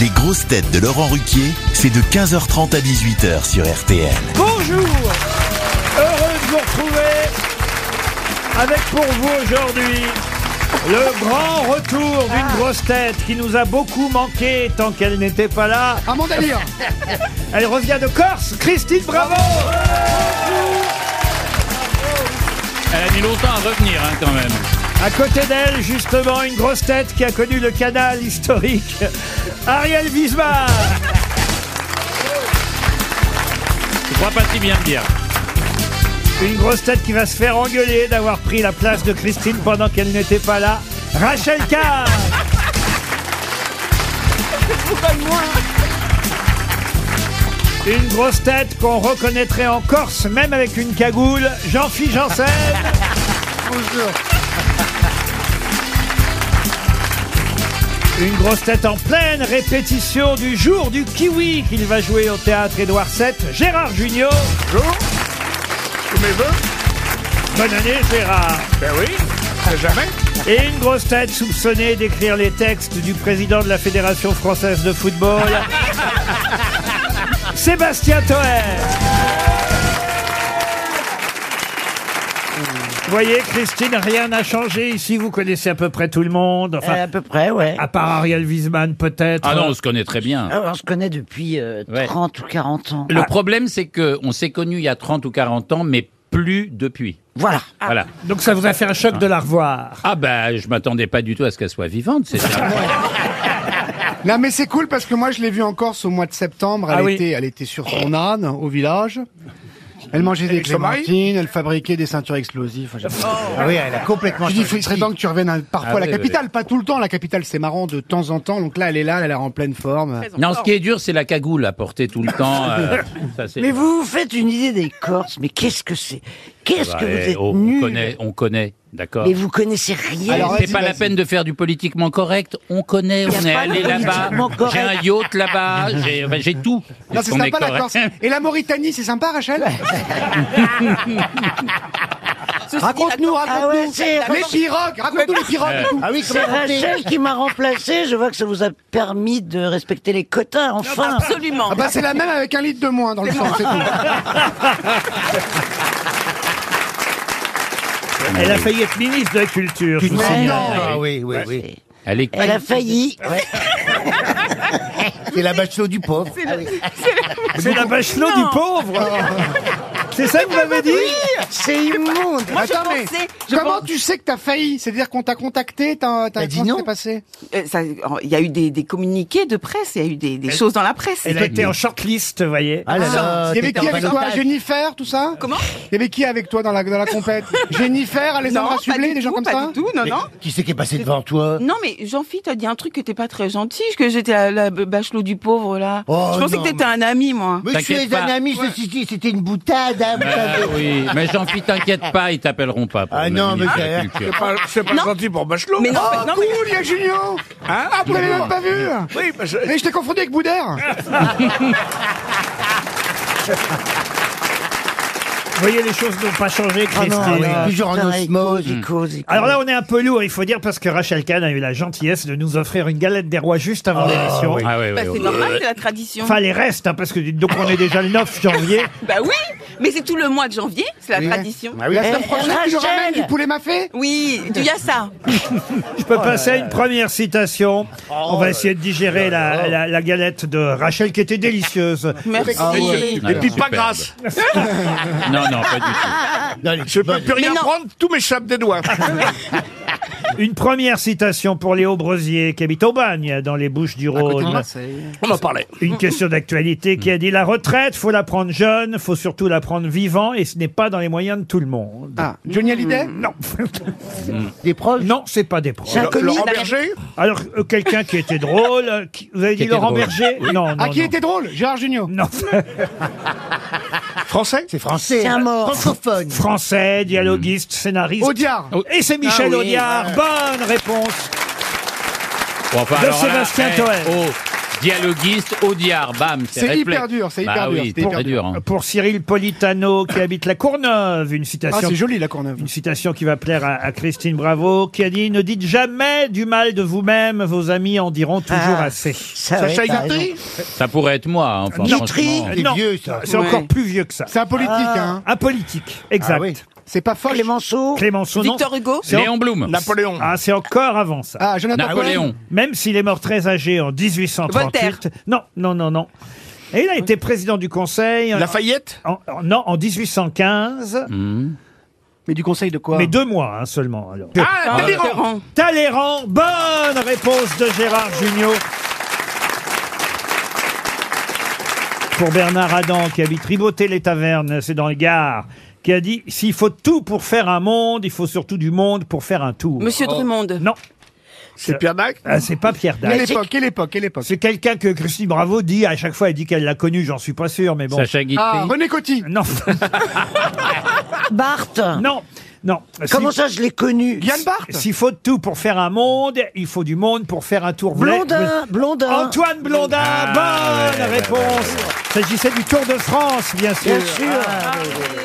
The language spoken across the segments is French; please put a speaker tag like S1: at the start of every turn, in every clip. S1: Les grosses têtes de Laurent Ruquier, c'est de 15h30 à 18h sur RTL.
S2: Bonjour Heureux de vous retrouver avec pour vous aujourd'hui le grand retour d'une grosse tête qui nous a beaucoup manqué tant qu'elle n'était pas là.
S3: Ah mon délire
S2: Elle revient de Corse, Christine Bravo
S4: Elle a mis longtemps à revenir hein, quand même.
S2: À côté d'elle, justement, une grosse tête qui a connu le canal historique, Ariel Wiesmann
S4: Je crois pas si bien le dire.
S2: Une grosse tête qui va se faire engueuler d'avoir pris la place de Christine pendant qu'elle n'était pas là. Rachel Kahn Une grosse tête qu'on reconnaîtrait en Corse, même avec une cagoule, Jean-Philippe Janssen Une grosse tête en pleine répétition du jour du kiwi qu'il va jouer au théâtre Édouard VII, Gérard Junior.
S3: Bonjour Tous mes voeux
S2: Bonne année Gérard
S3: Ben oui, à jamais
S2: Et une grosse tête soupçonnée d'écrire les textes du président de la Fédération française de football, Sébastien Toer. Vous voyez, Christine, rien n'a changé ici. Vous connaissez à peu près tout le monde.
S5: Euh,
S2: Enfin,
S5: à peu près, ouais.
S2: à part Ariel Wiesman, peut-être.
S4: Ah non, on se connaît très bien.
S5: Alors, on se connaît depuis euh,
S4: Ouais.
S5: 30 ou 40 ans. Ah,
S4: Le problème, c'est que on s'est connus il y a 30 ou 40 ans, mais plus depuis. Ah.
S5: Voilà.
S4: Voilà.
S2: Donc ça vous a fait un choc de la revoir.
S4: Ah ben, je m'attendais pas du tout à ce qu'elle soit vivante. C'est ça.
S3: Non mais c'est cool parce que moi je l'ai vue en Corse au mois de septembre, elle,
S2: Ah oui.
S3: était, elle était sur son âne au village. Elle mangeait des clémentines, elle fabriquait des ceintures explosives. Enfin, j'ai-
S6: Ah oui, elle a complètement
S3: Je dis, il serait temps que Oh. tu reviennes à- parfois
S4: Ah
S3: à la
S4: oui, oui,
S3: capitale, pas tout le temps. La capitale, c'est marrant de temps en temps. Donc là, elle est là, elle est en pleine forme.
S4: Non, ce qui est dur, c'est la cagoule à porter tout le temps. euh, ça, c'est-
S5: Mais vous vous faites une idée des Corses, mais qu'est-ce que c'est Qu'est-ce
S4: Bah,
S5: que vous
S4: eh,
S5: êtes
S4: oh, on
S5: nuls.
S4: connaît, on connaît, d'accord.
S5: Mais vous connaissez rien.
S3: Alors,
S4: C'est
S3: vas-y,
S4: pas la
S3: vas-y.
S4: peine de faire du politiquement correct. On connaît, on
S5: a
S4: est
S5: pas de
S4: allé là-bas.
S5: politiquement correct.
S4: J'ai un yacht là-bas. J'ai enfin, j'ai tout.
S3: Non,
S4: Est-ce
S3: c'est
S4: qu'on est
S3: sympa la
S4: correct
S3: Corse. Et la Mauritanie, c'est sympa, Rachel Raconte-nous,
S5: Ah ouais,
S3: raconte-nous.
S5: c'est
S3: les pirogues, raconte-nous les pirogues. Ah oui,
S5: c'est Rachel qui m'a remplacé. Je vois que ça vous a permis de respecter les quotas, enfin.
S3: Ah bah c'est la même avec un litre de moins dans le sang, c'est tout.
S2: Elle a failli être ministre de la Culture. je vous
S5: Ouais,
S2: signale.
S5: ouais, ouais.
S6: Ah oui, oui, oui.
S4: Elle est
S5: Elle a failli.
S6: C'est la bachelot du pauvre.
S2: C'est la bachelot du pauvre. C'est ça que vous m'avez dit
S5: C'est immonde.
S3: Attends, mais comment tu sais que t'as failli C'est-à-dire qu'on t'a contacté, t'as t'as
S6: Bah, dis
S3: comment ça
S6: non.
S3: s'est passé
S7: Euh, ça- Il y a eu des, des communiqués de presse, il y a eu des, des choses dans la presse.
S2: Elle était en shortlist, vous voyez.
S6: Ah là là,
S3: Il y avait
S6: t'étais
S3: qui
S6: en
S3: avec toi
S6: balotage.
S3: Jennifer, tout ça
S7: Comment
S3: Il y avait qui avec toi dans la, dans la compète Jennifer,
S7: Non,
S3: Alessandra
S7: pas
S3: Sublet,
S7: du
S3: des gens
S7: tout,
S3: comme
S7: pas
S3: ça
S7: du tout, non,
S6: Mais
S7: non.
S6: Qui c'est qui est passé devant toi
S7: Non, mais Jean-Philippe, t'as dit un truc que t'es pas très gentil, que j'étais la, la bachelot du pauvre, là.
S6: Oh,
S7: Je pensais
S6: non,
S7: que t'étais un ami, moi.
S6: Monsieur
S4: T'inquiète
S6: les
S4: pas.
S6: amis, ceci, c'était une boutade. hein, vous savez.
S4: Ah oui, mais Jean-Philippe, t'inquiète pas, ils t'appelleront pas. pour
S6: Ah
S4: le
S6: non, mais
S4: ministre de la
S6: c'est-
S4: Culture.
S8: C'est pas gentil pour Bachelot.
S7: Mais non, mais- non,
S3: Oh, Cool, il y a Julien
S2: Hein
S3: Ah, vous l'avez même pas vu
S8: Oui, bah, parce que-
S3: Mais je t'ai confondu avec Boudère
S2: Vous voyez, les choses n'ont pas changé,
S6: Ah
S2: Christine.
S6: non, oui, toujours en osmose.
S2: Alors là, on est un peu lourd, il faut dire, parce que Rachel Kahn a eu la gentillesse de nous offrir une galette des rois juste avant l'émission.
S4: Ah oui,
S7: bah,
S4: oui,
S7: c'est
S4: oui.
S7: normal, c'est la tradition.
S2: Enfin, les restes, hein, parce que donc on est déjà le 9 janvier.
S7: Bah oui, mais c'est tout le mois de janvier, c'est la
S3: Oui.
S7: tradition.
S6: Bah
S7: Eh,
S3: Ah oui, La semaine prochaine, tu nous
S5: Rachel
S3: ramènes du poulet mafé
S7: Oui, il y a ça.
S2: Je
S4: Oh
S2: peux passer à une première citation. on va essayer de digérer la, la- la galette de Rachel, qui était délicieuse.
S7: Merci.
S4: Ah,
S8: Et puis pas
S4: superbe.
S8: grâce.
S4: Non, non, pas du tout.
S6: Non, elle est
S8: Je peux
S6: bonne.
S8: plus rien
S7: non.
S8: prendre, tout m'échappe des doigts.
S2: Une première citation pour Léo Brosier, qui habite Aubagne, dans les Bouches du Rhône.
S8: On en parlait.
S2: Une question d'actualité qui a dit la retraite, faut la prendre jeune, faut surtout la prendre vivant, et ce n'est pas dans les moyens de tout le monde.
S3: Ah, Johnny Hallyday
S2: Non,
S6: Des proches
S2: non, c'est pas des proches.
S8: Le- Laurent Berger
S2: Alors euh, quelqu'un qui était drôle, euh, qui- vous avez dit
S4: était
S2: Laurent
S4: drôle.
S2: Berger Non, non,
S3: Ah, qui
S2: non.
S3: était drôle Gérard Junior
S2: Non.
S8: Français
S6: C'est français.
S5: C'est un
S6: hein.
S5: mort.
S6: Francophone.
S2: Français, dialoguiste, scénariste.
S3: Audiard
S2: Et c'est Michel
S5: Ah oui,
S2: Audiard. Bonne réponse.
S4: Bon, enfin,
S2: De
S4: alors là,
S2: Sébastien
S4: eh,
S2: Toen.
S4: oh, dialoguiste, Audiard, bam.
S3: C'est
S4: réflexe.
S3: hyper dur, c'est
S4: Bah
S3: hyper dur,
S4: oui,
S3: c'est
S4: c'est
S3: hyper
S4: très dur. hein.
S2: Pour Cyril Politano, qui habite la Courneuve, une
S3: Ah,
S2: citation
S3: c'est joli la Courneuve.
S2: Une citation qui va plaire à, à Christine Bravo, qui a dit Ne dites jamais du mal de vous-même, vos amis en diront toujours
S5: Ah.
S2: assez.
S5: Ça,
S8: Sacha
S5: ouais, t'as
S8: Guitry
S5: raison.
S4: Ça pourrait être moi, enfin,
S5: Guitry.
S4: franchement.
S6: C'est
S2: Non.
S6: vieux, ça.
S2: C'est
S7: Ouais.
S2: encore plus vieux que ça. Ah.
S3: C'est un politique, hein.
S2: Un politique, exact.
S6: Ah oui.
S3: C'est pas folle.
S5: Clémenceau.
S2: Clémenceau, non.
S7: Victor Hugo
S2: C'est
S4: Léon Blum.
S8: Napoléon.
S2: Ah, c'est encore avant ça.
S3: Ah, Jonathan Cohen.
S4: Napoléon.
S2: Même s'il est mort très âgé en 1838.
S7: Voltaire.
S2: Non, non, non, non. Et il a été président du Conseil. en-
S8: Lafayette
S2: en- en- non, en 1815,
S4: Hmm.
S3: Mais du conseil de quoi
S2: mais deux mois hein, seulement. Alors.
S8: Ah, Talleyrand.
S7: Mitterrand.
S2: Talleyrand, bonne réponse de Gérard Jugnot. Pour Bernard Adam, qui habite Riboté-les-Tavernes, c'est dans le Gard, qui a dit S'il faut tout pour faire un monde, il faut surtout du monde pour faire un tour.
S3: Oh.
S7: Monsieur Drummond.
S2: Non,
S8: C'est Pierre Dac
S2: ah, c'est pas Pierre
S3: Quelle
S2: Dac.
S3: époque, quelle époque, quelle époque
S2: C'est quelqu'un que Christine Bravo dit à chaque fois, elle dit qu'elle l'a connu, j'en suis pas sûr, mais bon.
S4: Sacha Guitry.
S3: Ah, René Coty
S2: Non,
S5: Barthes.
S2: non, non.
S5: Comment
S2: Si-
S5: ça, je l'ai connu
S3: Yann Barthes
S2: S'il faut tout pour faire un monde, il faut du monde pour faire un tour. Vous l'avez- vous-
S5: Blondin, Blondin.
S2: Antoine Blondin,
S4: Ah,
S2: bonne
S4: ouais, ouais,
S2: réponse. S'agissait du Tour de France, bien sûr.
S5: Bien sûr.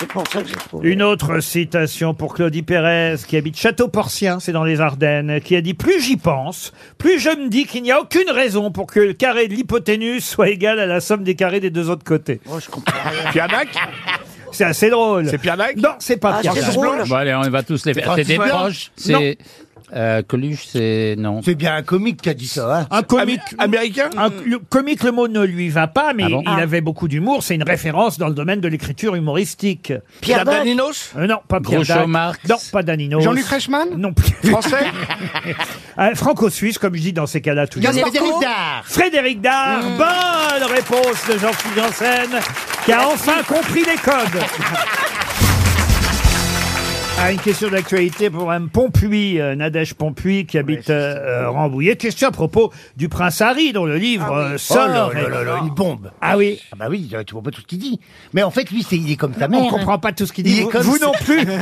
S5: C'est pour ça que j'ai trouvé.
S2: Une autre citation pour Claudie Pérez, qui habite Château-Portien, c'est dans les Ardennes, qui a dit « Plus j'y pense, plus je me dis qu'il n'y a aucune raison pour que le carré de l'hypoténuse soit égal à la somme des carrés des deux autres côtés.
S5: Oh, je comprends rien.
S8: Pierre Dac ».
S2: C'est assez drôle.
S8: C'est Pierre Dac
S2: Non, c'est pas
S5: Ah,
S2: Pierre
S5: c'est
S2: Dac.
S5: drôle.
S4: Bon, allez, on va tous les faire. C'est des
S6: Francis
S4: proches. C'est euh, Coluche, c'est non.
S6: C'est Eh bien un comique qui a dit ça, hein.
S2: Un comique...
S8: Ami- Américain
S2: un- le comique, le mot ne lui va pas, mais
S4: Ah bon
S2: il avait beaucoup d'humour. C'est une référence dans le domaine de l'écriture humoristique.
S5: Pierre Dac.
S8: Daninos
S2: Euh, non, pas Pierre
S4: Groucho
S2: Dac.
S4: Marx.
S2: Non, pas Danino.
S3: Jean-Luc Reichmann
S2: Non plus.
S8: Français
S2: Euh, Franco-suisse, comme je dis dans ces cas-là toujours.
S6: Gaspard Corda.
S2: Frédéric Dard, bonne réponse de Jean-Philippe Janssen, qui a enfin compris les codes. Ah, une question d'actualité pour Mme Pompuy, euh, Nadège Pompuy, qui habite euh, euh, Rambouillet. Question à propos du prince Harry, dont le livre euh,
S6: Oh
S2: sort.
S6: là là là là, une bombe.
S2: Ah oui,
S6: Ah bah oui, tu vois pas tout ce qu'il dit. Mais en fait, lui, c'est il est comme ta mère.
S2: on comprend pas tout ce qu'il dit.
S6: Il est
S2: Vous,
S6: comme
S2: vous
S6: ça.
S2: non plus.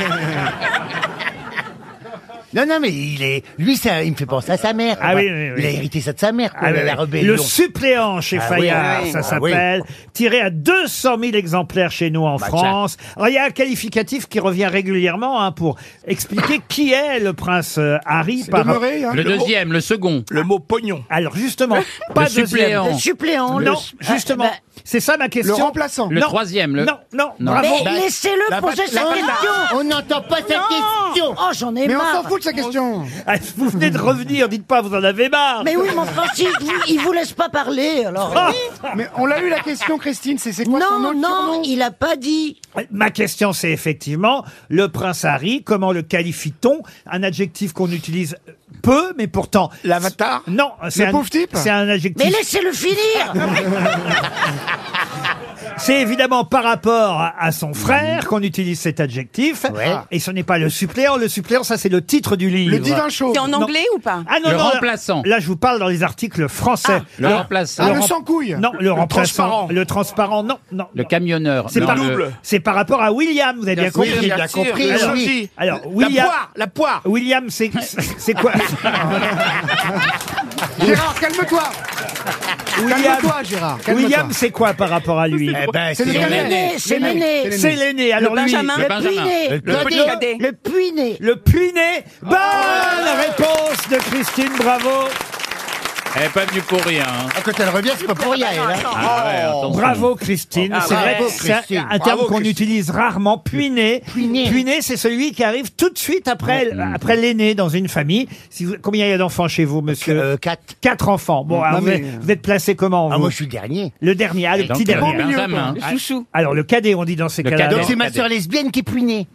S6: Non, non, mais il est, lui, ça, il me fait penser à sa mère.
S2: Ah oui, oui, oui.
S6: Il a hérité ça de sa mère, quoi,
S2: Ah
S6: la,
S2: oui,
S6: la
S2: oui.
S6: rébellion.
S2: Le suppléant chez
S6: Ah oui,
S2: Fayard,
S6: oui,
S2: ça
S6: ah
S2: s'appelle, tiré à 200 000 exemplaires chez nous en
S6: Bah, tiens.
S2: France. Alors, il y a un qualificatif qui revient régulièrement hein, pour expliquer qui est le prince euh, Harry. Par...
S3: Demeuré, hein
S4: Le deuxième, le second.
S8: Le mot pognon.
S2: Alors justement, pas
S4: Le
S2: deuxième.
S4: suppléant.
S5: Le suppléant.
S2: Non,
S5: le-
S2: justement,
S5: Ah,
S2: c'est ça ma
S3: Le
S2: question.
S3: remplaçant
S4: Le
S2: Non.
S4: troisième. Le...
S2: Non, non,
S4: Non.
S5: bah,
S2: bravo.
S5: mais laissez-le
S8: la
S5: poser
S8: patte- la
S5: sa
S8: patte-
S5: question.
S6: On n'entend pas sa question.
S5: Oh, j'en ai
S3: Mais on
S5: marre.
S3: s'en fout de sa question
S2: Ah, Vous venez de revenir, dites pas, vous en avez marre.
S5: Mais oui, mon Francis, vous- il vous laisse pas parler. Alors.
S2: Ah,
S3: Mais on l'a eu la question, Christine, c'est c'est quoi son nom
S5: non,
S3: le
S5: non,
S3: surnom
S5: il a pas dit.
S2: Ma question, c'est effectivement le prince Harry. Comment le qualifie-t-on Un adjectif qu'on utilise peu, mais pourtant
S8: L'avatar
S2: Non, c'est
S3: Le
S2: un,
S3: pauvre type
S2: c'est un
S5: Mais
S2: adjectif.
S5: laissez-le finir.
S2: C'est évidemment par rapport à à son
S3: Mhm.
S2: frère qu'on utilise cet adjectif.
S6: Ouais.
S2: Et ce n'est pas le suppléant. Le suppléant, ça c'est le titre du livre.
S3: Le divin chauve
S7: C'est en
S2: Non.
S7: anglais ou pas
S2: Ah non,
S4: Le
S2: non, là-
S4: remplaçant.
S2: Là, je vous parle dans les articles français.
S4: Le
S2: Non,
S4: remplaçant.
S3: Ah,
S2: Le
S3: le
S2: rem-
S3: sans couille
S2: Non, le, remplaçant.
S8: transparent.
S2: Le transparent, non, non.
S4: Le camionneur.
S2: C'est
S4: Non,
S2: par,
S4: le-
S8: double.
S2: c'est par rapport à William, vous avez bien
S6: Oui,
S2: compris.
S6: j'ai bien compris.
S8: Le
S2: Alors,
S6: oui.
S8: sorti.
S2: alors,
S8: La
S2: William-
S8: poire La poire
S2: William, c'est c'est quoi
S3: Gérard, calme-toi Calme-toi, Gérard calme-toi.
S2: William, c'est quoi par rapport à lui
S6: Eh ben, c'est
S3: le
S6: le
S3: cadet.
S5: l'aîné, c'est l'aîné.
S3: C'est
S2: C'est l'aîné. Alors lui,
S7: Benjamin.
S4: Le
S5: Le
S4: Benjamin.
S5: puiné.
S6: Le
S5: Le
S7: petit cadet.
S5: cadet. Le puiné.
S2: Le puiné. Bonne réponse de Christine Bravo.
S4: Elle est pas venue pour rien. hein.
S6: Ah, Quand elle revient, c'est pas pour rien, elle, hein.
S4: Ah ouais, attention.
S2: Oh, Bravo Christine.
S6: Ah,
S2: c'est
S6: bravo,
S2: vrai que c'est un-
S6: Christine.
S2: un terme
S8: Bravo,
S2: qu'on
S8: Christine.
S2: utilise rarement. Puiné.
S6: Puiné.
S2: c'est celui qui arrive tout de suite après, après l'aîné dans une famille. Si vous- combien il y a d'enfants chez vous, monsieur
S6: Euh, quatre.
S2: Quatre enfants. Bon, alors, vous,
S3: mais-
S2: êtes, vous êtes placé comment
S6: Ah,
S2: vous
S6: moi, je suis le dernier. Ah,
S2: Le dernier, ah, le
S4: Donc,
S2: petit
S4: euh,
S2: dernier.
S4: Benjamin.
S7: Chouchou.
S2: Alors le cadet, on dit dans ces
S4: Le
S2: cas-là.
S4: cadet.
S6: Donc, c'est ma
S4: cadet.
S6: sœur lesbienne qui est puinée.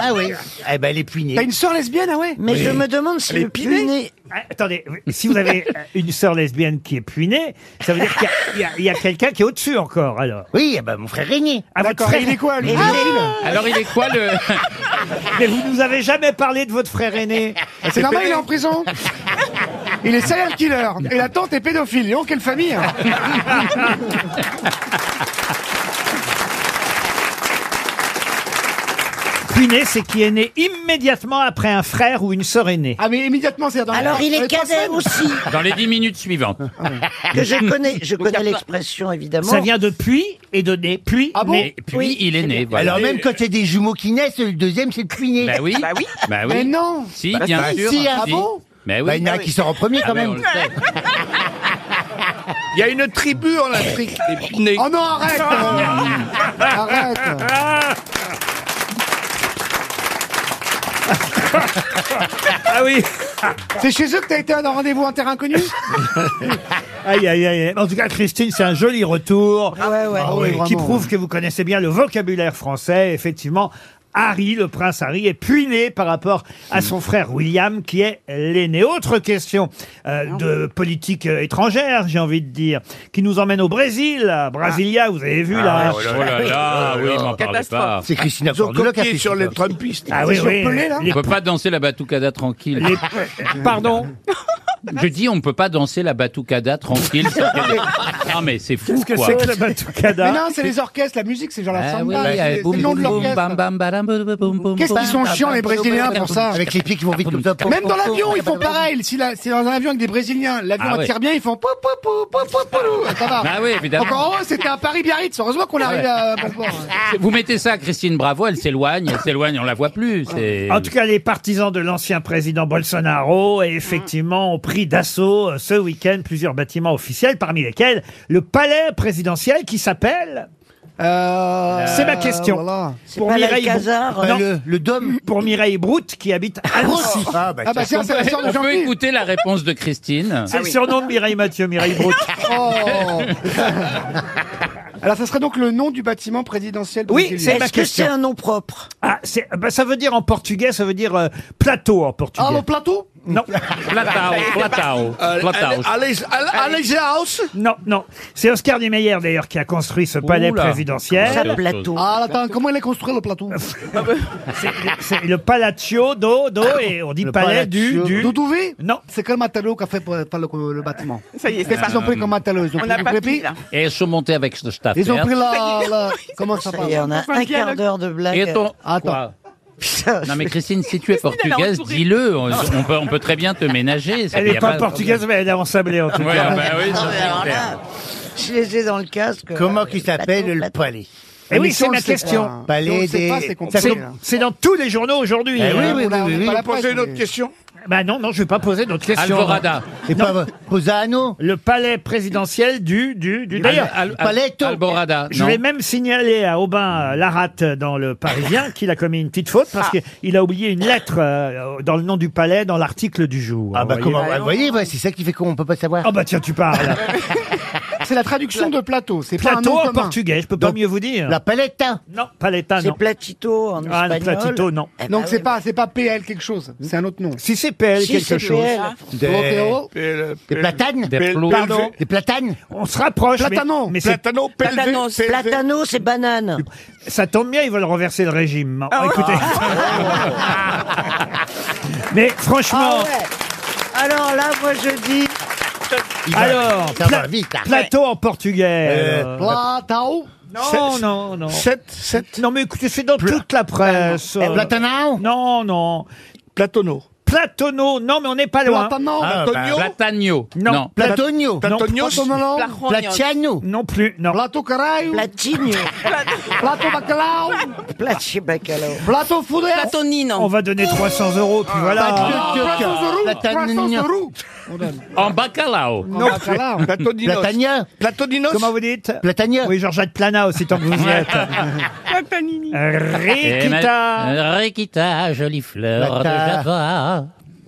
S6: ah oui. Eh ben, elle est puinée.
S3: T'as une sœur lesbienne, ah ouais
S5: Mais je me demande si le puiné.
S2: Ah, Attendez, si vous avez euh, une sœur lesbienne qui est puinée, ça veut dire qu'il y a- il y a, il y a quelqu'un qui est au-dessus encore, alors.
S6: Oui, eh ben, mon frère aîné.
S2: À votre
S3: D'accord,
S2: frère,
S3: il est quoi, lui
S2: Et-
S5: Ah
S4: Alors il est quoi le
S2: Mais vous nous avez jamais parlé de votre frère aîné.
S3: Ah, C'est normal, il est en prison Il est serial killer Et la tante est pédophile Et oh, quelle famille hein.
S2: puné, c'est qui est né immédiatement après un frère ou une sœur aînée.
S3: Ah, mais immédiatement, c'est-à-dire dans
S5: Alors,
S3: les-
S5: il
S3: dans
S5: est
S3: les trois
S5: cadet
S3: semaines
S5: aussi,
S4: Dans les 10 minutes suivantes.
S5: que je connais, je connais l'expression, évidemment.
S2: Ça vient de puits et de nez. Pluie,
S3: Ah bon
S2: nez.
S4: Et puis, il est né. Voilà.
S9: Alors même quand c'est des jumeaux qui naissent, le deuxième c'est le plus né.
S4: Bah oui. Bah oui. Bah oui.
S3: Mais non
S4: Si,
S9: Bah,
S4: bien
S9: si,
S4: sûr.
S9: si, ah bon
S4: Bah oui.
S9: Bah, il y en a un qui sort en premier
S4: Ah,
S9: quand
S4: mais
S9: même.
S4: on le sait.
S8: Il y a une tribu en Afrique, les Pinés.
S3: Oh non, arrête
S2: Mm.
S3: euh, Arrête
S2: Ah oui.
S3: C'est chez eux que t'as été à un rendez-vous en terrain inconnu
S2: Aïe, aïe, aïe. En tout cas, Christine, c'est un joli retour.
S7: ouais, ouais.
S3: Ah oui,
S2: qui
S3: vraiment,
S2: prouve
S3: ouais.
S2: que vous connaissez bien le vocabulaire français. Effectivement, Harry, le prince Harry, est puiné par rapport à son frère William, qui est l'aîné. Autre question euh, de politique euh, étrangère, j'ai envie de dire, qui nous emmène au Brésil, à Brasilia, vous avez vu là.
S4: Oh là là, oui, m'en parlez pas.
S9: C'est Christina
S8: Ils ont
S9: Cordula qui a
S8: copié
S9: fait
S8: sur
S9: ça.
S8: les Trumpistes.
S2: Ah oui, oui.
S3: là
S4: On
S2: Les-
S4: peut pas danser la batucada tranquille.
S2: les- Pardon
S4: Je dis, on peut pas danser la batucada tranquille. sans qu'elle- non mais c'est fou
S2: Qu'est-ce que
S4: quoi.
S2: c'est que la
S3: Mais
S2: batucada
S3: non, c'est les orchestres, la musique, c'est genre la
S4: Ah oui,
S3: samba,
S4: oui,
S3: c'est
S4: euh,
S3: c'est
S4: boum,
S3: le nom de
S4: boum, bam,
S3: l'orchestre.
S4: bam, badam, boum, boum, boum, boum,
S3: Qu'est-ce qu'ils sont chiants les Brésiliens pour ça
S9: Avec les pieds qui vont vite comme ça.
S3: Même dans l'avion, ils font pareil. Si la- c'est dans un avion avec des Brésiliens, l'avion
S4: Ah ouais.
S3: attire bien, ils font pou pou pou pou pou pou. Ah, ça va.
S4: Ah oui, évidemment.
S3: Encore heureux, c'était à Paris-Biarritz. Heureusement qu'on arrive à hein. bon port.
S4: Vous mettez ça à Christine Bravo, elle s'éloigne, elle s'éloigne, on la voit plus. c'est-
S2: En tout cas, les partisans de l'ancien président Bolsonaro, et effectivement, ont pris d'assaut euh, ce week-end plusieurs bâtiments officiels, parmi lesquels le palais présidentiel qui s'appelle,
S3: Euh,
S2: C'est ma question.
S3: voilà.
S5: C'est pas
S2: Brou- euh,
S5: l'Alcazar.
S2: Non,
S9: Le, le dôme.
S2: pour Mireille Brout qui habite Annecy.
S9: Ah bah,
S3: Ah bah tiens, c'est la sœur de
S4: On peut
S3: Jean-Pierre. Ah
S4: écouter la réponse de Christine.
S2: C'est le surnom de Mireille Mathieu, Mireille Brout.
S3: Oh. Alors ça serait donc le nom du bâtiment présidentiel
S2: Oui,
S3: brésilien.
S2: c'est ma
S5: Est-ce que c'est
S2: question.
S5: un nom propre
S2: Ah, c'est- bah, ça veut dire en portugais, ça veut dire euh, plateau en portugais.
S3: Ah, le plateau
S2: non,
S4: Platao, platao,
S2: Euh,
S4: platao.
S8: Allez, House.
S2: non, non. C'est Oscar Niemeyer d'ailleurs qui a construit ce palais
S4: Oula.
S2: présidentiel.
S5: Ça,
S4: autre
S5: plateau.
S3: Ah, attends, comment il est construit le plateau
S2: C'est- C'est le Palaccio do, do, et on dit palais du, du.
S3: Doudouvé
S2: Non.
S3: C'est quel matelot qui a fait pour faire le, le bâtiment
S7: Ça y est, c'est
S3: Qu'est-ce qu'ils ont
S7: parti.
S3: pris comme matelot Ils
S7: On
S3: ont pris
S7: n'a
S3: du
S7: pas
S3: crépi
S7: pris, là.
S4: Euh, Et ils sont montés avec hein. ce staff.
S3: Ils ont pris la... la- Comment ça
S5: Ça y est,
S3: parle
S5: on a
S7: Enfin,
S5: un quart
S7: dialogue.
S5: d'heure de
S4: Et
S5: blague.
S4: ton...
S3: Attends.
S4: Quoi
S5: Putain,
S4: Non mais Christine, si tu es
S7: elle a
S4: portugaise,
S7: entouré.
S4: dis-le. On, on peut, on peut très bien te ménager. ça,
S2: Elle
S4: y
S2: n'est
S4: a
S2: pas,
S4: de
S2: portugaise, mais elle est en sablé en tout
S4: problème. Ouais,
S2: cas.
S4: ah bah oui, ça,
S5: mais
S4: c'est
S5: alors
S4: clair.
S5: là, je les ai dans le casque.
S9: Comment
S5: Euh,
S9: qu'il
S5: plateau,
S9: s'appelle le
S5: plateau.
S9: palais
S2: Et oui,
S3: Mais si
S2: c'est Bah,
S3: on
S2: ma
S3: le sait
S2: question.
S3: pas,
S9: Palais
S3: si on le sait
S9: des-
S3: pas, c'est
S9: Ça
S2: C'est
S3: compliqué. hein.
S2: c'est dans tous les journaux aujourd'hui.
S9: Eh
S2: hein.
S9: oui, oui,
S3: on a-
S9: oui,
S3: on a
S9: oui.
S3: pas la presse,
S8: Posez une autre
S3: mais-
S8: question.
S2: Bah non, non, je vais pas poser d'autres questions.
S4: Alvorada.
S9: C'est pas Posano
S2: Le palais présidentiel du... du, du... D'ailleurs,
S4: Al- Al-
S9: Paletto.
S4: Alborada.
S2: je
S4: Ah, non.
S2: vais même signaler à Aubin euh, Laratte dans le Parisien qu'il a commis une petite faute parce qu'il a oublié une lettre euh, dans le nom du palais dans l'article du jour.
S9: Ah bah
S2: vous voyez.
S9: comment Vous voyez, ouais, c'est ça qui fait qu'on peut pas savoir.
S2: Ah bah tiens, tu parles.
S3: C'est la traduction de plateau, c'est pas un
S2: Plateau
S3: nom
S2: en
S3: commun.
S2: portugais, je peux pas
S9: Donc,
S2: mieux vous dire.
S9: La paletta
S2: Non, paleta,
S5: C'est
S2: non.
S5: Platito en
S2: Ah, le
S5: espagnol.
S2: platito, non.
S5: Eh ben
S3: Donc c'est
S5: oui.
S3: pas c'est pas PL quelque chose, c'est un autre nom.
S2: Si c'est PL
S5: Si,
S2: quelque
S5: c'est
S2: chose.
S5: PL.
S9: Des,
S3: Européo,
S8: Pel-
S9: des platanes
S4: Des
S8: Pel-
S4: plots.
S8: Pardon.
S9: Des platanes
S2: On se rapproche. mais-
S3: Platano.
S2: Mais, c'est-
S8: Platano, Pelvé,
S7: Platanos,
S8: Pelvé.
S5: Platano, c'est banane.
S2: ça tombe bien, ils veulent renverser le régime. Écoutez. mais franchement,
S5: Ah ouais. Alors là, moi je dis.
S9: Il va-
S2: alors,
S9: Ça va
S2: pla-
S9: vite, là.
S2: plateau en portugais.
S9: Euh,
S2: alors.
S3: Ah, Platao.
S2: non, non, non.
S8: 7, 7.
S2: Non, mais écoutez, c'est dans toute la presse.
S9: Eh, Platanao
S2: Non, non.
S8: Platono.
S2: Platono, non, mais on n'est pas loin.
S3: Platano.
S4: Ah, bah,
S8: Antonio.
S4: Platagno.
S2: Non.
S4: Non.
S9: Platonio
S2: Non,
S8: Platonio.
S3: Platonolo.
S9: Platiano
S2: Non plus, non.
S3: Plato Caraio.
S5: Platino.
S3: Plato Bacalao.
S5: Platchi bacalao.
S3: Plato Foudère.
S2: On
S7: Platonino.
S2: va donner 300 euros, puis voilà.
S9: Platania
S4: En bacalao.
S3: Non, Bacalao.
S8: Platoninos. Platoninos.
S2: Comment vous dites
S9: Platania
S2: Oui, Georgette Plana aussi, tant que vous y êtes.
S7: Platonini.
S4: Eh, ma-
S2: Rikita.
S4: Rikita, jolie fleur de
S9: Plata-
S4: Java.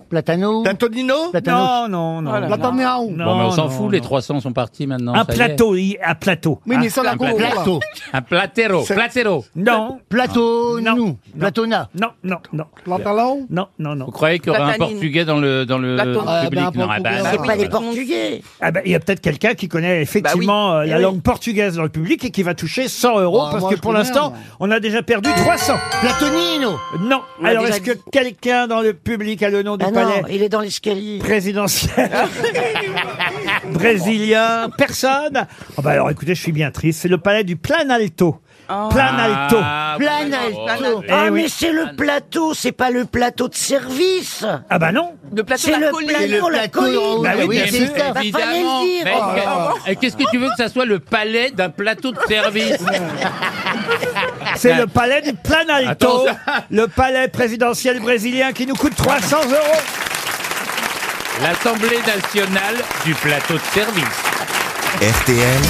S9: Platano
S8: Platonino.
S9: Platano
S2: Non, non, non.
S7: Voilà.
S3: Plataniao.
S2: Non,
S4: Bon, mais on s'en
S2: non,
S4: fout, les 300 sont partis maintenant.
S2: Un
S4: ça y est.
S2: plateau, il- un plateau.
S3: Oui, mais sans la gauche.
S9: Plato
S4: Un platero.
S8: C'est-
S4: Platero.
S2: Non,
S9: Platonou Platona
S2: non, non, non,
S3: Platalao.
S2: non, non, non.
S4: Vous croyez qu'il y aura un
S7: Platanine.
S4: portugais dans le, dans le
S7: Platon.
S3: Ah,
S4: public
S3: ben, un
S4: Non, ah, bah,
S3: Portugais.
S4: non,
S5: C'est pas des
S4: voilà.
S5: Portugais.
S2: Ah ben, il y a peut-être quelqu'un qui connaît effectivement euh, la
S5: Eh oui.
S2: langue portugaise dans le public et qui va toucher 100 euros
S3: Ah,
S2: parce
S3: moi,
S2: que
S3: je
S2: pour
S3: connais,
S2: l'instant,
S3: moi.
S2: on a déjà perdu 300.
S9: Platonino
S2: Non.
S7: On l'a
S2: Alors,
S7: déjà
S2: est-ce que
S7: dit.
S2: quelqu'un dans le public a le nom du
S5: Ah
S2: palais
S5: non, il est dans l'escalier.
S2: présidentiel brésilien Personne Ah bah alors écoutez, je suis bien triste. C'est le palais du Planalto. Planalto.
S4: Ah,
S9: Planalto.
S4: d'accord.
S2: Eh
S5: Ah,
S2: oui.
S5: mais c'est le plateau, c'est pas le plateau de service.
S2: Ah bah non.
S7: Le plateau de
S5: C'est
S7: la
S5: le
S7: colline.
S5: plateau, la
S9: plateau en haut,
S5: colline.
S2: Bah oui,
S9: oui,
S2: bien
S9: c'est
S2: sûr. Oh,
S9: ça.
S5: Bah, fallait
S4: Évidemment.
S5: le dire.
S4: Mais que- Qu'est-ce que tu veux que ça soit le palais d'un plateau de service
S2: C'est le palais du Planalto, le palais présidentiel brésilien qui nous coûte 300 euros.
S4: L'Assemblée nationale du plateau de service.
S1: RTL,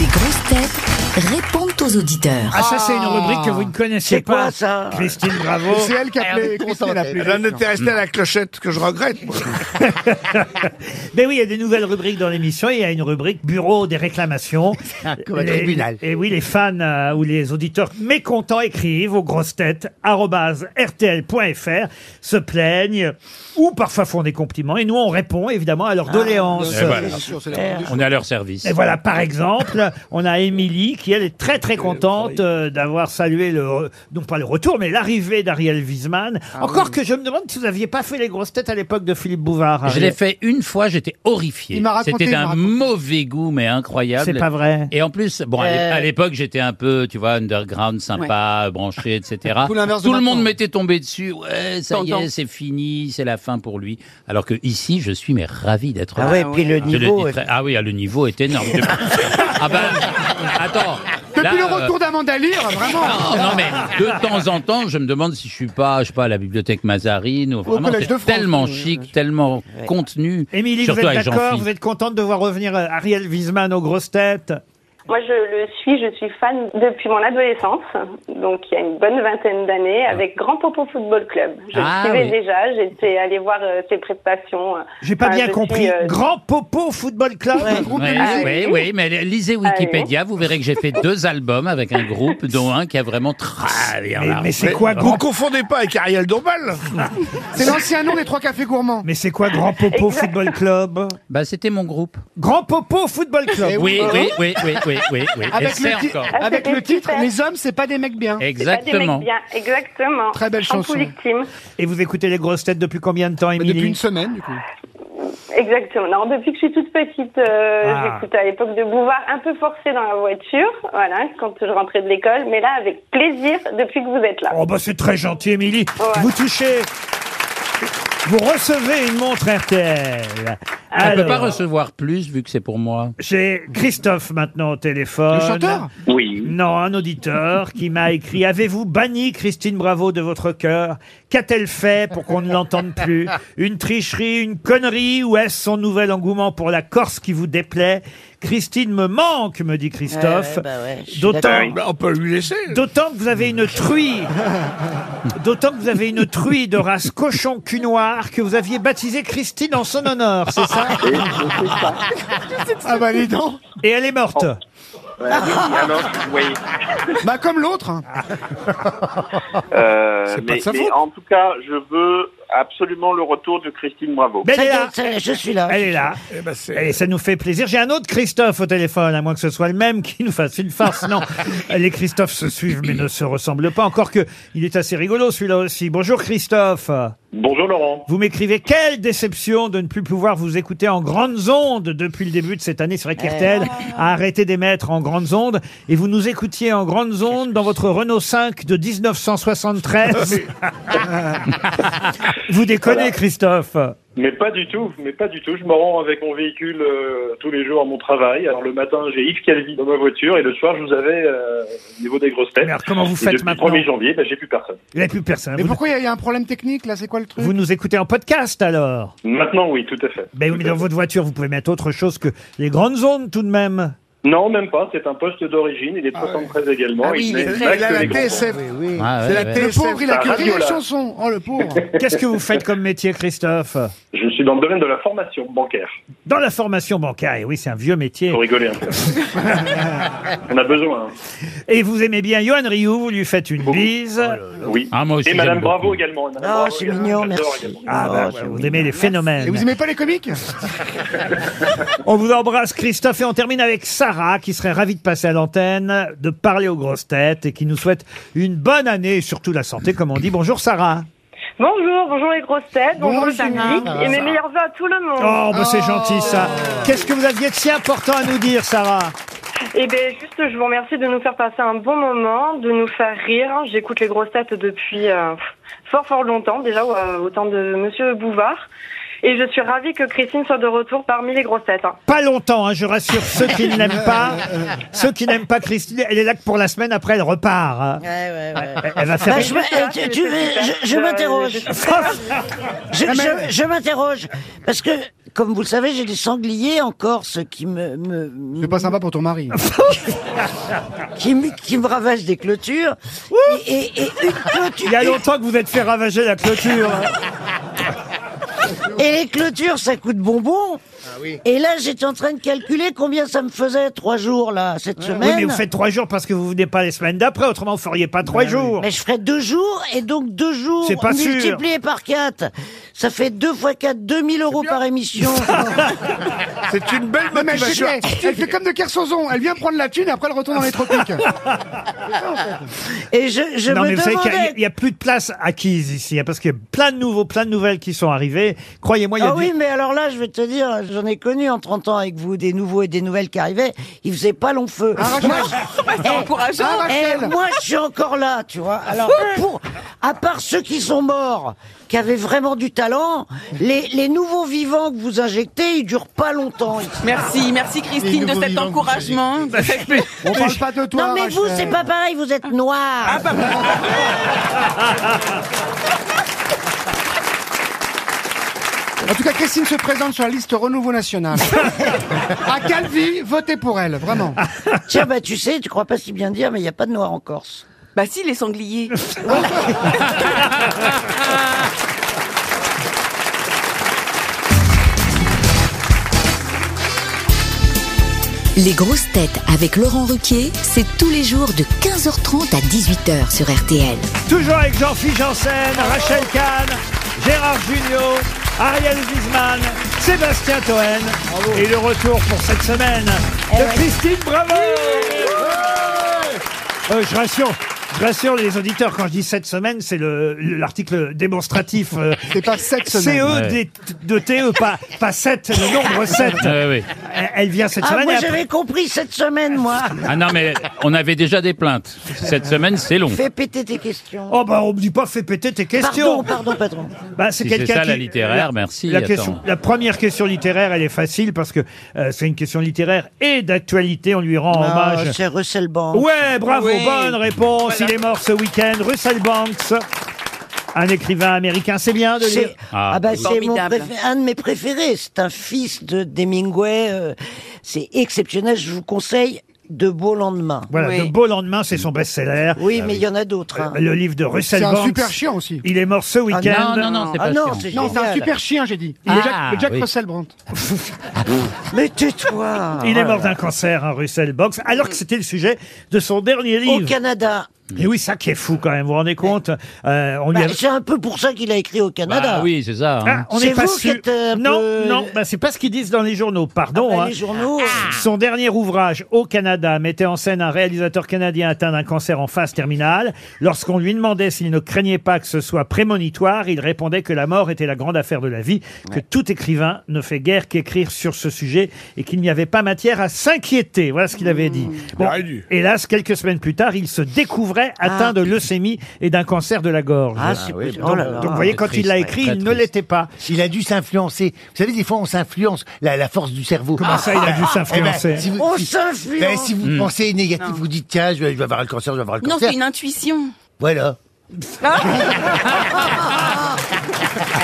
S10: Les grosses têtes répondent aux auditeurs.
S2: Ah, ça, c'est une rubrique que vous ne connaissez
S5: C'est quoi,
S2: pas.
S5: ça
S2: Christine Bravo.
S3: C'est elle qui a appelé. Christine a appelé.
S8: J'en étais resté à la clochette que je regrette. moi.
S2: Mais oui, il y a des nouvelles rubriques dans l'émission. Il y a une rubrique bureau des réclamations.
S9: Comme un tribunal.
S2: Et oui, les fans euh, ou les auditeurs mécontents écrivent aux grosses têtes rtl.fr, se plaignent ou parfois font des compliments. Et nous, on répond évidemment à
S8: Ah,
S2: leurs doléances.
S4: Eh voilà.
S5: Eh,
S4: On est à leur service.
S2: Et voilà, par exemple, on a Émilie qui, elle, est très très contente euh, d'avoir salué le, re- non pas le retour, mais l'arrivée d'Ariel Wiesman.
S3: Ah
S2: Encore que je me demande si vous aviez pas fait les grosses têtes à l'époque de Philippe Bouvard.
S4: Je
S2: Ariel.
S4: l'ai fait une fois, j'étais horrifié.
S3: Il m'a raconté,
S4: C'était
S3: il m'a
S4: d'un
S3: raconté.
S4: mauvais goût, mais incroyable.
S2: C'est pas vrai.
S4: Et en plus, bon, à l'é-
S3: Euh.
S4: à l'époque, j'étais un peu, tu vois, underground, sympa, branché, etc.
S3: Tout l'inverse de
S4: le monde
S3: maintenant.
S4: m'était tombé dessus. Ouais, ça y
S7: T'entends.
S4: est, c'est fini, c'est la fin pour lui. Alors que ici, je suis mais ravi d'être
S5: Ah
S4: là.
S5: ouais, puis le
S4: Je le
S5: niveau.
S4: dis très- Ah oui, ah, le niveau est énorme. ah ben, attends. là,
S3: Depuis le
S4: euh,
S3: retour d'Amanda Lear, vraiment.
S4: non, non, mais de temps en temps, je me demande si je suis pas, je sais pas, à la bibliothèque Mazarine ou vraiment
S3: Collège
S4: c'est
S3: de France,
S4: tellement
S3: oui,
S4: chic, tellement contenu.
S2: Émilie, vous
S4: surtout
S2: êtes
S4: avec
S2: d'accord
S4: Jean-Philippe.
S2: Vous êtes contente de voir revenir euh, Ariel Wiesman aux grosses têtes
S11: Moi, je le suis, je suis fan depuis mon adolescence, donc il y a une bonne vingtaine d'années, avec Grand Popo Football Club. Je
S4: Ah,
S11: le suivais
S4: oui.
S11: déjà, j'étais allée voir euh, ses prestations.
S2: J'ai pas
S11: Enfin,
S2: bien
S11: je
S2: compris.
S11: suis, euh,
S2: Grand Popo Football Club
S4: Oui,
S11: Ah
S4: oui,
S11: oui.
S4: oui, mais lisez Wikipédia, vous verrez que j'ai fait deux albums avec un groupe, dont un qui a vraiment Ah, très bien
S2: Ah, Mais,
S4: la
S2: mais c'est
S4: rue.
S2: quoi,
S8: Vous
S2: grand,
S8: ne confondez pas avec Ariel Dombal.
S3: C'est l'ancien nom des trois cafés gourmands.
S2: mais c'est quoi Grand Popo Football Club
S4: Bah, c'était mon groupe.
S2: Grand Popo Football Club.
S4: Oui, oui, oui, oui, oui, oui, oui. Et
S3: Eh Avec
S4: c'est
S3: le, ti-
S4: encore.
S11: Ah,
S3: avec
S11: c'était
S3: le titre,
S11: super.
S3: les hommes, c'est pas des mecs bien.
S11: pas des mecs
S4: Exactement.
S11: bien, exactement.
S3: Très belle
S11: En
S3: chanson.
S11: tout victime.
S2: Et vous écoutez les grosses têtes depuis combien de temps,
S3: Mais
S2: Émilie
S3: depuis une semaine, du coup.
S11: Exactement. Non, depuis que je suis toute petite, euh,
S2: Ah.
S11: j'écoutais à l'époque de Bouvard un peu forcé dans la voiture, voilà, quand je rentrais de l'école, mais là avec plaisir depuis que vous êtes là.
S2: Oh bah c'est très gentil, Émilie.
S11: Ouais.
S2: Vous touchez... Vous recevez une montre RTL.
S4: On ne peut pas
S2: Ah, Alors,
S4: recevoir plus vu que c'est pour moi. Euh,
S2: J'ai Christophe maintenant au téléphone.
S3: Le chanteur
S2: Non, un auditeur qui m'a écrit Avez-vous banni Christine Bravo de votre cœur Qu'a-t-elle fait pour qu'on ne l'entende plus Une tricherie, une connerie Ou est-ce son nouvel engouement pour la Corse qui vous déplaît Christine me manque, me dit Christophe.
S5: Ouais, ouais, bah ouais, je suis
S2: D'autant.
S5: d'accord.
S8: Bah, on peut lui laisser.
S2: D'autant que vous avez une truie, d'autant que vous avez une truie de race cochon cul noir que vous aviez baptisée Christine en son honneur, c'est ça
S3: Ah bah les dents.
S2: Et elle est morte.
S3: Bah comme l'autre. hein.
S8: C'est pas de sa faute.
S11: Euh, en tout cas, je veux absolument le retour de Christine Bravo.
S2: Mais elle
S5: Ça y
S2: est
S5: est,
S2: là.
S5: ça y est, je suis là.
S2: Elle est là.
S8: Eh ben, c'est-
S2: Et ça nous fait plaisir. J'ai un autre Christophe au téléphone, à moins que ce soit le même qui nous fasse une farce. Non, les Christophes se suivent mais ne se ressemblent pas. Encore que, il est assez rigolo celui-là aussi. Bonjour Christophe.
S11: Bonjour Laurent.
S2: Vous m'écrivez quelle déception de ne plus pouvoir vous écouter en grandes ondes depuis le début de cette année. C'est vrai qu'RTL
S5: Eh.
S2: a arrêté d'émettre en grandes ondes et vous nous écoutiez en grandes ondes dans votre Renault 5 de
S8: Ah,
S2: 1973. vous déconnez, Christophe.
S11: Mais pas du tout, mais pas du tout. Je me rends avec mon véhicule euh, tous les jours à mon travail. Alors le matin, j'ai Yves Calvi dans ma voiture et le soir, je vous avais euh, au niveau des grosses têtes.
S2: Mais alors, comment vous
S11: Et
S2: faites
S11: depuis
S2: maintenant
S11: le 1er janvier, ben, j'ai plus personne.
S2: Il n'y a plus personne.
S3: Mais
S2: Vous,
S3: pourquoi il y a- il y, a un problème technique là C'est quoi le truc
S2: vous nous écoutez en podcast alors
S11: Maintenant, oui, tout à fait.
S2: Ben
S11: Tout
S2: oui, mais
S11: à
S2: dans
S11: fait.
S2: votre voiture, vous pouvez mettre autre chose que les grandes ondes tout de même.
S11: Non, même pas. C'est un poste d'origine. Il est de 73 également.
S8: Ah oui, il
S11: il
S8: est
S11: n'est
S8: très-
S11: pas
S8: il a
S11: que
S8: la
S11: les grands
S8: TSF.
S4: Ah,
S8: C'est
S4: ouais,
S8: la
S4: ouais.
S3: Le
S8: TSF.
S3: pauvre, il a
S11: la
S3: que
S11: radio,
S3: les
S11: là.
S3: chansons. Oh le pauvre.
S2: Qu'est-ce que vous faites comme métier, Christophe
S11: Je suis dans le domaine de la formation bancaire.
S2: Dans la formation bancaire, et oui, c'est un vieux métier.
S11: Pour rigoler hein. un peu. On a besoin. hein.
S2: Et vous aimez bien Johan Rioux, vous lui faites une bise.
S11: Oui.
S4: Ah, moi aussi,
S11: Et Madame
S4: j'aime beaucoup.
S11: Bravo également. Madame
S5: Oh,
S11: Bravo
S5: c'est
S11: également.
S5: mignon,
S11: J'adore
S5: merci. Oh,
S11: également.
S2: Ah, bah, voilà, vous aimez les phénomènes.
S3: Et vous aimez pas les comiques
S2: On vous embrasse, Christophe, et on termine avec Sarah, qui serait ravie de passer à l'antenne, de parler aux grosses têtes, et qui nous souhaite une bonne année, et surtout la santé, comme on dit. Bonjour, Sarah.
S11: Bonjour, bonjour les grosses têtes, bonjour le
S3: Bonjour.
S11: public et
S2: Ah.
S11: mes meilleurs vœux à tout le monde.
S2: bah,
S11: Oh.
S2: Oh, bah, c'est gentil, ça. Qu'est-ce que vous aviez de si important à nous dire, Sarah
S12: Eh bien, juste, je vous remercie de nous faire passer un bon moment, de nous faire rire. J'écoute les grosses têtes depuis euh, fort, fort longtemps, déjà au, euh, au temps de Monsieur Bouvard. Et je suis ravie que Christine soit de retour parmi les grosses têtes.
S2: Pas longtemps, hein, je rassure ceux qui ne l'aiment pas. Ceux qui n'aiment pas Christine, elle est là que pour la semaine, après elle repart. hein. Elle- Elle va faire...
S5: Bah, je me- euh, tu- tu- je- je m'interroge. Je, je- je m'interroge parce que, comme vous le savez, j'ai des sangliers en Corse qui me. me C'est pas sympa pour ton mari. qui, me, qui me ravagent des clôtures. Et, et- et une clôture.
S2: Il y a longtemps que vous êtes fait ravager la clôture. hein.
S5: Et les clôtures, ça coûte bonbon.
S2: oui.
S5: Et là, j'étais en train de calculer combien ça me faisait trois jours là cette
S2: Oui,
S5: semaine.
S2: mais vous faites trois jours parce que vous venez pas les semaines d'après, autrement vous feriez pas
S5: Bah
S2: trois jours.
S5: Mais je ferai deux jours et donc deux jours
S2: C'est pas sûr.
S5: multiplié par quatre. Ça fait deux fois quatre, 2000 euros par émission.
S3: C'est une belle
S5: motivation.
S3: Elle fait comme de Kersozon, elle vient prendre la thune et après elle retourne dans les tropiques.
S5: Et je, je
S2: non,
S5: me
S2: mais vous savez qu'il y a-
S5: demandais-
S2: il y, a plus de place acquise ici, hein, parce qu'il y a plein de nouveaux, plein de nouvelles qui sont arrivées. Croyez-moi, il y a
S5: Ah
S2: du-
S5: oui, mais alors là, je vais te dire, j'en ai connu en 30 ans avec vous, des nouveaux et des nouvelles qui arrivaient. Ils faisaient pas long feu. moi, je... Eh,
S6: encourageant.
S5: eh,
S6: Ah, Rachel.
S5: moi, je suis encore là, tu vois. Alors, pour... à part ceux qui sont morts, qui avaient vraiment du talent, les, les nouveaux vivants que vous injectez, ils durent pas longtemps. ici.
S7: Merci, merci Christine de cet encouragement.
S5: On parle pas de toi, Non, mais vous, Rachel. c'est pas pareil, vous êtes noir.
S7: Ah, bah,
S3: En tout cas, Christine se présente sur la liste Renouveau National.
S7: bah.
S5: Ah,
S3: à Calvi, votez pour elle, vraiment.
S5: Tiens, bah, tu sais, tu crois pas si bien dire, mais il n'y a pas de noir en Corse.
S7: Bah si, les sangliers.
S10: Les grosses têtes avec Laurent Ruquier, c'est tous les jours de 15h30 à 18h sur RTL.
S2: Toujours avec Jean-Philippe Janssen, Rachel Kahn, Gérard Junior, Ariel Wiesman, Sébastien Toen. Et le retour pour cette semaine
S3: Eh
S2: de Christine Bravo Euh, je rassure. Je rassure les auditeurs, quand je dis cette semaine, c'est le- le- l'article démonstratif. euh, E
S3: C'est pas cette semaine.
S2: CE
S3: Ouais.
S2: de TE, E, pas, pas 7, le nombre 7.
S4: Ouais, ouais.
S2: Elle, elle vient cette
S5: ah,
S2: semaine.
S5: moi,
S2: et après-
S5: j'avais compris cette semaine, moi.
S4: Ah non, mais on avait déjà des plaintes. Cette semaine, c'est long.
S5: Fais péter tes questions.
S2: Oh bah on me dit pas fais péter tes questions.
S5: Pardon, pardon, patron.
S2: Bah, c'est
S4: Si
S2: quelqu'un
S4: c'est ça,
S2: qui-
S4: la littéraire,
S2: la-
S4: merci,
S2: La,
S4: attends.
S2: question- la première question littéraire, elle est facile parce que euh, c'est une question littéraire et d'actualité. On lui rend
S5: Ah,
S2: hommage.
S5: c'est Russell Banks.
S2: Ouais, bravo,
S5: Oui.
S2: bonne réponse. Il est mort ce week-end, Russell Banks. Un écrivain américain, c'est bien de
S5: C'est-
S2: lire.
S5: Ah, bah c'est mon préfé- un de mes préférés. C'est un fils de d'Hemingway. euh, c'est exceptionnel. Je vous conseille de beau lendemain.
S2: Voilà,
S5: oui.
S2: De Beau Lendemain, c'est son best-seller.
S4: Ah
S2: Euh,
S5: Oui, mais il y en a d'autres. hein.
S2: Le livre de Russell
S3: C'est un
S2: Banks.
S3: super chien aussi.
S2: Il est mort ce week-end.
S3: Ah non, c'est Non, c'est un super chien, j'ai dit. Il est
S2: Ah,
S3: Jack- le Jack
S2: oui.
S3: Russell Brandt.
S2: Ah,
S5: Mais tais-toi
S2: Il est mort
S5: Oh là
S2: d'un cancer, hein, Russell Banks, alors que c'était le sujet de son dernier livre. Au
S5: Mm. Canada.
S2: Et oui, ça qui est fou quand même, vous vous rendez compte Euh, on lui
S5: Bah,
S2: a-
S5: c'est un peu pour ça qu'il a écrit au Canada.
S4: Bah oui, c'est ça. hein.
S2: Ah, on
S5: c'est
S2: n'est pas
S5: vous qui
S2: sûr.
S5: êtes euh, un
S2: non,
S5: peu-
S2: non, bah, c'est pas ce qu'ils disent dans les journaux, pardon.
S5: Ah bah,
S2: hein.
S5: les journaux, euh.
S2: Son dernier ouvrage, Au Canada, mettait en scène un réalisateur canadien atteint d'un cancer en phase terminale. Lorsqu'on lui demandait s'il ne craignait pas que ce soit prémonitoire, il répondait que la mort était la grande affaire de la vie, que tout écrivain ne fait guère qu'écrire sur ce sujet et qu'il n'y avait pas matière à s'inquiéter. Voilà ce qu'il avait dit.
S9: Mmh.
S2: Bon, hélas, quelques semaines plus tard, il se découvrait atteint de leucémie et d'un cancer de la gorge.
S9: Ah, c'est Ah oui, possible.
S2: donc,
S9: oh là là.
S2: bah, donc, vous voyez, quand
S9: Triste,
S2: il l'a
S9: ouais,
S2: écrit,
S9: très
S2: il ne l'était pas.
S9: Il a dû s'influencer. Vous savez, des fois, on s'influence. La, la force du cerveau.
S2: Comment ça, il a dû
S9: Eh ben,
S2: s'influencer
S9: si vous-
S7: Oh,
S5: On
S9: si-
S5: s'influence.
S9: Ben, si vous
S4: Hmm.
S9: pensez négatif,
S7: Non.
S9: vous dites tiens, je vais, je vais avoir Bah, le cancer, je vais avoir le Ah.
S7: non,
S9: cancer.
S7: c'est une intuition.
S9: Voilà.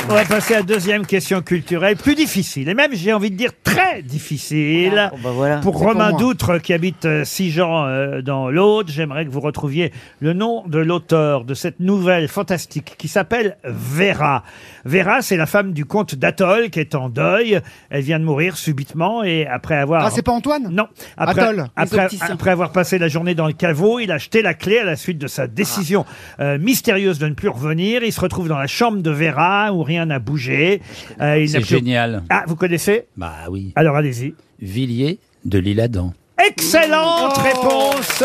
S2: On va passer à la deuxième question culturelle, plus difficile, et même, j'ai envie de dire, très difficile. Pour
S9: Ah, bah C'est pour
S2: Romain
S9: moi.
S2: Doutre, qui habite euh, Sigean euh, dans l'Aude, j'aimerais que vous retrouviez le nom de l'auteur de cette nouvelle fantastique qui s'appelle Vera. Vera, c'est la femme du comte d'Atoll qui est en deuil. Elle vient de mourir subitement et après avoir...
S3: Ah, c'est pas Antoine
S2: Non. Après,
S3: Atoll,
S2: après,
S3: les opticiens.
S2: après avoir passé la journée dans le caveau, il a jeté la clé à la suite de
S4: Ah.
S2: sa décision euh, mystérieuse de ne plus revenir. Il se retrouve dans la chambre de Vera où rien n'a bougé. Euh, il
S4: C'est
S2: n'a plus-
S4: génial.
S2: Ah, vous connaissez
S4: Bah oui.
S2: Alors allez-y.
S4: Villiers Oh. de l'Isle-Adam.
S2: Excellente réponse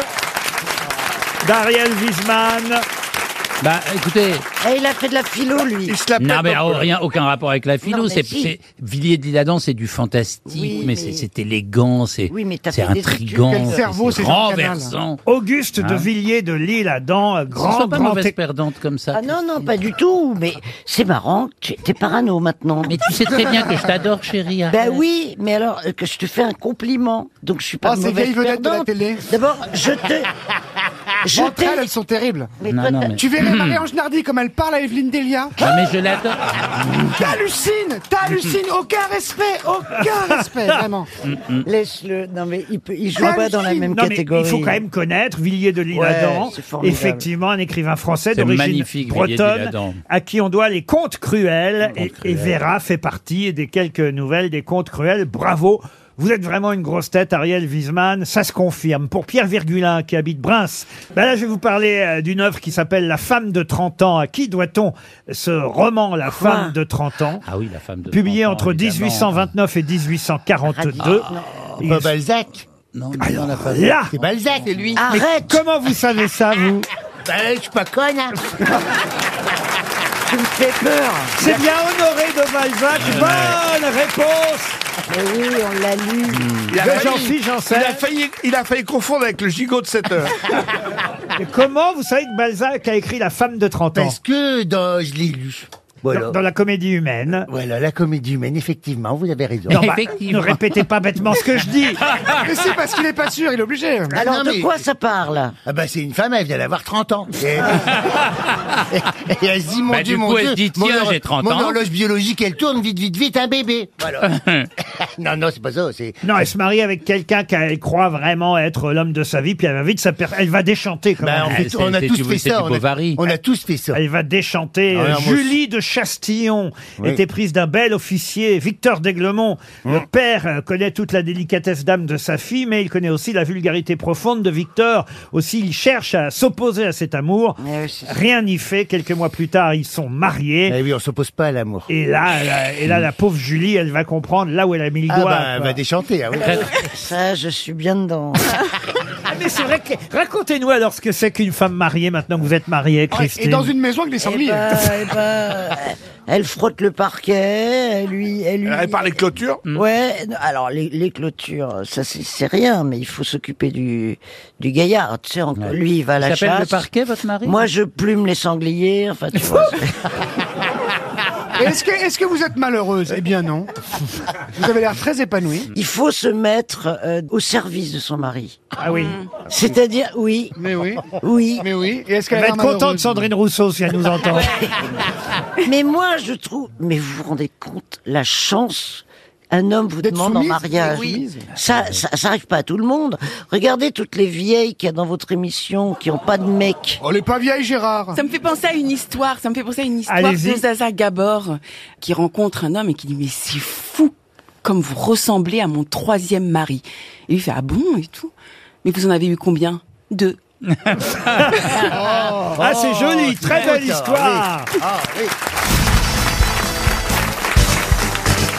S2: d'Ariel Wiesman.
S4: Bah, écoutez.
S5: il a fait de la philo, lui.
S4: non, mais oh, rien, aucun rapport avec la
S5: Non,
S4: philo.
S5: mais
S4: C'est
S5: si.
S4: c'est- Villiers de l'Isle-Adam, c'est du fantastique, mais, c'est- c'est élégant, c'est c'est intrigant, c'est renversant.
S2: Auguste de
S4: Hein
S2: Villiers de Lille à Dent, euh,
S4: Grand,
S2: grand,
S4: sois pas
S2: grand
S4: mauvaise
S2: é-
S4: perdante comme ça.
S5: Ah non, non, pas du tout, mais c'est marrant, tu- t'es parano maintenant.
S4: Mais tu sais très bien que je t'adore, chérie. hein.
S5: Ben oui, mais alors euh, que je te fais un compliment, donc je suis pas
S3: Oh,
S5: une
S3: ces
S5: mauvaise
S3: vieilles vedettes de la
S5: perdante. D'abord, je te... je
S3: Entre
S5: t'ai-
S3: elles, elles sont terribles.
S5: Mais Non, toi, non, t'as- mais-
S3: Tu verrais
S5: Hmm.
S3: Marie-Ange Nardi comme elle parle à Evelyne Delia
S4: Non, mais je l'adore.
S3: T'hallucines T'hallucines Aucun respect Aucun
S5: Mmh.
S3: respect, vraiment
S4: Mmh,
S2: Mmh,
S5: Laisse-le, non mais il, peut, il joue pas dans la même
S2: Non, mais
S5: catégorie.
S2: il faut quand même connaître Villiers de l'Isle à
S5: Ouais,
S2: Dent,
S5: c'est formidable.
S2: effectivement un écrivain français
S4: C'est
S2: d'origine
S4: magnifique, Villiers de l'Isle à
S2: bretonne,
S4: Dent.
S2: à qui on doit les contes cruels, et, et
S4: cruels.
S2: Vera fait partie des quelques nouvelles des contes cruels. Bravo vous êtes vraiment une grosse tête, Ariel Wiesman, ça se confirme. Pour Pierre Virgulin, qui habite Brins, ben là, je vais vous parler euh, d'une œuvre qui s'appelle La femme de 30 ans. À qui doit-on ce roman, La
S4: Quoi
S2: femme de 30 ans
S4: Ah oui, la femme de.
S2: Publié
S4: 30 ans,
S2: entre
S4: évidemment.
S2: 1829 et 1842.
S9: C'est pas Balzac
S4: Non,
S2: Ah,
S9: non, la femme.
S2: là
S9: C'est Balzac, c'est lui.
S2: Mais Comment vous savez ça, vous
S9: Bah, je suis pas conne, hein.
S5: Tu me fais peur.
S2: C'est bien Honoré de Balzac. Bonne réponse.
S5: Mais oui, on l'a lu.
S8: Il a
S2: De
S8: failli-
S2: Jean-Philippe Janssen.
S8: Il a failli, il a failli confondre avec le gigot de 7 heures.
S2: Et comment vous savez que Balzac a écrit La femme de 30 ans
S9: Parce que dans- je l'ai lu.
S2: Dans- dans la comédie humaine.
S9: Voilà, la comédie humaine, effectivement, vous avez raison.
S2: Non, bah, ne répétez pas bêtement ce que je dis.
S3: Mais c'est parce qu'il est pas sûr, il est obligé Ah
S5: Alors,
S9: Non,
S5: de
S9: mais-
S5: quoi ça parle
S9: Ah bah c'est une femme, elle vient d'avoir 30 ans. Et, et elle se dit, mon
S4: Bah,
S9: Dieu,
S4: du
S9: mon
S4: coup, elle
S9: Dieu,
S4: se dit,
S9: mon
S4: tiens,
S9: hor-
S4: j'ai 30
S9: mon
S4: ans.
S9: horloge biologique, elle tourne vite, vite, vite, un bébé. Voilà. non, non, c'est pas ça, c'est...
S2: Non, elle se marie avec quelqu'un qu'elle croit vraiment être l'homme de sa vie, puis elle va vite s'aper- Elle va déchanter quand
S9: Bah,
S2: même.
S9: on, fait- on a tous fait ça. On a, on a tous fait ça.
S2: Elle va déchanter.
S9: Ah, non, moi
S2: Julie de Chastillon
S9: Oui. Hein
S2: était prise d'un bel officier, Victor d'Aiglemont. Le père euh, connaît toute la délicatesse d'âme de sa fille, mais il connaît aussi la vulgarité profonde de Victor. Aussi, il cherche à s'opposer à cet amour. Rien n'y fait. Quelques mois plus tard, ils sont mariés.
S9: Eh oui, on s'oppose pas à l'amour.
S2: Et là, la, et là, la pauvre Julie, elle va comprendre là où elle a mis le
S9: Ah
S2: doigt.
S9: bah, elle
S2: quoi.
S9: va déchanter.
S5: hein,
S9: ah oui.
S5: Euh, Ça, je suis bien dedans.
S2: Ah, mais c'est vrai que... Racontez-nous alors ce que c'est qu'une femme mariée maintenant que vous êtes mariée, Christine.
S5: maison avec des sangliers. ben, eh elle frotte le parquet, elle lui, elle lui.
S8: Elle parle les clôtures.
S4: Mm.
S5: Ouais. non, Alors les, les clôtures, ça c'est- c'est rien, mais il faut s'occuper du du gaillard. Tu sais, en- lui il va à la
S4: Il s'appelle le
S5: chasse.
S4: parquet, votre mari
S5: Moi je plume les sangliers. Enfin tu vois.
S3: Est-ce que, est-ce que vous êtes malheureuse Eh bien non. Vous avez l'air très épanouie.
S5: Il faut se mettre euh, au service de son mari.
S2: Ah oui.
S5: C'est-à-dire oui.
S3: Mais oui.
S5: Oui.
S3: Mais oui. Et est-ce
S2: Elle
S3: qu'elle a
S2: va
S3: l'air
S2: être contente,
S3: malheureuse
S2: Sandrine Rousseau, si elle nous entend.
S5: Mais moi, je trouve. Mais vous vous rendez compte, la chance. Un homme vous
S3: D'être
S5: demande
S3: soumise,
S5: en mariage.
S3: d'être soumise.
S5: Ça, ça, ça arrive pas à tout le monde. Regardez toutes les vieilles qu'il y a dans votre émission qui ont pas de mec.
S3: On n'est Oh, pas vieille, Gérard.
S7: Ça me fait penser à une histoire, ça me fait penser à une histoire
S2: Allez-y.
S7: de Zaza Gabor qui rencontre un homme et qui dit mais c'est fou comme vous ressemblez à mon troisième mari. Et lui fait ah bon et tout. Mais vous en avez eu combien Deux.
S2: ah, c'est
S3: Oh,
S2: joli, très belle
S3: Ah,
S2: histoire.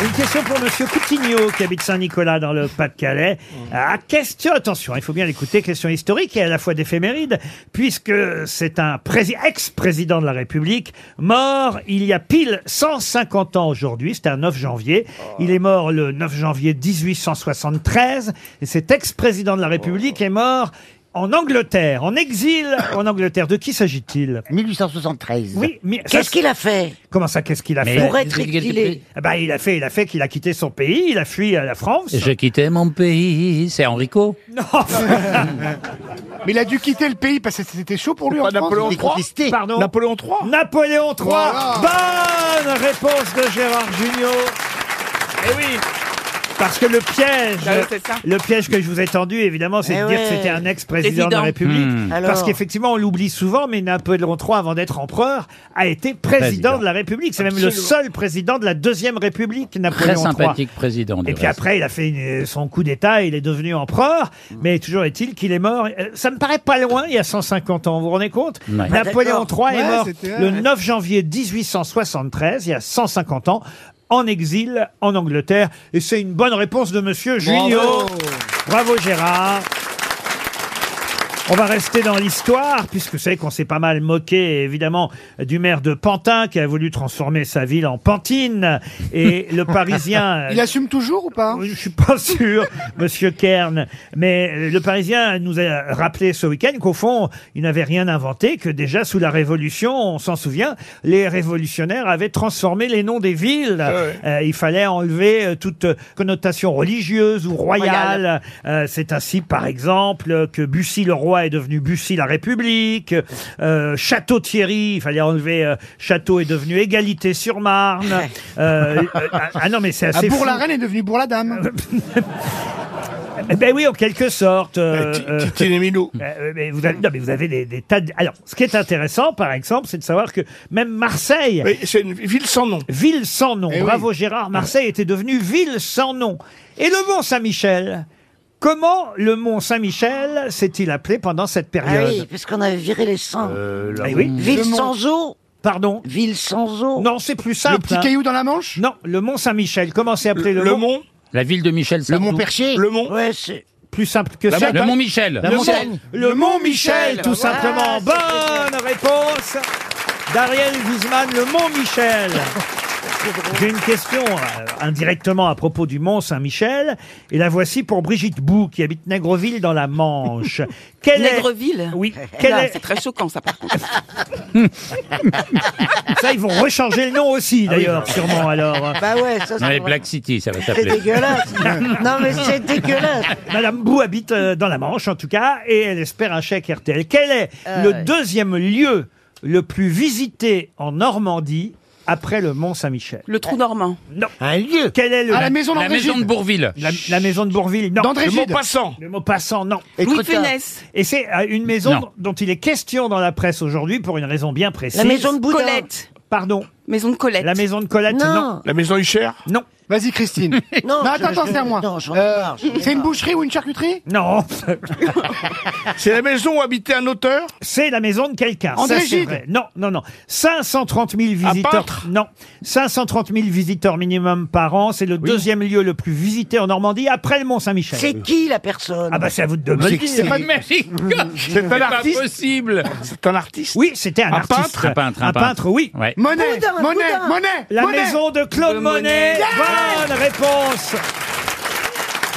S2: Une question pour Monsieur Coutinho, qui habite Saint-Nicolas dans le Pas-de-Calais. À question, attention, il faut bien l'écouter, question historique et à la fois d'éphéméride, puisque c'est un prési- ex-président de la République, mort il y a pile 150 ans aujourd'hui, c'était un 9 janvier. Il est mort le 9 janvier 1873, et cet ex-président de la République est mort en Angleterre, en exil en Angleterre. De qui s'agit-il
S9: 1873.
S2: Oui, mais ça,
S5: Qu'est-ce qu'il a fait
S2: Comment ça, qu'est-ce qu'il a
S4: Mais-
S2: fait
S5: pour être exilé
S2: Ah bah, il a fait, il a fait qu'il a quitté son pays, il a fui à la France.
S4: Je quittais mon pays. C'est Enrico.
S2: Non,
S3: Mais il a dû quitter le pays parce que c'était chaud pour lui en
S8: Pas
S3: France.
S8: Napoléon
S9: Il est
S8: III.
S9: contesté.
S2: pardon.
S8: Napoléon III.
S2: Napoléon III.
S3: Voilà.
S2: Bonne réponse de Gérard Junior.
S8: Eh oui.
S2: Parce que le piège,
S7: Ah oui, c'est ça.
S2: le piège que je vous ai tendu, évidemment, c'est
S5: Eh
S2: de dire que
S5: ouais.
S2: c'était un ex-président de la
S7: Président.
S2: République.
S4: Hmm.
S5: Alors
S2: Parce qu'effectivement, on l'oublie souvent, mais Napoléon III, avant d'être empereur, a été président,
S4: Président.
S2: de la République. C'est même le seul président de la Deuxième République, Napoléon
S4: Très
S2: III.
S4: sympathique président. du
S2: Et puis
S4: reste.
S2: après, il a fait une- son coup d'État, il est devenu empereur, mais toujours est-il qu'il est mort. euh, Ça me paraît pas loin, il y a 150 ans, vous vous rendez compte
S4: Ouais.
S2: Napoléon
S5: D'accord.
S2: III est
S3: Ah, Ouais,
S2: mort
S3: c'était-
S2: le 9 janvier 1873, il y a 150 ans, en exil en Angleterre. Et c'est une bonne réponse de Monsieur Junio. Bravo Gérard. On va rester dans l'histoire, puisque vous savez qu'on s'est pas mal moqué, évidemment, du maire de Pantin, qui a voulu transformer sa ville en Pantine. Et le Parisien...
S3: Il assume toujours ou pas
S2: Je suis pas sûr, monsieur Kern. Mais euh, le Parisien nous a rappelé ce week-end qu'au fond, il n'avait rien inventé, que déjà sous la Révolution, on s'en souvient, les révolutionnaires avaient transformé les noms des villes. Euh, il fallait enlever euh, toute connotation religieuse ou royale. Euh, C'est ainsi, par exemple, que Bussy-le-Roi est devenu Bussy-la République. Euh, Château-Thierry, il fallait enlever euh, Château est devenu Égalité-sur-Marne. Euh, euh, ah, ah non, mais c'est
S3: Ah,
S2: assez fou. Euh,
S3: Bourg-la-Reine est devenue Bourg-la-Dame.
S2: Eh Ben oui, en quelque sorte. euh, Titi euh, mais vous avez, non, mais vous avez des, des tas de... Alors, ce qui est intéressant, par exemple, c'est de savoir que même Marseille... c'est une ville sans nom. Eh Ville sans nom. Bravo Gérard, Marseille était devenue ville sans nom. Et le Mont Saint-Michel Comment le Mont Saint-Michel s'est-il appelé pendant cette
S5: Ah
S2: période
S5: oui, parce qu'on avait viré les sangs.
S2: Eh oui.
S5: Ah Ville sans eau.
S2: Pardon
S5: Ville sans eau.
S2: Non, c'est plus simple.
S5: petit caillou
S2: dans la Manche Non, le Mont Saint-Michel. Comment c'est appelé le,
S8: Le
S2: Mont
S4: La ville de Michel Sardou.
S8: Le Mont.
S5: Ouais, c'est.
S2: Plus simple que
S4: La
S2: ça.
S4: montagne. Le Mont Michel. La
S2: Le,
S4: montagne.
S2: Mont, le Mont Michel, tout
S4: Voilà,
S2: simplement.
S4: c'est
S2: Bonne réponse d'Ariel Wiesman, le Mont Michel. J'ai une question euh, indirectement à propos du Mont Saint-Michel, et la voici pour Brigitte Bou, qui habite Negreville dans la Manche.
S7: Negreville
S2: Oui.
S7: Quelle
S2: quelle
S7: est...
S2: est-
S7: C'est très choquant, ça, par contre.
S2: Ça, ils vont rechanger le nom aussi,
S4: Ah oui.
S2: d'ailleurs, sûrement, alors.
S5: Bah ouais, ça,
S4: Non, les Black City, ça va
S5: C'est
S4: s'appeler.
S5: dégueulasse. non, mais c'est dégueulasse.
S2: Madame Bou habite euh, dans la Manche, en tout cas, et elle espère un chèque RTL. Quel est
S5: Ah
S2: le
S5: ouais.
S2: deuxième lieu le plus visité en Normandie après le Mont-Saint-Michel
S7: Le trou normand.
S2: Non. Un lieu Quel est le...
S7: Ah, la maison La d'André maison Gide. de
S4: Bourville.
S2: La, la maison de Bourville, non.
S7: D'André
S2: Le
S7: Gide.
S2: Maupassant. Le Maupassant, non.
S7: Et Louis de Trotta. Funès.
S2: Et c'est euh, une maison
S4: Non.
S2: dont- dont il est question dans la presse aujourd'hui pour une raison bien précise.
S7: La maison de Boudin. Colette.
S2: Pardon
S7: Maison de Colette.
S2: La maison de Colette, non.
S7: Non.
S2: La maison Huchère Non.
S3: Vas-y, Christine.
S5: Non,
S3: attends,
S5: je-
S3: attends,
S5: je-
S3: c'est à moi.
S5: non, j'en ai
S3: Euh,
S5: marre, j'en ai
S3: c'est une
S5: marre.
S3: boucherie ou une charcuterie
S5: Ah
S2: Non.
S8: C'est la maison où habitait un auteur
S2: C'est la maison de quelqu'un.
S8: André
S2: ça, c'est
S8: Gide.
S2: vrai. Non, non, non. 530 000 visiteurs.
S8: peintre
S2: Non. 530 000 visiteurs minimum par an. C'est le deuxième lieu le plus visité en Normandie après le Mont-Saint-Michel.
S5: C'est qui la personne
S2: Ah bah c'est à vous de me le dire.
S4: C'est pas de magique. C'est
S2: pas
S4: pas
S2: artiste.
S4: possible.
S8: C'est un artiste
S2: Oui, c'était un,
S4: Un
S2: artiste.
S4: peintre Un peintre, un
S2: Un peintre,
S4: peintre.
S2: oui.
S4: Ouais.
S3: Monet,
S5: Boudin,
S3: Monet,
S5: Boudin.
S3: Monet.
S2: La
S3: Monet.
S2: maison de Claude
S3: De
S2: Monet.
S3: Monet. Yeah
S2: Bonne réponse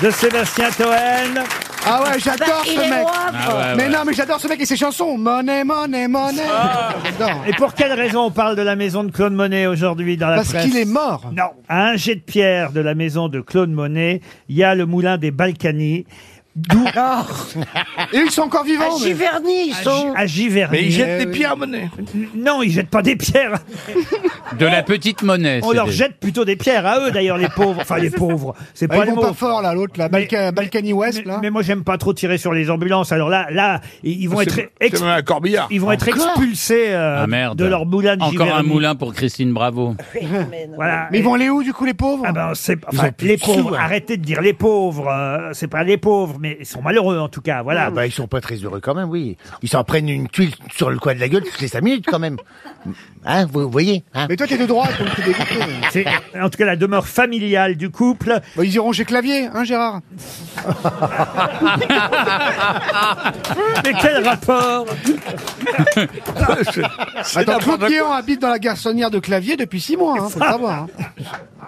S2: de Sébastien Toen.
S3: Ah ouais, j'adore
S5: Bah, il
S3: ce
S5: est
S3: mec.
S5: au Havre.
S2: Ah ouais,
S3: mais
S2: ouais.
S3: non, mais j'adore ce mec et ses chansons. Monet, Monet, Monet.
S5: Ah.
S3: J'adore.
S2: Et pour quelle raison on parle de la maison de Claude Monet aujourd'hui dans la
S3: Parce
S2: presse
S3: qu'il est mort.
S2: Non. À un jet de pierre de la maison de Claude Monet, il y a le moulin des Balkany. D'où
S3: Ah. Et ils sont encore
S5: À
S3: vivants. mais- Eh
S5: Giverny, ils sont.
S2: à Giverny.
S8: Mais il jette des
S3: oui.
S8: pierres à Monet.
S2: N- Non, ils jettent pas des pierres.
S4: De la petite monnaie. Eh,
S2: On
S4: c'est
S2: leur
S4: des-
S2: jette plutôt des pierres à eux d'ailleurs les pauvres. Enfin les pauvres, c'est
S3: Ah,
S2: pas
S3: ils
S2: le
S3: vont
S2: mot.
S3: pas fort là, l'autre là, Balka- Balkany West là.
S2: Mais moi j'aime pas trop tirer sur les ambulances. Alors là là, ils vont
S8: Ah, C'est-
S2: être
S8: C'est même un corbillard.
S2: ils vont être
S3: Encore
S2: expulsés euh,
S4: Ah merde.
S2: de leur moulin de
S4: Encore un
S2: Giverny.
S4: moulin pour Christine Bravo.
S2: Hein. Voilà.
S3: Mais ils vont aller où du coup les pauvres
S2: Ah ben, c'est,
S8: Ils
S2: enfin,
S8: ont plus
S2: les
S8: de sous,
S2: pauvres,
S8: hein.
S2: arrêtez de dire les pauvres, euh, c'est pas les pauvres, mais ils sont malheureux en tout cas, voilà.
S9: Ah bah ils sont pas très heureux quand même, oui. Ils s'en prennent une tuile sur le coin de la gueule toutes les 5 minutes quand même. Hein, vous voyez hein
S3: Mais toi t'es de droite donc t'es dégoûté.
S2: C'est, en tout cas, la demeure familiale du couple.
S3: Bah, ils iront chez Clavier, hein Gérard
S2: Mais quel rapport
S3: Attends, Claude Guéant habite dans la garçonnière de Clavier depuis 6 mois, hein, faut le savoir. hein.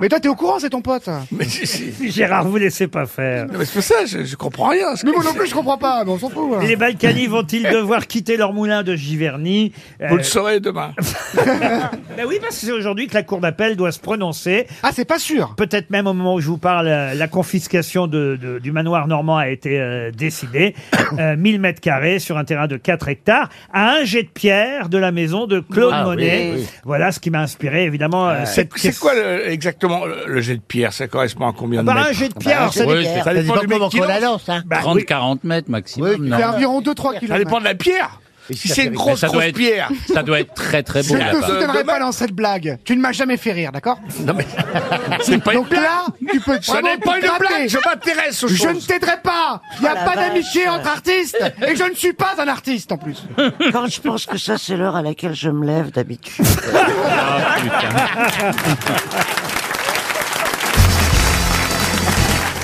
S3: Mais toi t'es au courant, c'est ton pote.
S8: Mais si, si.
S2: Gérard, vous laissez pas faire.
S8: Non, mais c'est pour ça, je, je comprends rien. à ce
S3: Mais
S8: que
S3: moi non
S8: c'est.
S3: plus je comprends pas, mais on s'en fout. hein.
S2: Les Balkany vont-ils devoir quitter leur moulin de Giverny Euh,
S8: Vous le saurez demain.
S2: ben oui, parce que c'est aujourd'hui que la Cour d'appel doit se prononcer.
S3: Ah c'est pas sûr.
S2: Peut-être même au moment où je vous parle, euh, la confiscation de- de- du manoir normand a été euh, décidée. Euh, 1000 mètres carrés sur un terrain de 4 hectares, à un jet de pierre de la maison de Claude
S9: Ah oui,
S2: Monet.
S9: oui.
S2: Voilà ce qui m'a inspiré, évidemment, euh,
S8: C'est
S2: cette
S8: c'est
S2: question.
S8: quoi le- exactement Euh, le, le jet de pierre Ça correspond à combien de
S2: Bah,
S8: mètres
S2: un jet de pierre,
S9: Ah,
S2: c'est-
S9: c'est
S4: Ouais,
S9: des
S4: c'est-
S9: guerres.
S8: ça
S9: ça
S8: dépend
S9: dépend
S8: du mec
S9: comment
S8: qui
S9: on la
S8: lance.
S9: lance. Hein.
S2: Bah, oui.
S4: 30-40 mètres
S9: Oui,
S4: maximum.
S9: puis
S3: C'est
S4: non.
S3: environ 2-3
S8: Ça dépend
S3: km.
S8: de la pierre.
S9: Et
S8: Si
S9: si ça
S8: c'est une
S9: fait-
S8: grosse,
S4: ça,
S8: grosse
S4: doit être,
S8: pierre.
S4: ça doit être très très
S3: Je
S4: beau
S3: ne te
S4: là-bas.
S3: soudonnerai
S8: Demain-
S3: pas dans cette blague. Tu ne m'as jamais fait rire, d'accord
S8: Non, mais c'est pas une
S3: Donc
S8: blague.
S3: là, tu peux
S8: Ce
S3: vraiment
S8: n'est pas
S3: te
S8: une
S3: gratter.
S8: blague. Je m'intéresse aux
S3: Je ne
S8: choses.
S3: t'aiderai pas Il n'y a
S5: la
S3: pas
S5: vache.
S3: d'amitié entre artistes Et je ne suis pas un artiste en plus
S5: Quand je pense que ça, c'est l'heure à laquelle je me lève d'habitude.
S4: Ah, putain.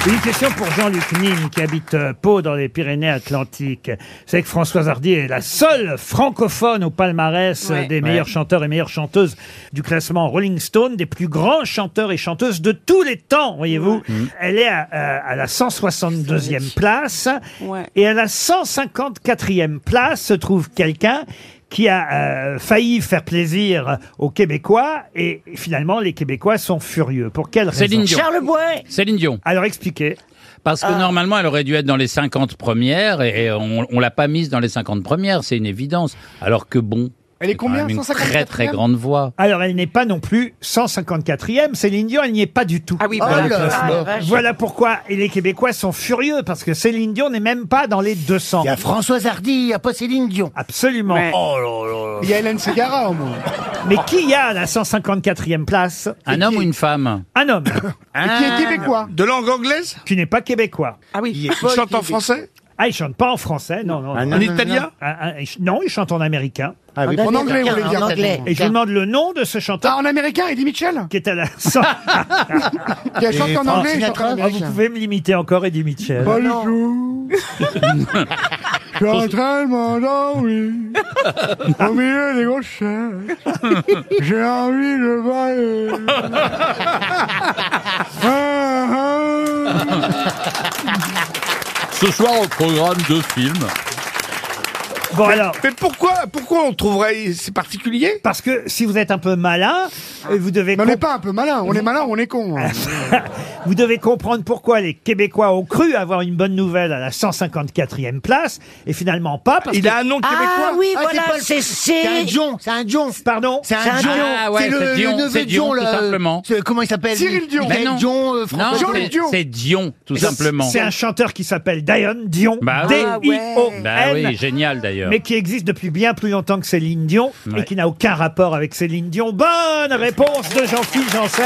S2: Une question pour Jean-Luc Nîmes qui habite euh, Pau dans les Pyrénées-Atlantiques. C'est que Françoise Hardy est la seule francophone au palmarès euh,
S13: Ouais.
S2: des
S13: Ouais.
S2: meilleurs chanteurs et meilleures chanteuses du classement Rolling Stone, des plus grands chanteurs et chanteuses de tous les temps, voyez-vous. Mmh. Elle est à, euh, à la 162e place
S7: Ouais.
S2: et à la 154e place se trouve quelqu'un qui a euh, failli faire plaisir aux Québécois et finalement les Québécois sont furieux. Pour quelle raison
S4: Céline Dion. Charles
S5: Bois.
S4: Céline Dion.
S2: Alors expliquez.
S4: Parce que
S2: Ah.
S4: normalement, elle aurait dû être dans les 50 premières et on, on l'a pas mise dans les 50 premières, c'est une évidence. Alors que bon.
S2: Elle est
S4: quand
S8: Ah,
S4: même une très très grande voix.
S2: Alors elle n'est pas non plus 154e, Céline Dion, elle n'y est pas du tout. Ah oui,
S4: voilà. Oh là là. Ah, la vache.
S2: voilà pourquoi et les Québécois sont furieux parce que Céline Dion n'est même pas dans les 200. Il y a Françoise Hardy, il n'y a pas Céline Dion. Absolument.
S4: Ouais. Oh
S3: Il y a Hélène Segara au moins.
S2: Mais qui y a à la 154e place
S4: Un homme ou une femme Ah.
S2: Un homme.
S3: Et qui est québécois.
S2: De langue anglaise Qui n'est pas québécois. Ah oui.
S8: Il chante en français
S2: Ah, il chante pas en français, non, non.
S8: Ah,
S2: non.
S8: non, En non, italien non.
S2: Ah, ah, il ch- Non, il chante en américain.
S3: Ah oui, En en anglais, américain, vous voulez en dire. anglais. Ah,
S2: Et je vous demande le nom de ce chanteur. en américain, Eddie Mitchell Qui est à la...
S3: Qui a chanté en anglais, il chante en
S2: Ah, vous
S3: américain.
S2: pouvez me l'imiter encore, Eddie Mitchell.
S3: Pas du tout. Je suis en train de m'endormir au milieu des grosses chaises. J'ai envie de bailler. Ah, ah.
S14: Ce soir, au programme deux films.
S2: Bon alors.
S8: Mais pourquoi, pourquoi on trouverait c'est particulier
S2: Parce que si vous êtes un peu malin, euh, vous devez.
S3: Mais on n'est pas un peu malin, on est malin, on est con. hein.
S2: Ah,
S9: Oh,
S2: Vous devez comprendre pourquoi les Québécois ont cru avoir une bonne nouvelle à la 154e place, et finalement pas. Parce
S8: Il
S2: que-
S8: a un nom
S2: Ah
S8: québécois.
S2: oui,
S9: Ah,
S2: voilà,
S9: pas le-
S2: c'est-
S9: c'est un Dion, c'est un Dion.
S2: Pardon
S9: C'est
S2: C'est
S9: un
S2: un
S9: Dion.
S2: Dion. Ah ouais,
S9: c'est le,
S4: c'est Dion,
S9: le neveu
S4: c'est
S9: de
S4: Dion,
S9: Dion,
S4: tout
S9: là,
S4: simplement.
S9: ce- comment il s'appelle
S4: Cyril Dion.
S9: Mais
S4: Non.
S9: Dion, euh,
S4: Non,
S9: François-
S4: c'est- c'est Dion, tout
S2: Mais c'est-
S4: simplement.
S2: C'est un chanteur qui s'appelle Dion Dion.
S4: Bah oui.
S2: D-I-O-N.
S4: Bah oui, génial d'ailleurs.
S2: mais qui existe depuis bien plus longtemps que Céline Dion et
S4: Ouais.
S2: qui n'a aucun rapport avec Céline Dion. Bonne réponse de Jean-Philippe Janssen.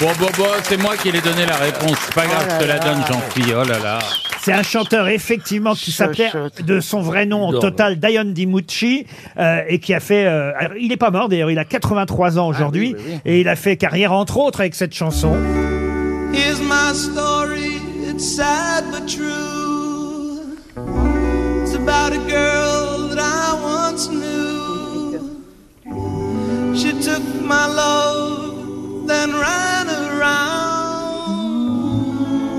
S4: Bon, bon, bon, c'est moi qui ai donné la réponse. C'est pas grave,
S2: Oh là
S4: je te la
S2: là.
S4: donne, Jean-Philippe. Oh là là.
S2: C'est un chanteur effectivement qui s'appelait de son vrai nom en
S4: J'adore.
S2: total Dion DiMucci euh, et qui a fait. euh, alors, il est pas mort d'ailleurs, il a 83 ans
S3: Ah
S2: aujourd'hui et il a fait carrière entre autres avec cette chanson.
S13: Here's my story, it's sad but true. It's about a girl that I once knew. She took my love, then ran around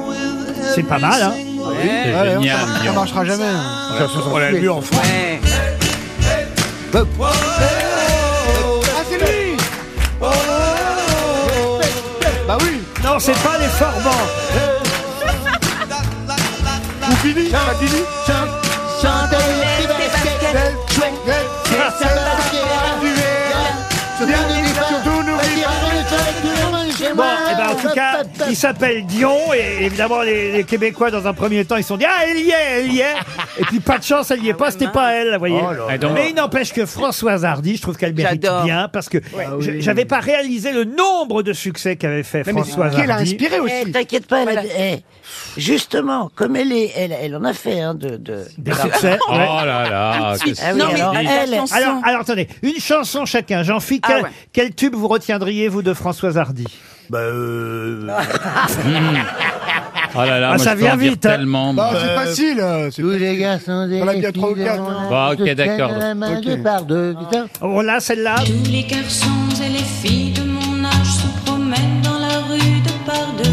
S13: with
S2: C'est pas mal, hein
S13: c'est
S3: Ouais, ouais,
S13: génial,
S3: ça, ça
S13: Dion.
S3: marchera jamais. hein.
S13: Ouais. On l'a vu en
S3: France.
S13: Ah, c'est lui
S3: Bah oui
S2: Non, c'est pas les formants
S13: Poupini Poupini Chantez les baskets Chouette C'est ça la guerre du verre Dernier débat Tout nous
S2: Bon, eh ben, en tout cas, il s'appelle Dion et évidemment les, les Québécois dans un premier temps ils se sont dit ah elle y est, elle y est. Et puis pas de chance, elle y est pas, c'était pas elle, vous voyez.
S4: Oh là là. Et donc-
S2: Mais il n'empêche que Françoise Hardy, je trouve qu'elle mérite
S4: J'adore.
S2: bien parce que
S4: Ouais.
S2: je-
S4: Ah oui.
S2: j'avais pas réalisé le nombre de succès qu'avait fait
S5: Mais
S2: Françoise Hardy.
S5: Eh, T'inquiète pas, elle a- eh, justement, comme elle est, elle, elle en a fait hein, de, de
S2: Des succès.
S4: Oh
S2: ouais.
S4: là là. qu'est-ce
S5: Ah oui,
S4: qu'il
S5: alors,
S4: dit.
S5: elle-
S2: Alors, alors, attendez, une chanson chacun. jean philippe
S5: Ah
S2: quel,
S5: ouais.
S2: quel tube vous retiendriez, vous, de Françoise Hardy
S9: Bah, euh...
S4: Oh là là,
S2: Ah,
S4: moi,
S2: ça
S4: je peux
S2: vient
S4: en dire
S2: vite, hein.
S4: tellement.
S3: Bah,
S4: moi.
S3: c'est facile. euh, C'est
S9: Tous les gars sont des.
S3: On l'a bien trois ou quatre.
S4: Bah, ok, d'accord.
S9: Deux par deux.
S2: hein. Oh là, celle-là.
S15: Tous les garçons et les filles de mon âge se promènent dans la rue de par deux.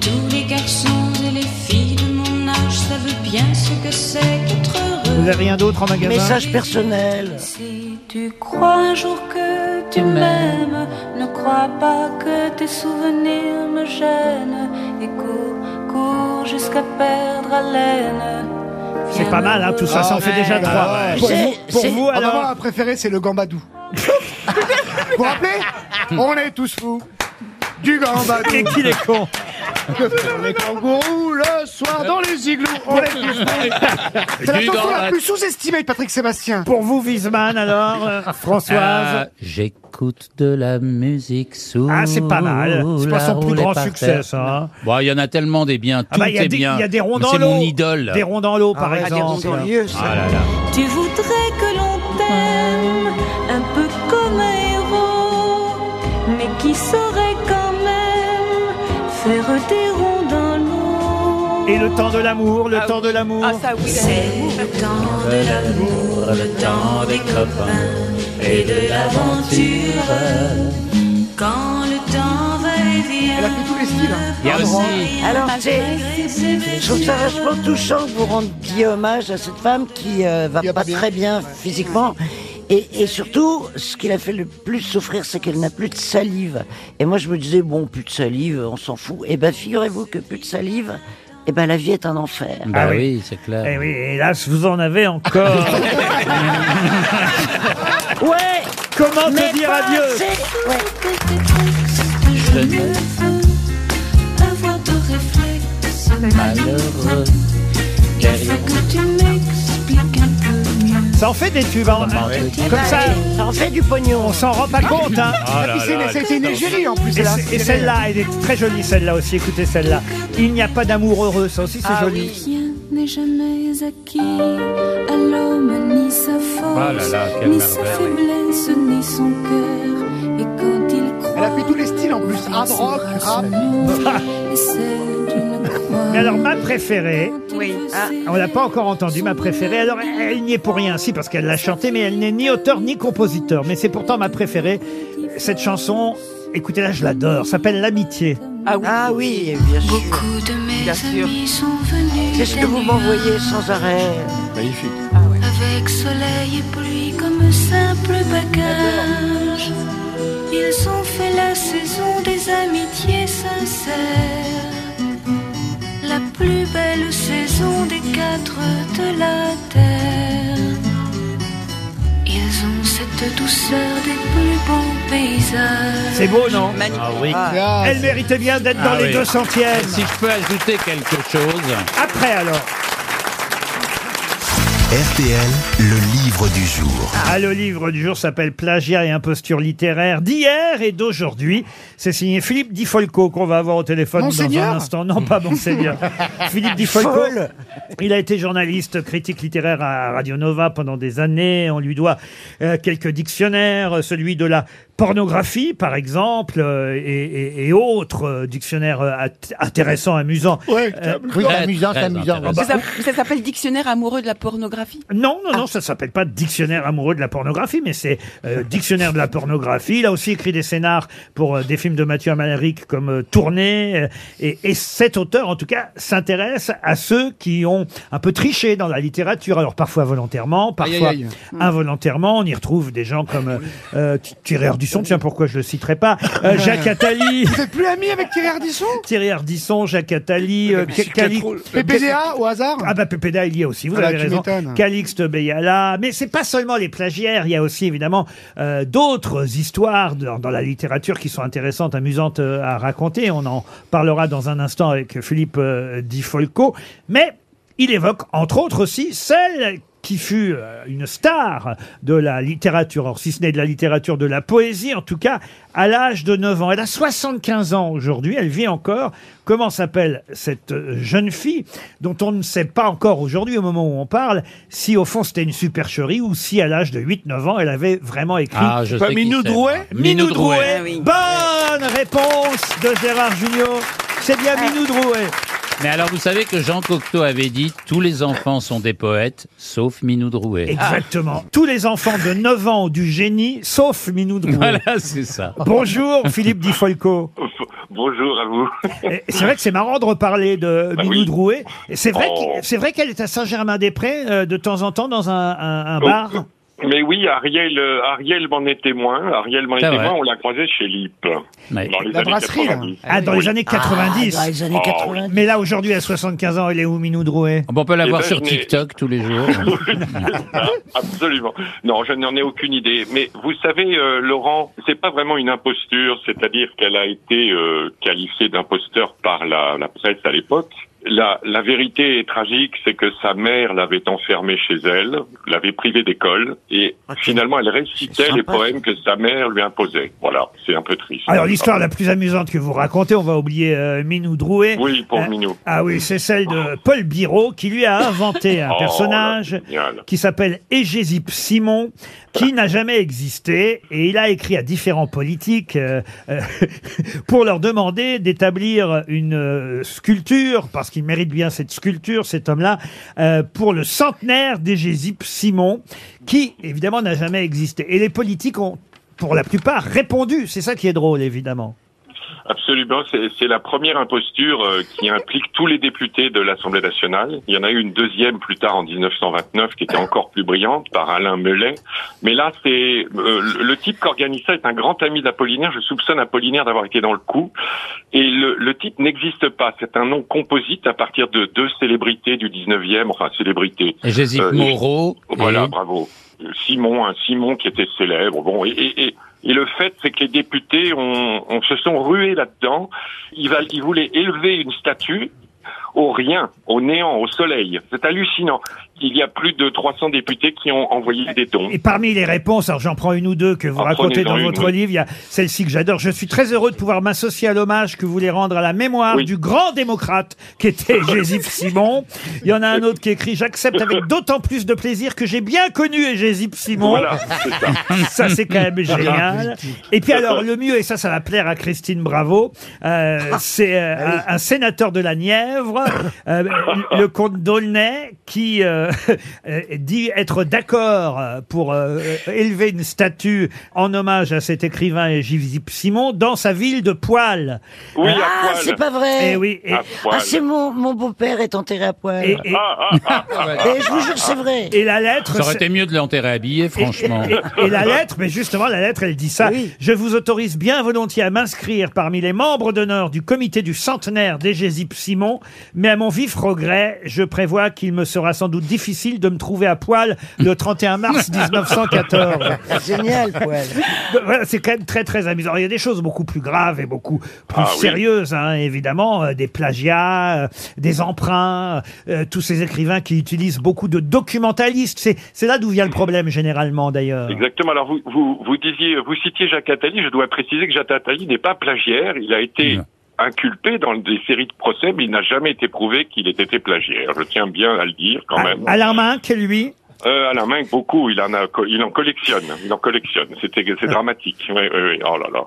S15: Tous les garçons et les filles de mon âge savent bien ce que c'est qu'être heureux.
S2: Vous avez rien d'autre en magasin
S5: Message personnel.
S15: Si tu crois un jour que tu m'aimes, ne crois pas que tes souvenirs me gênent. Et cours, cours jusqu'à perdre haleine.
S2: C'est pas mal, hein, tout
S13: Ah
S2: ça, ça en fait déjà
S13: bah
S2: trois. Pour vous, pour vous,
S3: Ah bah,
S2: alors
S3: moi, ma préférée, c'est le gambadou. vous vous rappelez On est tous fous du gambadou.
S2: Et qu'il est con
S3: Que font les kangourous le soir dans les igloos On est tous fous. C'est la
S4: Du
S3: chanson la
S4: gambadou.
S3: plus sous-estimée de Patrick Sébastien.
S2: Pour vous, Wiesmann, alors, euh, Françoise
S4: Ah, J'écoute de la musique sous.
S2: Ah, c'est pas mal. C'est pas
S4: la
S2: son plus
S4: roulée
S2: grand
S4: par
S2: succès,
S4: terre.
S2: ça, hein.
S4: Bon, il y en a tellement des biens. Tout
S2: Ah bah, il y a
S4: est
S2: des-
S4: bien.
S2: il y a des ronds
S4: Mais
S2: dans
S4: C'est
S2: l'eau.
S4: mon idole.
S2: Des ronds dans l'eau, par
S4: Ah ouais, des
S2: exemple.
S4: ronds dans l'eau, ça. Ah là là.
S15: Tu voudrais que l'on t'aime un peu comme un héros, mais qui saurait quand même faire des ronds dans
S2: Et le temps de l'amour, le temps de l'amour.
S15: C'est le temps de l'amour, le temps des copains et de l'aventure. Quand le temps va et vient. Elle a fait tous les styles.
S5: Il y a aussi- Alors, Je trouve ça vachement touchant que vous rendiez hommage à cette femme qui euh, va pas très bien physiquement. Et, et surtout, ce qui l'a fait le plus souffrir, c'est qu'elle n'a plus de salive. Et moi, je me disais, bon, plus de salive, on s'en fout. Eh ben, figurez-vous que plus de salive, eh ben, la vie est un enfer.
S4: Bah oui, c'est clair.
S2: Eh Ah oui, hélas, vous en avez encore.
S5: Ouais
S2: Comment
S13: Mais
S2: te dire
S13: pas
S2: adieu
S13: assez- ouais.
S15: Je ne veux avoir de réflexe malheureux. Il faut que tu m'expliques un peu mieux.
S2: Ça en fait des tubes, hein.
S13: Ah, Bah
S2: comme ça.
S5: Ça en fait du pognon.
S2: On s'en rend pas compte, hein.
S13: Ah là Et puis c'est- là, c'était une putain. jolie, en plus,
S2: Et,
S13: là.
S2: c'est- et celle-là, elle est très jolie, celle-là aussi. Écoutez celle-là. Il n'y a pas d'amour heureux, ça aussi c'est
S13: Ah
S2: joli.
S15: Ah Rien n'est jamais acquis à l'homme, ni sa
S2: Ah là
S15: force,
S2: là, quelle
S15: ni sa
S2: merveille.
S15: faiblesse, ni son cœur. Et quand il croit, elle a fait tous les styles en plus,
S6: Ah,
S15: hard rock,
S2: Mais alors ma préférée, on l'a pas encore entendue, ma préférée. Alors elle, elle n'y est pour rien, si parce qu'elle l'a chantée, mais elle n'est ni auteur ni compositeur. Mais c'est pourtant ma préférée. Cette chanson, écoutez là, je l'adore. S'appelle L'amitié.
S5: Ah oui, bien sûr.
S15: Bien sûr.
S5: C'est ce que vous m'envoyez sans arrêt.
S2: Magnifique.
S15: Avec soleil et pluie comme simple bagage, ils ont fait la saison des amitiés sincères, la plus belle saison des quatre de la terre. Ils ont cette douceur des plus beaux paysages.
S2: C'est beau, non
S14: Ah oui.
S2: Elle méritait bien d'être dans
S14: Ah
S2: les
S14: oui.
S2: deux centièmes.
S14: Si je peux ajouter quelque chose.
S2: Après alors.
S1: RTL, le livre du jour.
S2: Ah, le livre du jour s'appelle Plagiat et imposture littéraire d'hier et d'aujourd'hui. C'est signé Philippe Di Folco qu'on va avoir au téléphone dans
S13: Monseigneur
S2: un instant. Non, pas Monseigneur. Philippe Di Folco.
S13: Folle.
S2: Il a été journaliste, critique littéraire à Radio Nova pendant des années. On lui doit euh, quelques dictionnaires, euh, celui de la pornographie, par exemple, euh, et, et- et autres euh, dictionnaires euh, at- intéressants, amusants. Euh,
S9: oui, amusant, c'est amusant.
S2: Ah
S7: Ça,
S2: bah,
S7: s'app- ça s'appelle Dictionnaire amoureux de la pornographie.
S2: non, non, non, ça s'appelle pas dictionnaire amoureux de la pornographie, mais c'est euh, dictionnaire de la pornographie. Il a aussi écrit des scénars pour euh, des films de Mathieu Amalric comme euh, Tournée. euh, et, et cet auteur, en tout cas, s'intéresse à ceux qui ont un peu triché dans la littérature. Alors parfois volontairement, parfois
S13: Aïe, Hmm. Ah aïe, aïe.
S2: involontairement. On y retrouve des gens comme euh, euh, Thierry Ardisson, tiens, pourquoi je le citerai pas Euh, Jacques Attali.
S13: Ah. Vous êtes plus ami avec Thierry Ardisson
S2: Thierry Ardisson, Jacques Attali, euh,
S13: c'est
S2: Cali-
S13: trop- PPDA,
S2: au hasard Ah bah PPDA il y est aussi, vous
S13: Ah bah,
S2: avez
S13: tu
S2: raison.
S13: m'étonnes.
S2: Calixte Beyala, mais c'est pas seulement les plagiaires, il y a aussi évidemment euh, d'autres histoires dans, dans la littérature qui sont intéressantes, amusantes euh, à raconter. On en parlera dans un instant avec Philippe euh, Di Folco, mais il évoque entre autres aussi celle qui fut euh, une star de la littérature, or si ce n'est de la littérature, de la poésie en tout cas, à l'âge de 9 ans. Elle a 75 ans aujourd'hui, elle vit encore. Comment s'appelle cette euh, jeune fille dont on ne sait pas encore aujourd'hui au moment où on parle si au fond c'était une supercherie ou si à l'âge de 8-9 ans elle avait vraiment écrit
S14: Ah, je Pas sais qui Minou c'est. Drouet
S2: Minou,
S14: Minou
S2: Drouet.
S14: Drouet.
S2: Bonne réponse de Gérard Junior. C'est bien
S14: Ah.
S2: Minou Drouet.
S4: Mais alors, vous savez que Jean Cocteau avait dit tous les enfants sont des poètes, sauf Minou Drouet.
S2: Exactement.
S4: Ah.
S2: Tous les enfants de 9 ans ont du génie, sauf Minou Drouet.
S4: Voilà, c'est ça.
S2: Bonjour Philippe Di Folco.
S16: Bonjour à vous.
S2: Et C'est vrai que c'est marrant de reparler de
S16: Bah
S2: Minou
S16: oui.
S2: Drouet. Et C'est vrai
S16: Oh.
S2: qu'il- c'est vrai qu'elle est à Saint-Germain-des-Prés euh, de temps en temps dans un,
S16: Oh.
S2: un- un bar.
S16: Mais oui, Ariel, euh, Ariel m'en est témoin. Ariel m'en est
S2: C'est
S16: témoin.
S2: vrai.
S16: On l'a croisé chez Lip. Dans les
S2: La
S16: années
S2: brasserie, là.
S16: 90.
S2: Ah, dans les années 90.
S16: Ah, dans les années 90.
S2: Mais là, aujourd'hui, à 75 ans, elle est où, Minou Drouet
S4: Ah, On peut
S16: l'avoir
S4: l'avoir
S16: Eh ben, sur
S4: sur
S16: je n'ai-
S4: TikTok tous les jours.
S16: Ah, absolument. Non, je n'en ai aucune idée. Mais vous savez, euh, Laurent, c'est pas vraiment une imposture, c'est-à-dire qu'elle a été euh, qualifiée d'imposteur par la, la presse à l'époque. La, la vérité est tragique, c'est que sa mère l'avait enfermée chez elle, l'avait privée d'école, et
S2: Ah,
S16: finalement elle récitait les poèmes que sa mère lui imposait. Voilà, c'est un peu triste.
S2: Alors, l'histoire la plus amusante que vous racontez, on va oublier euh, Minou Drouet.
S16: Oui, pour
S2: Euh,
S16: Minou.
S2: Ah oui, c'est celle de Paul Biro qui lui a inventé un
S16: Oh,
S2: personnage
S16: là, c'est génial.
S2: qui s'appelle Égésipe Simon, qui n'a jamais existé, et il a écrit à différents politiques euh, euh, pour leur demander d'établir une euh, sculpture, parce qui mérite bien cette sculpture, cet homme-là, euh, pour le centenaire d'Égésip Simon, qui, évidemment, n'a jamais existé. Et les politiques ont, pour la plupart, répondu. C'est ça qui est drôle, évidemment.
S16: Absolument, c'est c'est la première imposture euh, qui implique tous les députés de l'Assemblée nationale. Il y en a eu une deuxième plus tard en 1929 qui était encore plus brillante par Alain Melet. Mais là, c'est euh, le type qu'organise ça est un grand ami d'Apollinaire. Je soupçonne Apollinaire d'avoir été dans le coup. Et le, le type n'existe pas. C'est un nom composite à partir de deux célébrités du 19e, enfin célébrités. euh,
S4: Égésip
S8: Euh,
S4: Moreau
S16: Voilà,
S4: et-
S16: bravo. Simon, un Simon qui était célèbre. Bon, et, et, et- et le fait, c'est que les députés ont, ont- se sont rués là-dedans. Ils, va- ils voulaient élever une statue au rien, au néant, au soleil. C'est hallucinant. Il y a plus de 300 députés qui ont envoyé des dons.
S2: Et parmi les réponses, alors j'en prends une ou deux que vous
S16: En
S2: racontez
S16: prenez-en
S2: dans
S16: une,
S2: votre
S16: oui.
S2: livre, il y a celle-ci que j'adore. Je suis très heureux de pouvoir m'associer à l'hommage que vous voulez rendre à la mémoire du grand démocrate qui était Jésif Simon. Il y en a un autre qui écrit J'accepte avec d'autant plus de plaisir que j'ai bien connu Jésif Simon.
S13: Voilà, c'est ça.
S2: Ça, c'est quand même génial. Et puis alors le mieux, et ça ça va plaire à Christine Bravo, euh,
S5: Ah.
S2: c'est euh, un, un sénateur de la Nièvre, euh, le comte d'Aulnay, qui euh, euh, dit être d'accord euh, pour euh, élever une statue en hommage à cet écrivain et Gilles Simon dans sa ville de Poil.
S5: Oui, à Ah, Poil. c'est pas vrai.
S2: Eh oui, et-
S5: À Ah, c'est mon, mon beau-père est enterré à poil.
S2: Et- et-
S5: ah, Et je vous jure, c'est vrai.
S2: Et la lettre,
S4: Ah. Ça aurait
S2: c'est-
S4: été mieux de l'enterrer habillé, franchement. Ah.
S2: Et, et la lettre, mais justement, la lettre, elle dit ça. Je vous autorise bien volontiers à m'inscrire parmi les membres d'honneur du comité du centenaire d'Égésip Simon, mais à mon vif regret, je prévois qu'il me sera sans doute difficile de me trouver à poil le 31 mars 1914.
S5: Génial, poil.
S2: Donc, voilà, c'est quand même très très amusant. Il y a des choses beaucoup plus graves et beaucoup plus
S13: Ah oui.
S2: sérieuses, hein, évidemment, euh, des plagiats, euh, des emprunts, euh, tous ces écrivains qui utilisent beaucoup de documentalistes. C'est c'est là d'où vient le problème généralement d'ailleurs.
S16: Exactement. Alors vous, vous, vous disiez, vous citiez Jacques Attali. Je dois préciser que Jacques Attali n'est pas plagiaire. Il a été inculpé dans des séries de procès, mais il n'a jamais été prouvé qu'il ait été plagiaire. Je tiens bien à le dire quand même.
S2: Alain Minck, lui,
S16: Euh, Alain Minck, beaucoup. Il en a, co- il en collectionne. Il en collectionne. C'était,
S2: Ah.
S16: c'est dramatique. Oui, oui, oui. Oh là là.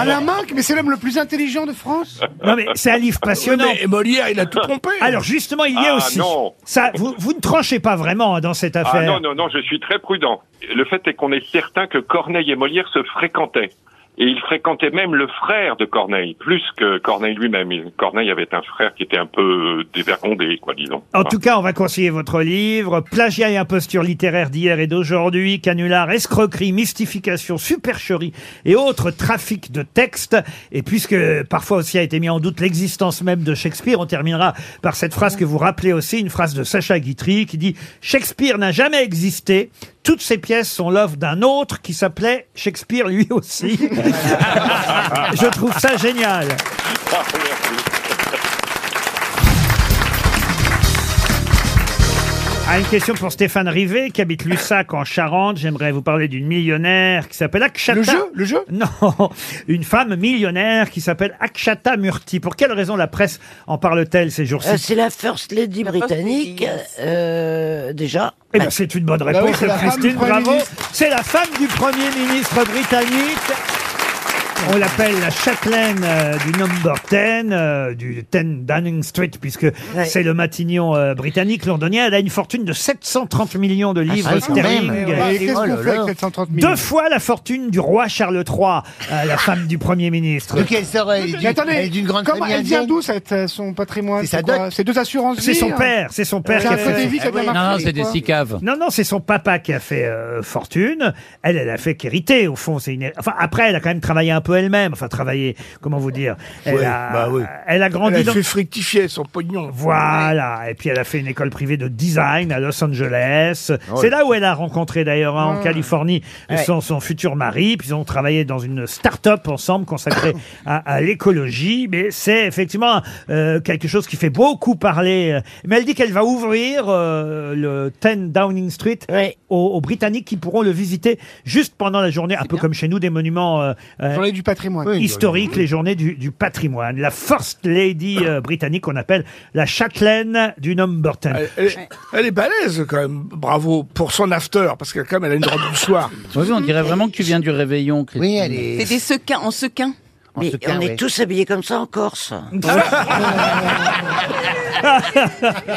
S6: Alain Minck, mais c'est l'homme le plus intelligent de France.
S2: Non mais c'est un livre passionnant.
S6: Ah, Oui, mais Molière, il a tout
S2: trompé. Alors justement, il y est
S16: Ah,
S2: aussi.
S16: non.
S2: Ça, vous, vous ne tranchez pas vraiment hein, dans cette affaire.
S16: Ah non, non, non, je suis très prudent. Le fait est qu'on est certain que Corneille et Molière se fréquentaient. Et ils fréquentaient même le frère de Corneille, plus que Corneille lui-même. Il- Corneille avait un frère qui était un peu euh, dévergondé, quoi, disons.
S2: En tout cas, on va conseiller votre livre Plagiat et imposture littéraire d'hier et d'aujourd'hui, canular, escroquerie, mystification, supercherie et autres trafics de textes. Et puisque parfois aussi a été mis en doute l'existence même de Shakespeare, on terminera par cette phrase que vous rappelez aussi, une phrase de Sacha Guitry qui dit Shakespeare n'a jamais existé. Toutes ses pièces sont l'œuvre d'un autre qui s'appelait Shakespeare lui aussi. Je trouve ça génial. Ah, une question pour Stéphane Rivet, qui habite Lussac en Charente. J'aimerais vous parler d'une millionnaire qui s'appelle Akshata. Le jeu Le jeu Non. Une femme millionnaire qui s'appelle Akshata Murti. Pour quelle raison la presse en parle-t-elle ces jours-ci
S5: Euh, c'est la First Lady britannique, euh, déjà.
S2: Eh ben, c'est une bonne
S5: Bah oui,
S2: réponse,
S5: c'est la femme
S2: Christine.
S5: du Premier
S2: Bravo.
S5: ministre.
S2: C'est la femme du Premier ministre britannique. On l'appelle la châtelaine euh, du number 10, euh, du 10 Downing Street, puisque c'est le matignon euh, britannique londonien. Elle a une fortune de 730 millions de livres
S3: oui, Ah, quand
S2: sterling.
S3: même. Et qu'est-ce qu'on Oh là fait avec là. 730 millions
S2: Deux fois la fortune du roi Charles III, euh, la femme du Premier ministre.
S9: De quelle sort elle est d'une-
S6: Mais attendez,
S9: elle est d'une grande
S6: comment,
S9: famille
S6: elle vient
S9: indienne
S6: d'où cette, euh, son patrimoine
S9: C'est sa
S6: quoi
S9: dot.
S6: C'est deux assurances
S2: C'est
S6: vie,
S2: son
S6: hein.
S2: père, c'est son père
S6: C'est
S2: qui
S6: un
S2: a
S6: peu
S2: fait. Ah
S6: des vies qui a bien marché, quoi.
S4: cicaves.
S2: Non, non, c'est son papa qui a fait euh, fortune. Elle, elle a fait qu'hériter, au fond. C'est une... Enfin, après, elle a quand même travaillé un peu elle-même. Enfin, travaillé, comment vous dire Elle,
S8: Ouais,
S2: a...
S8: bah oui.
S2: elle a grandi
S8: Elle a
S2: dans...
S8: fait fructifier son pognon.
S2: Voilà. Et puis elle a fait une école privée de design à Los Angeles. C'est là où elle a rencontré d'ailleurs hein, en
S4: Ah.
S2: Californie
S4: Ouais.
S2: son, son futur mari. Puis ils ont travaillé dans une start-up ensemble consacrée à, à l'écologie. Mais c'est effectivement euh, quelque chose qui fait beaucoup parler. Mais elle dit qu'elle va ouvrir euh, le 10 Downing Street aux, aux Britanniques qui pourront le visiter juste pendant la journée, un peu comme chez nous des monuments euh, euh,
S6: Journée du patrimoine.
S2: historique, les journées du, du patrimoine. La First Lady euh, britannique qu'on appelle la châtelaine du Numberton.
S8: Elle, elle- elle est balèze quand même, bravo, pour son after, parce que quand même elle a une robe du soir.
S4: Oui, on dirait vraiment que tu viens du réveillon, Christine.
S8: Oui, elle est-
S7: C'est des sequins, en sequins.
S5: Mais
S9: ce cas,
S5: on est
S9: ouais.
S5: tous habillés comme ça en Corse.
S2: Mmh.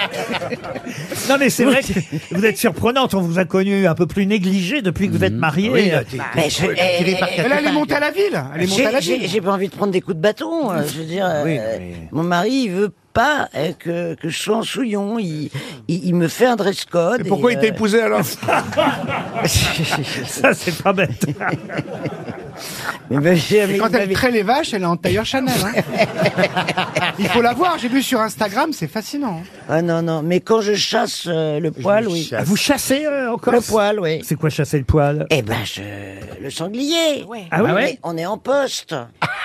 S2: Non, mais c'est vrai que vous êtes surprenante. On vous a connu un peu plus négligée depuis que vous
S8: Mm.
S2: êtes mariée.
S5: Oui, là, t'es- Mais je- eh, eh,
S3: Elle est montée à la ville. Elle est montée à la
S5: J'ai- J'ai
S3: ville.
S5: j'ai pas envie de prendre des coups de bâton. euh, Je veux dire, euh,
S3: Oui,
S5: mon mari, il veut pas euh, que, que je sois en souillon. Il, il, il me fait un dress code.
S8: Et pourquoi
S5: et,
S8: il t'a
S5: euh,
S8: épousé alors
S2: Ça, c'est pas bête.
S3: Et quand elle traîne les vaches, elle est en tailleur Chanel. hein. Il faut la voir, j'ai vu sur Instagram, c'est fascinant.
S5: Ah non, non, mais quand je chasse euh, le poil, oui.
S2: chasse. Vous chassez euh, encore
S5: Le poil, oui.
S2: C'est quoi chasser le poil
S5: Eh ben, je... Le sanglier.
S2: Ah oui
S5: on, est, on est en poste.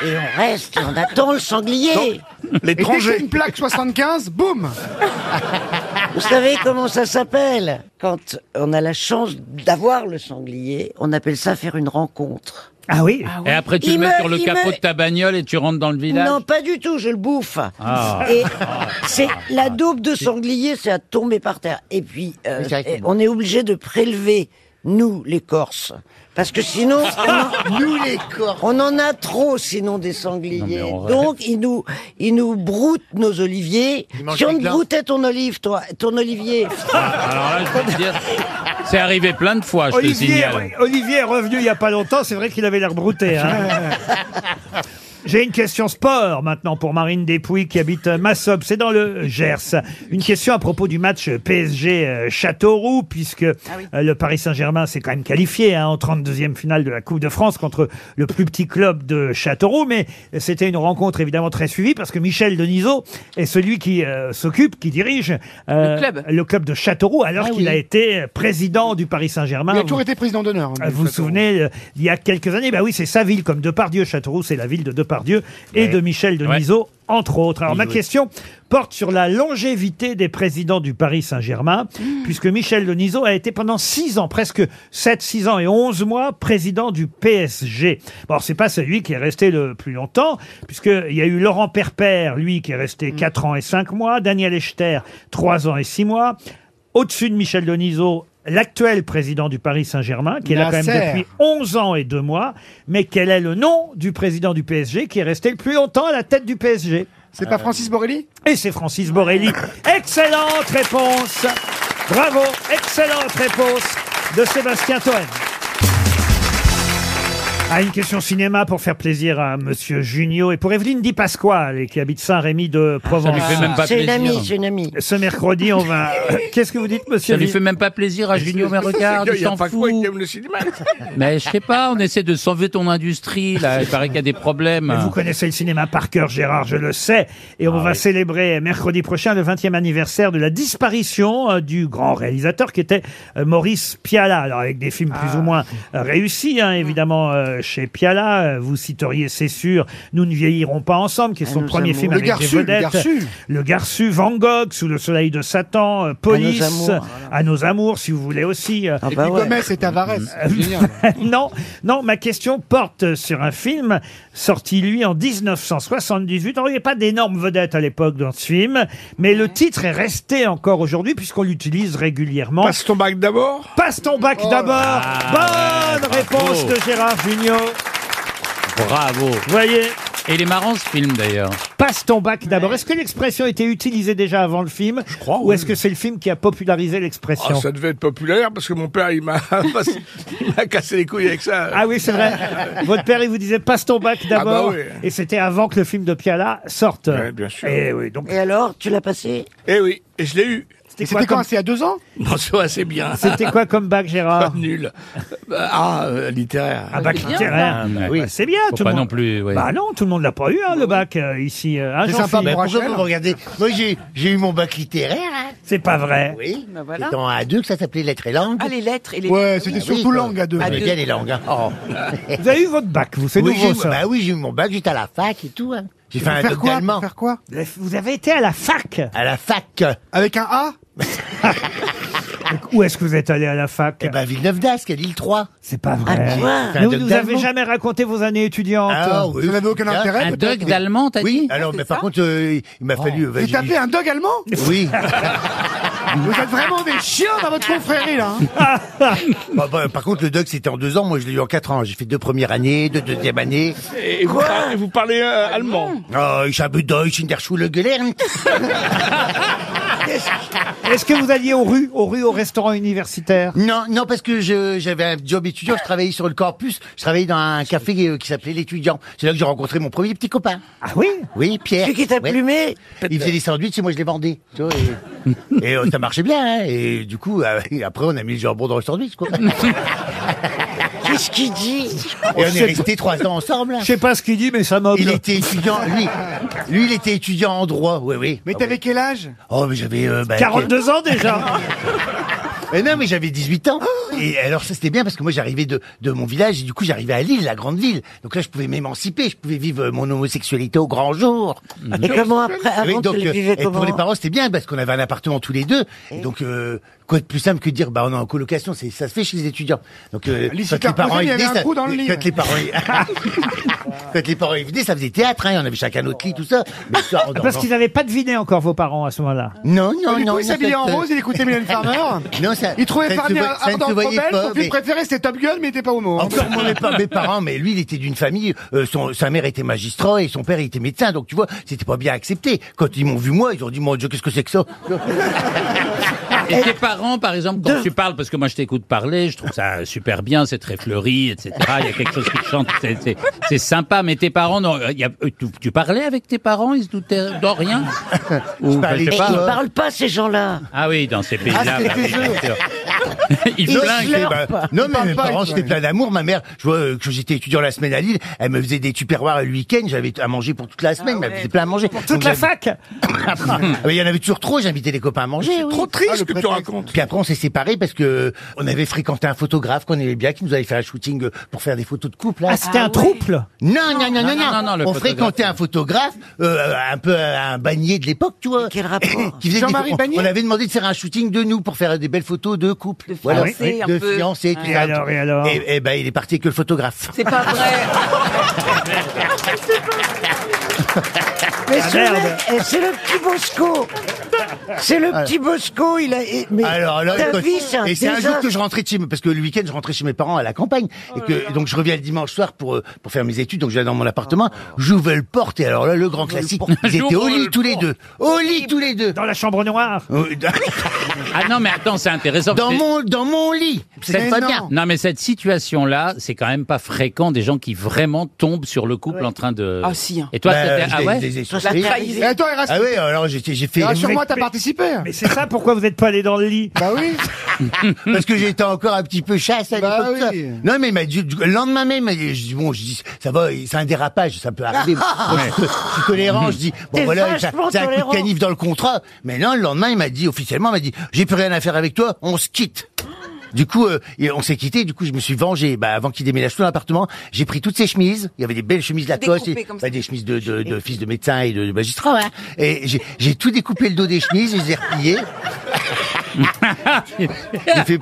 S5: Et on reste, on attend le sanglier.
S3: Et dès qu'il y a une plaque 75, boum
S5: Vous savez comment ça s'appelle Quand on a la chance d'avoir le sanglier, on appelle ça faire une rencontre.
S2: Ah oui
S4: Et après, tu
S5: Il
S4: le mets
S5: me-
S4: sur le
S5: il
S4: capot
S5: me-
S4: de ta bagnole et tu rentres dans le village.
S5: Non, pas du tout, je le bouffe.
S4: Ah.
S5: Et c'est la daube de sanglier, c'est à tomber par terre. Et puis, euh,
S4: Oui, c'est vrai que-
S5: et on est obligé de prélever, nous, les Corses. Parce que sinon,
S9: Ah,
S5: nous les Corses, on en a trop sinon des sangliers.
S4: on rêve.
S5: Donc ils nous, ils nous broutent nos oliviers.
S4: mangent
S5: Si on
S4: les
S5: te
S4: glands.
S5: broutait ton olive, toi, ton olivier.
S4: Alors là, je peux te dire, c'est arrivé plein de fois, je te
S2: Olivier,
S4: signale.
S2: oui, Olivier est revenu il n'y a pas longtemps, c'est vrai qu'il avait l'air brouté. hein. J'ai une question sport maintenant pour Marine Despouy qui habite Massob, c'est dans le Gers. Une question à propos du match PSG euh, Châteauroux puisque
S3: Ah
S2: euh, le Paris Saint-Germain s'est quand même qualifié hein, en 32e finale de la Coupe de France contre le plus petit club de Châteauroux mais c'était une rencontre évidemment très suivie parce que Michel Denisot est celui qui euh, s'occupe qui dirige euh,
S3: Le club.
S2: club de Châteauroux alors
S3: Ah
S2: qu'il
S3: oui.
S2: a été président du Paris Saint-Germain.
S3: Il a
S2: Vous-
S3: toujours été président d'honneur.
S2: ah, Vous vous souvenez, euh, il y a quelques années, bah oui, c'est sa ville, comme Depardieu, Châteauroux, c'est la ville de Depardieu et de Michel Denisot, entre autres. Alors, ma question porte sur la longévité des présidents du Paris Saint-Germain, puisque Michel Denisot a été pendant 6 ans, presque 7, 6 ans et 11 mois, président du PSG. Bon, alors, c'est pas celui qui est resté le plus longtemps, puisqu'il y a eu Laurent Perpère, lui, qui est resté 4 ans et 5 mois, Daniel Echter, 3 ans et 6 mois, au-dessus de Michel Denisot, l'actuel président du Paris Saint-Germain, qui est là quand même
S3: Nasser.
S2: depuis 11 ans et 2 mois. Mais quel est le nom du président du PSG qui est resté le plus longtemps à la tête du PSG
S3: C'est pas Francis Borelli
S2: Et c'est Francis Borelli. Excellente réponse Bravo Excellente réponse de Sébastien Toen. Ah, une question cinéma pour faire plaisir à Monsieur Junio et pour Evelyne Di Pasquale qui habite Saint-Rémy de Provence.
S4: Ah, lui fait même pas
S5: C'est une amie, c'est une amie.
S2: Ce mercredi, on va. Qu'est-ce que vous dites, monsieur
S4: Ça lui
S2: Vi-
S4: fait même pas plaisir à Junio, mais regarde, il s'en fout.
S8: le cinéma.
S4: Mais je sais pas, on essaie de sauver ton industrie, là. Il paraît qu'il y a des problèmes.
S2: Mais Vous connaissez le cinéma par cœur, Gérard, je le sais. Et
S3: Ah
S2: on va célébrer mercredi prochain le 20e anniversaire de la disparition euh, du grand réalisateur qui était euh, Maurice Piala. Alors avec des films
S3: Ah.
S2: plus ou moins euh, réussis, hein, évidemment,
S3: Mm.
S2: euh, chez Piala. Euh, Vous citeriez, c'est sûr, Nous ne vieillirons pas ensemble, qui est son
S3: Ah, nous
S2: premier
S3: amours.
S2: film
S3: Le
S2: avec
S3: Garçu,
S2: des
S3: le
S2: vedettes.
S3: Garçu.
S2: Le Garçu, Van Gogh, Sous le soleil de Satan, euh, Police,
S3: À nos amours, Ah, bah
S2: À nos amours, si vous voulez aussi. euh,
S3: Et puis Gomez et Tavares.
S8: Mm.
S2: Ah,
S3: Génial.
S2: non, non, ma question porte sur un film sorti, lui, en 1978. Alors, il n'y a pas d'énormes vedettes à l'époque dans ce film, mais le titre est resté encore aujourd'hui puisqu'on l'utilise régulièrement.
S8: Passe ton bac d'abord Oh. Ah,
S2: Passe ton bac d'abord Bonne réponse de Gérard Junior.
S4: Bravo.
S2: Voyez.
S4: Et il est marrant ce film d'ailleurs.
S2: Passe ton bac d'abord. Est-ce que l'expression était utilisée déjà avant le film Je crois. Ou est-ce que c'est le film qui a popularisé
S8: Ah,
S2: l'expression
S8: ça devait être populaire parce que mon père il m'a il m'a cassé les couilles avec ça.
S2: Ah oui, c'est vrai. Votre père, il vous disait passe ton bac d'abord.
S8: Ah bah oui.
S2: Et c'était avant que le film de Piala sorte.
S8: Ouais, bien sûr.
S2: Et oui, donc
S5: Et alors, tu l'as passé
S8: Eh oui, et je l'ai eu.
S2: C'était quoi comme-
S3: C'est à deux ans
S8: Non, c'est assez bien.
S2: C'était quoi comme bac, Gérard
S8: Nul. Bah, Ah, euh, littéraire.
S2: Un bac littéraire.
S4: Ah,
S2: oui.
S4: ouais.
S2: c'est bien,
S4: Faut
S2: tout le
S4: pas
S2: monde.
S4: non plus, ouais.
S2: Bah non, tout le monde l'a pas eu, hein, le bac, euh, ici. euh, hein,
S9: C'est
S2: Jean-Philippe
S9: sympa, mais Bah, pourquoi vous me regardez Moi, j'ai j'ai eu mon bac littéraire. hein.
S2: C'est pas vrai.
S9: Oui,
S7: Ben voilà.
S9: c'est en A2 que ça s'appelait lettres et langues.
S7: Ah, les lettres et les
S9: Ouais,
S7: Ah
S9: c'était
S7: oui.
S9: surtout langue à deux.
S7: À
S9: J'aimais
S7: deux.
S9: bien les langues. hein. Oh.
S2: Vous avez eu votre bac, vous, c'est
S9: oui,
S2: nouveau,
S9: j'ai-
S2: ça.
S9: bah oui, j'ai eu mon bac, j'étais à la fac et tout. hein. J'ai fait
S3: Pour
S9: un
S3: faire
S9: doc
S3: quoi
S9: d'allemand.
S3: Pour faire quoi
S2: Vous avez été à la fac
S9: À la fac.
S3: Avec un A
S2: Où est-ce que vous êtes allé à la fac Eh ben, Villeneuve d'Ascq, à Lille 3. C'est pas vrai.
S4: Ah, quoi C'est
S2: Mais vous
S4: un
S2: nous
S4: doc
S2: avez
S4: d'allemand.
S2: jamais raconté vos années étudiantes.
S9: Ah, oui. Un-
S4: Un
S9: peut-être,
S4: dog
S9: oui.
S4: d'allemand, t'as
S9: Oui,
S4: dit
S9: alors, mais par contre, euh, il m'a fallu.
S4: Vous tapez
S9: un dog allemand Oui.
S3: Vous êtes vraiment des chiens dans votre confrérie, là. hein.
S9: Bah, bah, par contre, le dog, c'était en deux ans. Moi, je l'ai eu en quatre ans. J'ai fait deux premières années, deux deuxième années.
S8: Et vous, parlez, vous parlez, euh, allemand
S9: Oh, ich habe Deutsch in der Schule gelernt.
S2: Est-ce que vous alliez aux rues, aux rues, aux restaurants universitaires
S9: Non, non, parce que je- j'avais un job étudiant. Je travaillais sur le campus. Je travaillais dans un café euh, qui s'appelait l'étudiant. C'est là que j'ai rencontré mon premier petit copain.
S2: Ah oui
S9: Oui, Pierre.
S5: Celui qui t'a
S9: Ouais.
S5: plumé
S9: Il faisait des sandwichs et moi, je les vendais. tu vois, et et, euh, ça marchait bien. hein. Et du coup, euh, après, on a mis le jambon dans le sandwich, quoi.
S5: Qu'est-ce qu'il dit
S9: Et on est restés trois ans ensemble. hein.
S2: Je sais pas ce qu'il dit, mais ça m'a.
S9: Il était étudiant, lui. Lui, il était étudiant en droit, oui, oui. Mais t'avais
S3: quel âge
S9: Oh, mais j'avais. euh, bah,
S2: 42 ans déjà
S9: Mais non, mais j'avais 18 ans. Et alors, ça, c'était bien parce que moi, j'arrivais de, de mon village et du coup, j'arrivais à Lille, la grande ville. Donc là, je pouvais m'émanciper, je pouvais vivre euh, mon homosexualité au grand jour.
S5: Mhm. Et comment après- avant, tu le
S9: euh,
S5: vivais
S9: et
S5: comment
S9: Pour les parents, c'était bien parce qu'on avait un appartement tous les deux. Et donc, euh, quoi de plus simple que de dire, bah, on est en colocation, c'est, ça se fait chez les étudiants. Donc, euh,
S3: Lycée Carpentier, il y avait
S9: venaient,
S3: un
S9: ça-
S3: trou dans le lit,
S9: quand les parents, quand les parents, ils venaient, ça faisait théâtre, hein, on avait chacun notre lit, tout ça. Mais le soir, on
S2: Ah, Parce
S9: dormait-
S2: qu'ils n'avaient pas deviné encore vos parents à ce moment-là.
S9: Non, non,
S3: Du
S9: non.
S3: coup, il s'habillait en rose, il écoutait Mylène Farmer.
S9: euh, Non, ça.
S3: Il trouvait
S9: ça ne
S3: Farmer
S9: se voit- ça ne se
S3: ardent
S9: voyait
S3: rebelle.
S9: pas,
S3: Son
S9: mais-
S3: film préféré, c'était Top Gun, mais il était pas homo. hein.
S9: Encore mon épa- mes parents, mais lui, il était d'une famille. euh, son, sa mère était magistrat et son père il était médecin. Donc tu vois, c'était pas bien accepté. Quand ils m'ont vu moi, ils ont dit mon Dieu, qu'est-ce que c'est que ça
S4: Et tes parents, par exemple, quand tu parles, parce que moi je t'écoute parler, je trouve ça super bien, c'est très fleuri, etc. Il y a quelque chose qui chante, c'est- c'est- c'est sympa. Mais tes parents, non, il y a- euh, tu, tu parlais avec tes parents, ils se doutaient de rien Ou,
S5: Mais
S4: je
S5: Ils
S4: sais pas.
S9: hein.
S5: parlent pas, ces gens-là.
S4: Ah oui, dans ces pays-là.
S5: Ah, c'était
S4: bah, bien
S5: eux.
S4: sûr.
S5: Ils
S9: Ils
S5: pleurent
S9: pleurent
S5: pas.
S9: pas. Bah, Non
S5: Ils
S9: mais
S5: parlent
S9: mes
S5: pas,
S9: parents
S5: ils
S9: c'était
S5: pleurent.
S9: plein d'amour. Ma mère, je vois euh, que j'étais étudiant la semaine à Lille, elle me faisait des tupperwares le week-end. J'avais à manger pour toute la semaine. Elle me faisait plein à manger. Pour
S2: toute la fac.
S9: Mais il y en avait toujours trop. J'invitais les copains à manger.
S8: C'est
S9: oui.
S8: trop triste Ah, le que tu prétexte. racontes.
S9: Puis après on s'est séparés parce que euh, on avait fréquenté un photographe qu'on aimait bien, qui nous avait fait un shooting euh, pour faire des photos de couple. là.
S2: Ah, c'était un trouble
S9: Non, non, non, non,
S4: Non,
S9: non.
S4: non, non, le
S9: on
S4: photographe.
S9: fréquentait un photographe, euh, un peu un bannier de l'époque, tu vois. Quel rapport qui faisait des-
S5: Jean-Marie
S9: on-
S5: Bagné
S9: on, avait demandé de faire un shooting de nous pour faire des belles photos de couple. De
S2: fiancés, un
S9: de
S2: peu.
S9: fiancés, tout
S2: Ah Et
S9: ça.
S2: alors, et alors
S9: et ben, il est parti avec le photographe.
S13: C'est pas vrai.
S5: Mais
S9: Ah,
S5: ce
S9: merde.
S5: mec, eh, c'est le petit Bosco. C'est le petit Bosco, il a. eh, Mais
S9: Ah. Alors là,
S5: ta
S9: écoute,
S5: vie, c'est un
S9: et c'est un jour
S5: désastre.
S9: que je rentrais de chez parce que le week-end je rentrais chez mes parents à la campagne et que donc je reviens le dimanche soir pour euh, pour faire mes études donc je vais dans mon appartement j'ouvre le porte et alors là le grand classique ils étaient au lit tous les deux au lit tous les deux
S2: dans la chambre noire
S4: Ah non, mais attends, c'est intéressant.
S9: dans
S4: C'est-
S9: mon dans mon lit c'est
S4: Cette-
S9: pas bien
S4: Non, mais cette situation-là, c'est quand même pas fréquent des gens qui vraiment tombent sur le couple en train de.
S7: Ah, si, hein.
S4: Et toi,
S9: Bah,
S4: c'était-
S9: je
S4: ah
S9: l'ai-
S4: ouais.
S9: je les ai
S4: Toi,
S9: sortis.
S7: la trahison.
S9: Et attends, il reste- Ah oui, alors j'ai j'ai fait.
S3: Rassure-moi, t'as participé.
S2: Mais c'est ça, pourquoi vous n'êtes pas allé dans le lit
S3: Bah oui.
S9: ah, Parce que j'étais encore un petit peu chasse à
S3: Bah
S9: l'époque, ça.
S3: oui.
S9: Non, mais il m'a dit, le lendemain même, il m'a dit- je dis, bon, je dis, ça va, c'est un dérapage, ça peut arriver. Moi, je, suis, je suis tolérant, je dis, bon,
S5: T'es
S9: voilà, ça-
S5: vachement
S9: c'est un coup
S5: tolérant.
S9: de canif dans le contrat. Mais non, le lendemain, il m'a dit, officiellement, il m'a dit, j'ai plus rien à faire avec toi, on se quitte. Du coup, euh, et on s'est quitté. Du coup, je me suis vengé. Bah, avant qu'il déménage tout l'appartement, j'ai pris toutes ses chemises. Il y avait des belles chemises Lacoste,
S7: Découpées
S9: et-
S7: comme
S9: bah, des chemises de, de, de fils de médecin et de, de magistrat. hein. Et j'ai- j'ai tout découpé le dos des chemises, je les ai repliées. J'ai fait-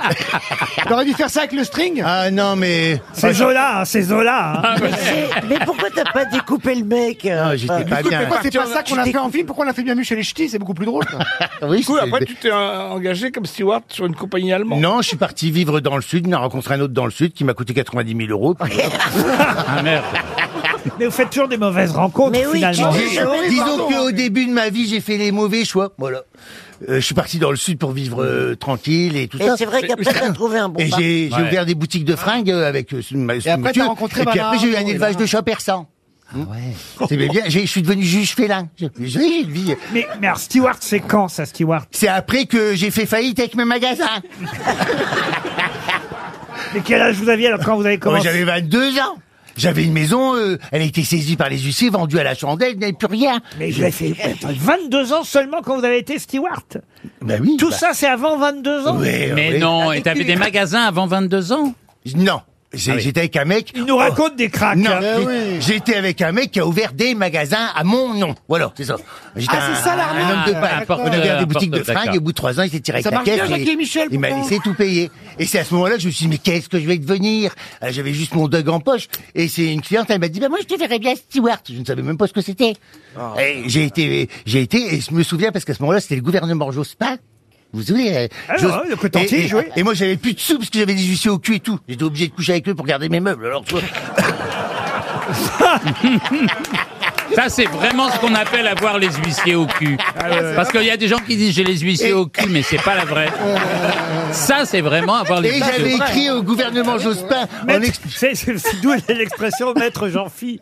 S3: T'aurais dû faire ça avec le string
S9: Ah non, mais.
S2: C'est Zola, hein, c'est Zola. hein.
S5: Mais, c'est- mais pourquoi t'as pas découpé le mec euh,
S9: Ah, Non, j'étais
S5: enfin,
S9: pas
S3: Du coup,
S9: bien.
S3: pourquoi c'est pas ça qu'on a
S5: Tu
S3: fait en film Pourquoi on l'a fait bien mieux chez les ch'tis C'est beaucoup plus drôle. ça.
S9: Oui,
S8: Du coup,
S9: c'était-
S8: après, tu t'es euh, engagé comme steward sur une compagnie allemande.
S9: Non, je suis parti vivre dans le sud. On a rencontré un autre dans le sud qui m'a coûté 90 000 euros. Puis voilà.
S4: Ah merde.
S2: Mais vous faites toujours des mauvaises rencontres
S5: Mais oui,
S2: finalement.
S5: tu
S9: Dis- Disons qu'au début de ma vie, j'ai fait les mauvais choix. Voilà. Euh, je suis parti dans le sud pour vivre euh, tranquille et tout
S5: Et
S9: ça.
S5: c'est vrai qu'après t'as trouvé un bon
S9: Et
S5: bar.
S9: j'ai j'ai
S4: Ouais.
S9: ouvert des boutiques de fringues euh, avec euh, ce- ma- ce
S3: après,
S9: monsieur.
S3: t'as rencontré
S9: Et puis
S3: Bernard
S9: après, j'ai eu un
S13: hein,
S3: Arnault,
S9: élevage
S3: là.
S9: de chats persans. C'est bien. J'ai- Je suis devenu juge félin. J'ai j'ai une vie.
S2: Mais, mais alors, Stewart, c'est quand ça, Stewart
S9: C'est après que j'ai fait faillite avec mes magasins.
S2: Mais quel âge vous aviez alors quand vous avez
S9: Moi,
S2: commencé
S9: Oh, J'avais 22 ans. J'avais une maison, euh, elle a été saisie par les huissiers, vendue à la chandelle, je n'avais plus rien.
S2: Mais vous avez fait attends, 22 ans seulement quand vous avez été Stewart.
S9: Ben oui.
S2: Tout
S9: bah,
S2: ça, c'est avant 22 ans
S9: ouais,
S4: Mais
S9: ouais.
S4: non, et t'avais des magasins avant 22 ans Ah
S9: Non. J'ai- J'étais avec un mec.
S2: Ah
S9: Oh.
S2: Il nous raconte des cracks.
S9: Non,
S2: hein.
S9: j'ai- j'étais avec un mec qui a ouvert des magasins à mon nom. Voilà, c'est ça. J'étais
S13: Ah, c'est ça, l'arnaque.
S9: Un homme de
S13: Ah,
S9: paille.
S13: d'accord.
S9: On avait
S13: Un
S9: des boutiques de
S13: porteur,
S9: fringues et au bout de trois ans, il s'est tiré
S13: Ça
S9: avec la
S13: marche bien,
S9: caisse. et
S13: Jackie et Michel,
S9: il m'a
S13: pourtant.
S9: laissé tout payer. Et c'est à ce moment-là que je me suis dit, mais qu'est-ce que je vais devenir Euh, J'avais juste mon dog en poche. Et c'est une cliente, elle m'a dit, bah, moi, je te verrais bien Stewart. Je ne savais même pas ce que c'était.
S13: Ah.
S9: Et J'ai été, j'ai été, et je me souviens parce qu'à ce moment-là, c'était le gouvernement Jospin. Vous vous souvenez euh,
S2: Ah,
S9: Jos-
S2: ouais, le potentier,
S9: et, et-
S2: jouer.
S9: et moi, j'avais plus de sous parce que j'avais des huissiers au cul et tout. J'étais obligé de coucher avec eux pour garder mes meubles. Alors, tu vois.
S4: Ça, c'est vraiment ce qu'on appelle avoir les huissiers au cul.
S9: Ah ouais.
S4: Parce qu'il y a des gens qui disent j'ai les huissiers au cul, mais c'est pas la vraie. Ça, c'est vraiment
S13: Oh,
S4: avoir les
S9: Et
S4: huissiers
S9: j'avais
S4: au cul.
S13: hein.
S9: écrit au gouvernement Jospin.
S2: Maître- c'est- c'est- c'est D'où l'expression maître Jean-Phi.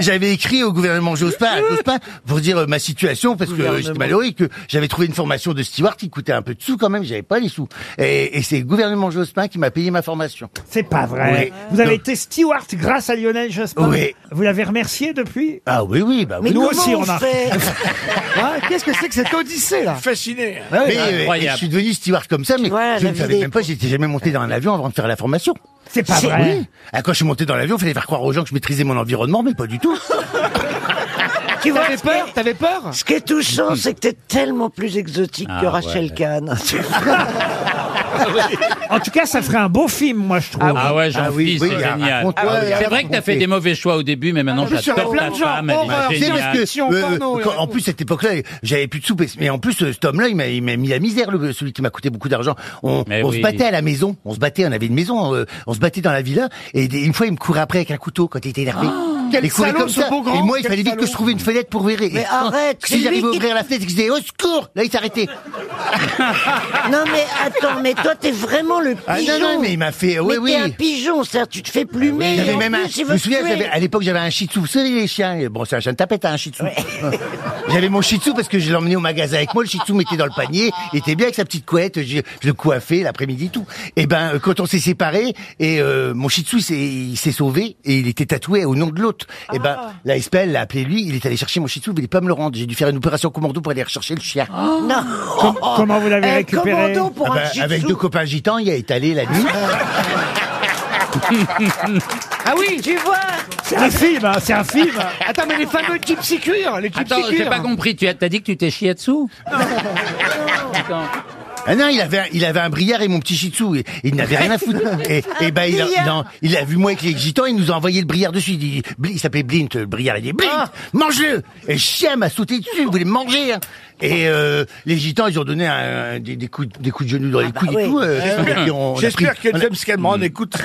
S9: J'avais écrit au gouvernement Jospin, à Jospin, pour dire euh, ma situation, parce que euh, j'étais malheureux et que j'avais trouvé une formation de steward qui coûtait un peu de sous quand même, j'avais pas les sous. Et, et c'est le gouvernement Jospin qui m'a payé ma formation.
S2: C'est pas vrai. Vous avez été steward grâce à Lionel Jospin.
S9: Oui.
S2: Vous l'avez remercié depuis
S9: Ah oui, oui, bah oui.
S2: Mais Nous comment aussi, on on a- fait
S6: Ah, Qu'est-ce que c'est que cette odyssée là
S8: Fasciné.
S3: Ah
S9: Ouais, mais, euh, je suis devenu steward comme ça, mais je
S6: la
S9: ne
S6: vie
S9: savais
S6: des
S9: même pas, j'étais jamais monté dans un avion avant de faire la formation.
S2: C'est pas vrai.
S9: Oui. Ah, quand je suis monté dans l'avion, il fallait faire croire aux gens que je maîtrisais mon environnement, mais pas du tout.
S5: Tu vois, t'avais peur T'avais peur Ce qui est touchant, c'est que t'es tellement plus exotique que
S2: Ah,
S5: Rachel
S2: ouais.
S5: Kahn.
S2: En tout cas, ça ferait un beau film, moi, je trouve.
S4: Ah ouais, jean philippe c'est génial. Ah c'est vrai que t'as fait des mauvais choix au début, mais maintenant
S9: Ah, Je
S4: Ah j'adore ta femme, elle est
S9: Tu sais, parce
S4: géniale.
S9: que, euh, quand- en plus, cette époque-là, j'avais plus de soupe. Mais en plus, euh, cet homme-là, il m'a il m'a mis la misère, le- celui qui m'a coûté beaucoup d'argent. On, on
S4: oui.
S9: se battait à la maison. On se battait, on avait une maison. euh, on se battait dans la villa. Et des- une fois, il me courait après avec un couteau quand il était énervé.
S6: Quel
S9: il courait
S6: salaud,
S9: comme
S6: ce
S9: ça.
S6: beau grand,
S9: et moi, il
S6: quel
S9: fallait vite que je trouvais une fenêtre pour verrer.
S5: Mais arrête, c'est
S9: Si j'arrivais
S5: lui
S9: à
S5: qui-
S9: ouvrir la fenêtre, et que je disais, au secours! Là, il s'arrêtait.
S5: non mais attends, mais toi t'es vraiment le pigeon.
S9: Ah non, non, mais il m'a fait- oui,
S5: Mais
S9: oui. Ah
S5: T'es un pigeon, c'est-à-dire tu te fais plumer. et
S9: J'avais
S5: en
S9: même un,
S5: plus, il
S9: je
S5: veut
S9: me
S5: te
S9: souviens,
S5: tuer.
S9: j'avais- à l'époque, j'avais un shih tzu. Vous savez, les chiens, euh, bon, c'est un chien de tapette, hein, un shih tzu. j'avais mon shih tzu parce que je l'emmenais au magasin avec moi. Le shih tzu m'était dans le panier, il était bien avec sa petite couette. Je, je le coiffais l'après-midi, tout. Et ben, euh, quand on s'est séparés, et euh, mon shih tzu, il s'est- il s'est sauvé et il était tatoué au nom de l'autre. Et ben,
S5: Ah.
S9: la SPL l'a appelé lui, il est allé chercher mon shih tzu, il voulait pas me le rendre. J'ai dû faire une opération commando pour aller rechercher le chien.
S5: Non.
S2: Oh Com- comment vous l'avez récupéré
S9: Ah ben, Avec deux copains gitans, il a étalé la nuit.
S6: Ah oui Tu vois
S2: C'est un film, hein, c'est un film.
S6: Attends, mais les fameux gypsy cure, les gypsy
S4: Attends, j'ai
S6: cure.
S2: hein.
S4: pas compris, tu as, t'as dit que tu t'es chié dessous
S9: Ah non, il avait, un- il avait un brillard et mon petit shih tzu. et- Il n'avait rien à foutre. Et, et ben, il a, non, il a vu moi avec les gitans, il nous a envoyé le brillard dessus. Il, dit- Bli- il s'appelait Blint, le brillard. Il dit, Blint, mange-le! Et le chien m'a sauté dessus, il voulait me manger. hein. Et euh, les gitans, ils ont donné un- des, des coups, des coups de genoux dans les couilles et tout. euh, et puis on- on a
S8: J'espère
S9: pris-
S8: que
S9: on a-
S8: James Cameron écoute.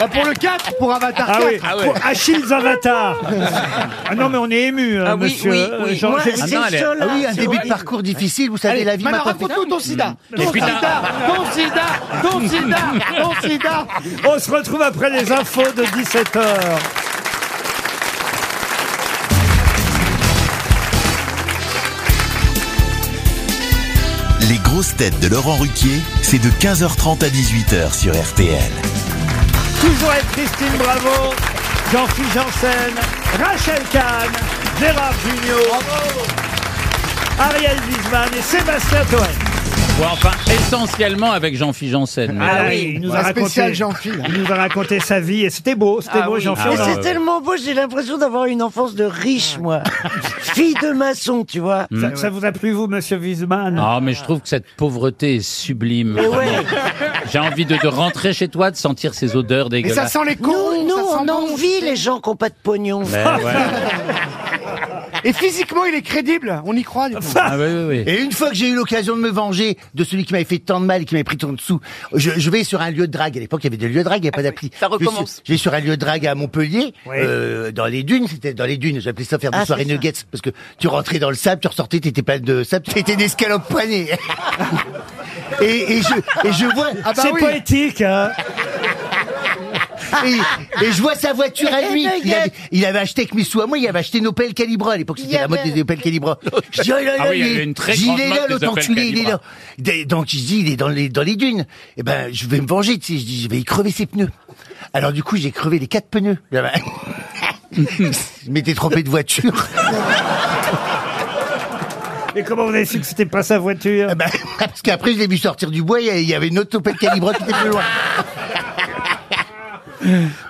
S6: Ah, Pour le 4, pour Avatar
S2: Ah
S6: 4.
S2: oui, pour Achille's Avatar. ah non, mais on est ému, hein, monsieur. euh, Jean-
S6: Moi,
S2: Jean-
S6: c'est
S2: Ah non, elle est-
S6: cela,
S9: Ah oui, un
S6: c'est
S9: début de
S6: horrible.
S9: parcours difficile, vous savez,
S6: Allez,
S9: la vie Mm.
S6: maintenant,
S9: m'a pas fait-
S6: raconte-nous ton sida.
S9: Et
S6: Ton
S9: puis,
S6: sida, ton sida, ton sida, ton sida.
S2: On se retrouve après les infos de 17h.
S1: Les grosses têtes de Laurent Ruquier, c'est de 15h30 à 18h sur RTL.
S2: Toujours avec Christine Bravo, Jean-Philippe Janssen, Rachel Kahn, Gérard Junior, Ariel Wiesman et Sébastien Toen.
S4: Ou enfin, essentiellement avec Jean-Philippe Janssen. mais-
S2: Ah oui, il nous a raconté, il nous a raconté sa vie et c'était beau, c'était
S5: Ah
S2: beau
S5: oui.
S2: Jean-Philippe.
S5: Mais
S4: Ah,
S5: c'est
S4: ouais.
S5: tellement beau, j'ai l'impression d'avoir une enfance de riche, moi. Fille de maçon, tu vois.
S4: Mm.
S2: Ça, ça vous a plu, vous, monsieur Wiesman
S4: Ah, mais je trouve que cette pauvreté est sublime.
S5: Mais ouais.
S4: vraiment. J'ai envie de, de rentrer chez toi, de sentir ces odeurs dégueulasses.
S5: les cons. Nous, nous, on envie les gens qui n'ont pas de pognon.
S4: Mais ouais.
S6: Et physiquement, il est crédible. On y croit. Du coup.
S9: Ah Et une fois que j'ai eu l'occasion de me venger de celui qui m'avait fait tant de mal et qui m'avait pris tant de sous, je, je vais sur un lieu de drague. À l'époque, il y avait des lieux de drague, il n'y avait pas d'appli.
S6: Ah ça recommence.
S9: Je suis- Je vais sur un lieu de drague à Montpellier, euh, dans les dunes. C'était dans les dunes. J'appelais ça faire des
S6: Ah,
S9: soirées
S6: c'est ça.
S9: nuggets parce que tu rentrais dans le sable, tu ressortais, t'étais pas de sable, t'étais des scalopes poignées. et, et je, et je vois.
S2: Ah bah C'est oui. poétique. Hein.
S9: Et, et je vois sa voiture à lui.
S13: Nuggets.
S9: Il avait, il avait acheté avec mes sous à moi, il avait acheté une Opel Calibra à l'époque. C'était
S13: Il y
S9: la mode
S13: avait-
S9: des Opel Calibra. Je dis, oh là là,
S13: Ah oui, il
S9: il
S13: y
S9: est-
S13: avait une très
S9: il
S13: grande
S9: est
S13: mode
S9: là,
S13: des
S9: l'autre
S13: Opel
S9: enculé, il est
S13: Calibra.
S9: là. Des- Donc il se dit, il est dans les, dans les dunes. Eh ben, je vais me venger, tu sais. Je dis, je vais y crever ses pneus. Alors du coup, j'ai crevé les quatre pneus. là-bas. je m'étais trompé de voiture.
S2: Et comment vous avez su que c'était pas sa
S9: Eh
S2: voiture
S9: ben, Parce qu'après, je l'ai vu sortir du bois, il y a- il y avait une autre topette calibre qui était plus loin.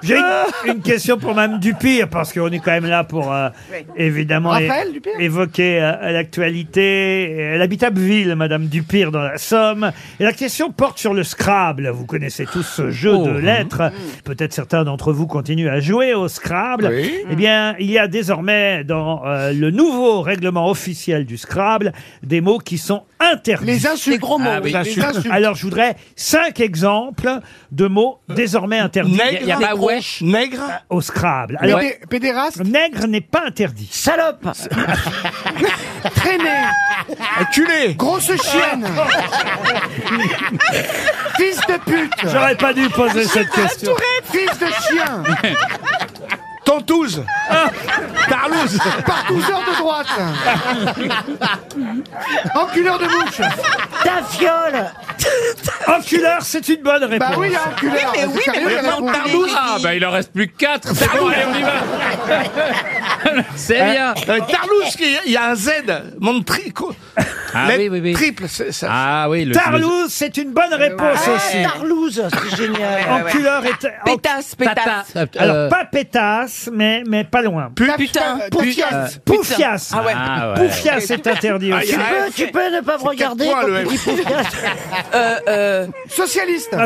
S2: J'ai une, une question pour Mme Dupire, parce qu'on est quand même là pour, euh,
S13: Oui.
S2: évidemment, é-
S13: Raphaël Dupire
S2: évoquer euh, l'actualité. Elle habite Abbeville, Mme Dupire, dans la Somme. Et la question porte sur le Scrabble. Vous connaissez tous ce jeu
S13: Oh,
S2: de
S13: hum.
S2: lettres. Peut-être certains d'entre vous continuent à jouer au Scrabble.
S13: Oui.
S2: Eh bien, il y a désormais, dans euh, le nouveau règlement officiel du Scrabble, des mots qui sont interdits. Les insultes. Les gros
S13: mots, Ah oui, oui, les les insultes.
S2: Alors, je voudrais cinq exemples de mots désormais interdits.
S13: Nègre, Y a- y a pas wesh
S2: Nègre Au Scrabble.
S13: Pédé-
S2: pédéraste Nègre n'est pas interdit. Salope
S13: Traîner.
S2: Culé
S13: Grosse chienne. Fils de pute.
S2: J'aurais pas dû poser cette question.
S13: Fils de chien.
S8: Tantouze Tarlouze
S13: Partouzeur de droite. Enculeur de mouche. Ta fiole.
S2: Enculeur, c'est une bonne réponse.
S13: Bah oui, enculeur.
S4: Mais oui,
S13: C'est
S4: mais
S13: sérieux,
S4: le
S13: la
S4: monde
S13: réponse.
S4: Tarlouze. Ah, bah il en reste plus que 4. Tarlouze, allez, on y va. C'est bien.
S8: Tarlouze, il y a- Euh, il y a un Z. Mon tri- co-
S4: Ah
S8: lettre
S4: oui, oui, oui.
S8: Triple, c'est ça.
S4: Ah oui, le.
S2: Tarlouze, c'est une bonne réponse
S4: ouais.
S2: aussi. Tarlouze, c'est génial. Enculeur et...
S7: Pétasse, pétasse.
S2: Tata. Alors, pas pétasse, mais, mais pas loin.
S7: Putain, Euh, putain.
S2: Poufias. Poufias.
S7: Ah ouais.
S13: Ah ouais.
S2: Poufias est interdit aussi.
S13: Tu peux, tu peux ne pas me regarder
S7: quatre
S13: quand
S7: points,
S13: tu dis
S7: le
S13: Poufias.
S7: Euh, euh,
S13: Socialiste.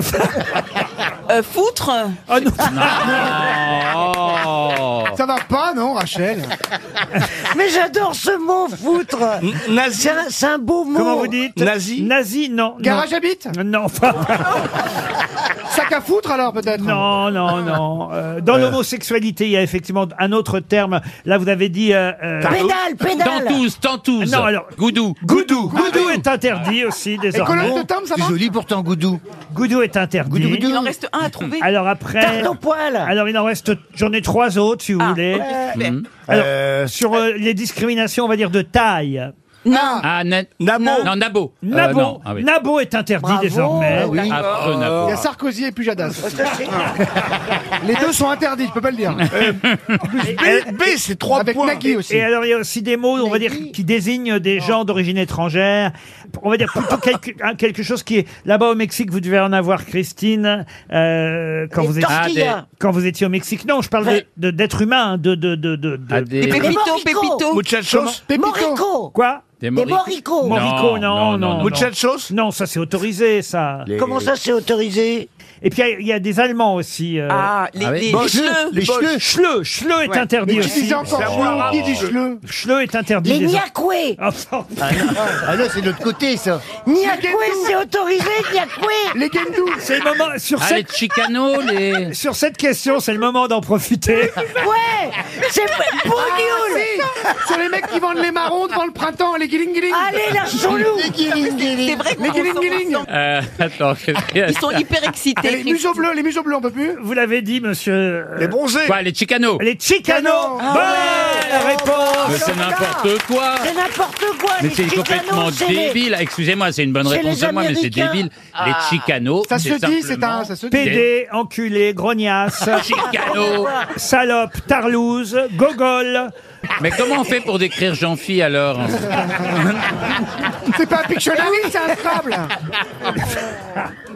S7: euh, foutre
S2: Oh non
S13: Ah. Ça va pas, non, Rachel Mais j'adore ce mot, foutre.
S8: Nazi.
S13: C'est un, c'est un beau mot.
S2: Comment vous dites
S8: Nazi
S2: Nazi, non.
S13: Garage
S2: non.
S13: à bite
S2: Non, pas...
S13: Sac à foutre, alors, peut-être
S2: Non, non, non. Euh, dans l'homosexualité, il y a effectivement un autre terme. Là, vous avez dit. Euh, euh,
S13: Pédale, pédale.
S4: Tantouze, tantouze.
S2: Non, alors.
S4: Goudou.
S2: Goudou. Goudou est interdit aussi, désormais.
S13: Ah, Colonne de timbre, ça marche
S2: joli pourtant, Goudou. Goudou est interdit.
S7: Il en reste un à trouver.
S2: Alors après.
S7: Tarte au
S2: poil Alors il en reste. J'en ai trois autres, si vous voulez.
S7: ouais.
S2: Mhm. Alors, sur euh, les discriminations, on va dire de taille.
S7: Non.
S4: Ah, na- Nabo. Non, Nabo. Euh,
S2: Nabo,
S4: non, ah oui.
S2: Nabo est interdit
S4: Bravo.
S2: désormais.
S4: Ah oui. Affreux Nabo.
S13: Il y a Sarkozy et Pujadas. Les deux sont interdits, je peux pas le dire.
S2: Euh, B, c'est trois
S13: points. Nagui aussi. Oh.
S2: Et alors, il y a aussi des mots, on va dire, qui désignent des gens d'origine étrangère. On va dire plutôt quelque, hein, quelque chose qui est là-bas au Mexique. Vous devez en avoir, Christine, euh, quand
S13: Des
S2: vous étiez
S13: tortillas.
S2: Ah, des- quand vous étiez au Mexique. Non, je parle de- de d'être humain, hein, de de de de. de-
S13: Des Pépito, Pépito.
S2: Comment
S13: Morico.
S2: Quoi
S4: Des Morico.
S13: Morico.
S2: Morico, non, non, non.
S13: Muchachos
S2: Non, ça c'est autorisé, ça.
S13: Les- Comment ça,
S2: c'est autorisé Et puis il y a- il y, a des Allemands aussi. euh.
S13: Ah, les- Ah oui. les
S2: Bon,
S13: Schleux. Les Schleux.
S2: Schleux, Schleux est
S13: Ouais.
S2: interdit
S13: Mais qui
S2: aussi.
S13: disait encore C'est à Schleux moi, Qui dit bravo. Schleux
S2: Schleux est interdit.
S13: Les
S2: désormais.
S13: Niakoué.
S2: Ah, non.
S9: Ah non, c'est de l'autre côté, ça.
S13: Niakoué, c'est autorisé, Niakoué. Les Gendou.
S2: C'est le moment sur
S4: Ah, les
S2: cette
S4: Chicanos, les.
S2: sur cette question, c'est le moment d'en profiter.
S13: Ouais C'est Bougnoul C'est les mecs qui vendent les marrons devant le printemps, les guiling guiling Allez, la chelou Les guiling guiling C'est vrai Les guiling guiling
S4: Euh, attends, Ils
S13: Les museaux bleus, les museaux bleus, on peut plus
S2: Vous l'avez dit, monsieur. euh,
S4: Les bronzés. Quoi, les Chicanos.
S2: Les Chicanos.
S13: Ah
S2: Bonne réponse.
S4: Mais c'est n'importe quoi.
S13: C'est n'importe quoi
S4: Mais
S13: les
S4: c'est
S13: Chicanos,
S4: complètement
S13: c'est les-
S4: débile. Excusez-moi, c'est une bonne
S13: c'est
S4: réponse
S13: les
S4: de moi, mais c'est
S13: Américains.
S4: débile. Les
S13: Ah.
S4: Chicanos.
S13: Ça se
S4: c'est
S13: dit, c'est
S4: simplement
S13: un- ça se dit.
S4: des-
S2: PD, enculé, grognasse.
S4: Chicano.
S2: Salope, tarlouse, gogol.
S4: Mais comment on fait pour décrire Jean-Phi alors
S13: C'est pas un Pictionary, c'est un Scrabble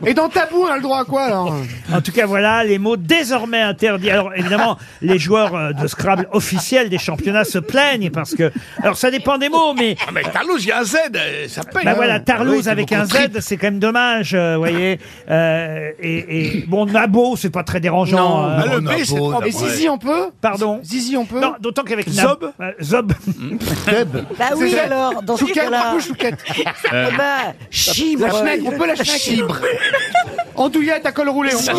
S2: Et dans tabou, on a le droit à quoi alors En tout cas, voilà les mots désormais interdits. Alors évidemment, les joueurs euh, de Scrabble officiels des championnats se plaignent parce que. Alors ça dépend des mots, mais.
S8: Ah, mais Tarlouze, il y a un Z. euh, Ça paye.
S2: Bah voilà, Tarlouse avec un
S8: Z.
S2: Z, c'est quand même dommage, vous voyez. Euh, et, et- bon, Nabo, c'est pas très dérangeant.
S13: Non,
S3: Ah,
S2: euh,
S13: bah, le B, c'est propre. Et Zizi, on peut
S2: Pardon
S13: Zizi, on peut
S2: Non, d'autant qu'avec
S13: Zob
S2: Nab- euh, Zob.
S13: Bah oui,
S2: C'est-
S13: alors, dans ce
S2: Chouquette,
S13: cas-là.
S2: pas bouche, Chouquette.
S13: Eh
S3: Bah,
S13: ben, chibre
S2: La schneck,
S13: on peut la
S2: schneck.
S13: Chibre Andouillette à col roulé, on peut.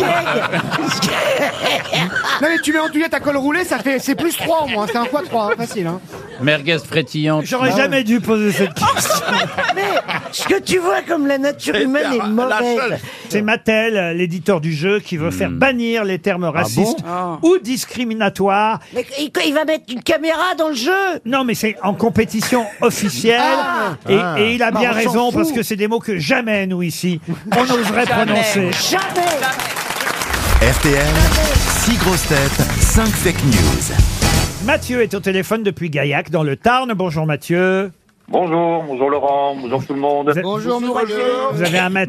S13: Non mais tu mets andouillette à col roulé, ça fait... C'est plus 3 au moins, c'est un fois 3, facile hein
S4: Merguez frétillante.
S2: J'aurais jamais dû poser cette question.
S5: Ce que tu vois comme la nature humaine est mauvaise.
S2: C'est Mattel, euh, l'éditeur du jeu, qui
S5: Hmm.
S2: veut faire bannir les termes
S5: Ah
S2: racistes
S13: Ah.
S2: ou discriminatoires.
S5: Mais il, il va mettre une caméra dans le jeu.
S2: Non, mais c'est en compétition officielle.
S5: Ah.
S2: et,
S5: Ah.
S2: et il a
S5: Bah,
S2: bien
S5: on s'en
S2: raison,
S5: fout.
S2: parce que c'est des mots que jamais, nous, ici, on n'oserait prononcer.
S5: Jamais.
S1: RTL, 6 grosses têtes, 5 fake news.
S2: Mathieu est au téléphone depuis Gaillac, dans le Tarn. Bonjour Mathieu.
S11: Bonjour, bonjour Laurent, bonjour tout le monde.
S2: Bonjour, Vous avez un, mat-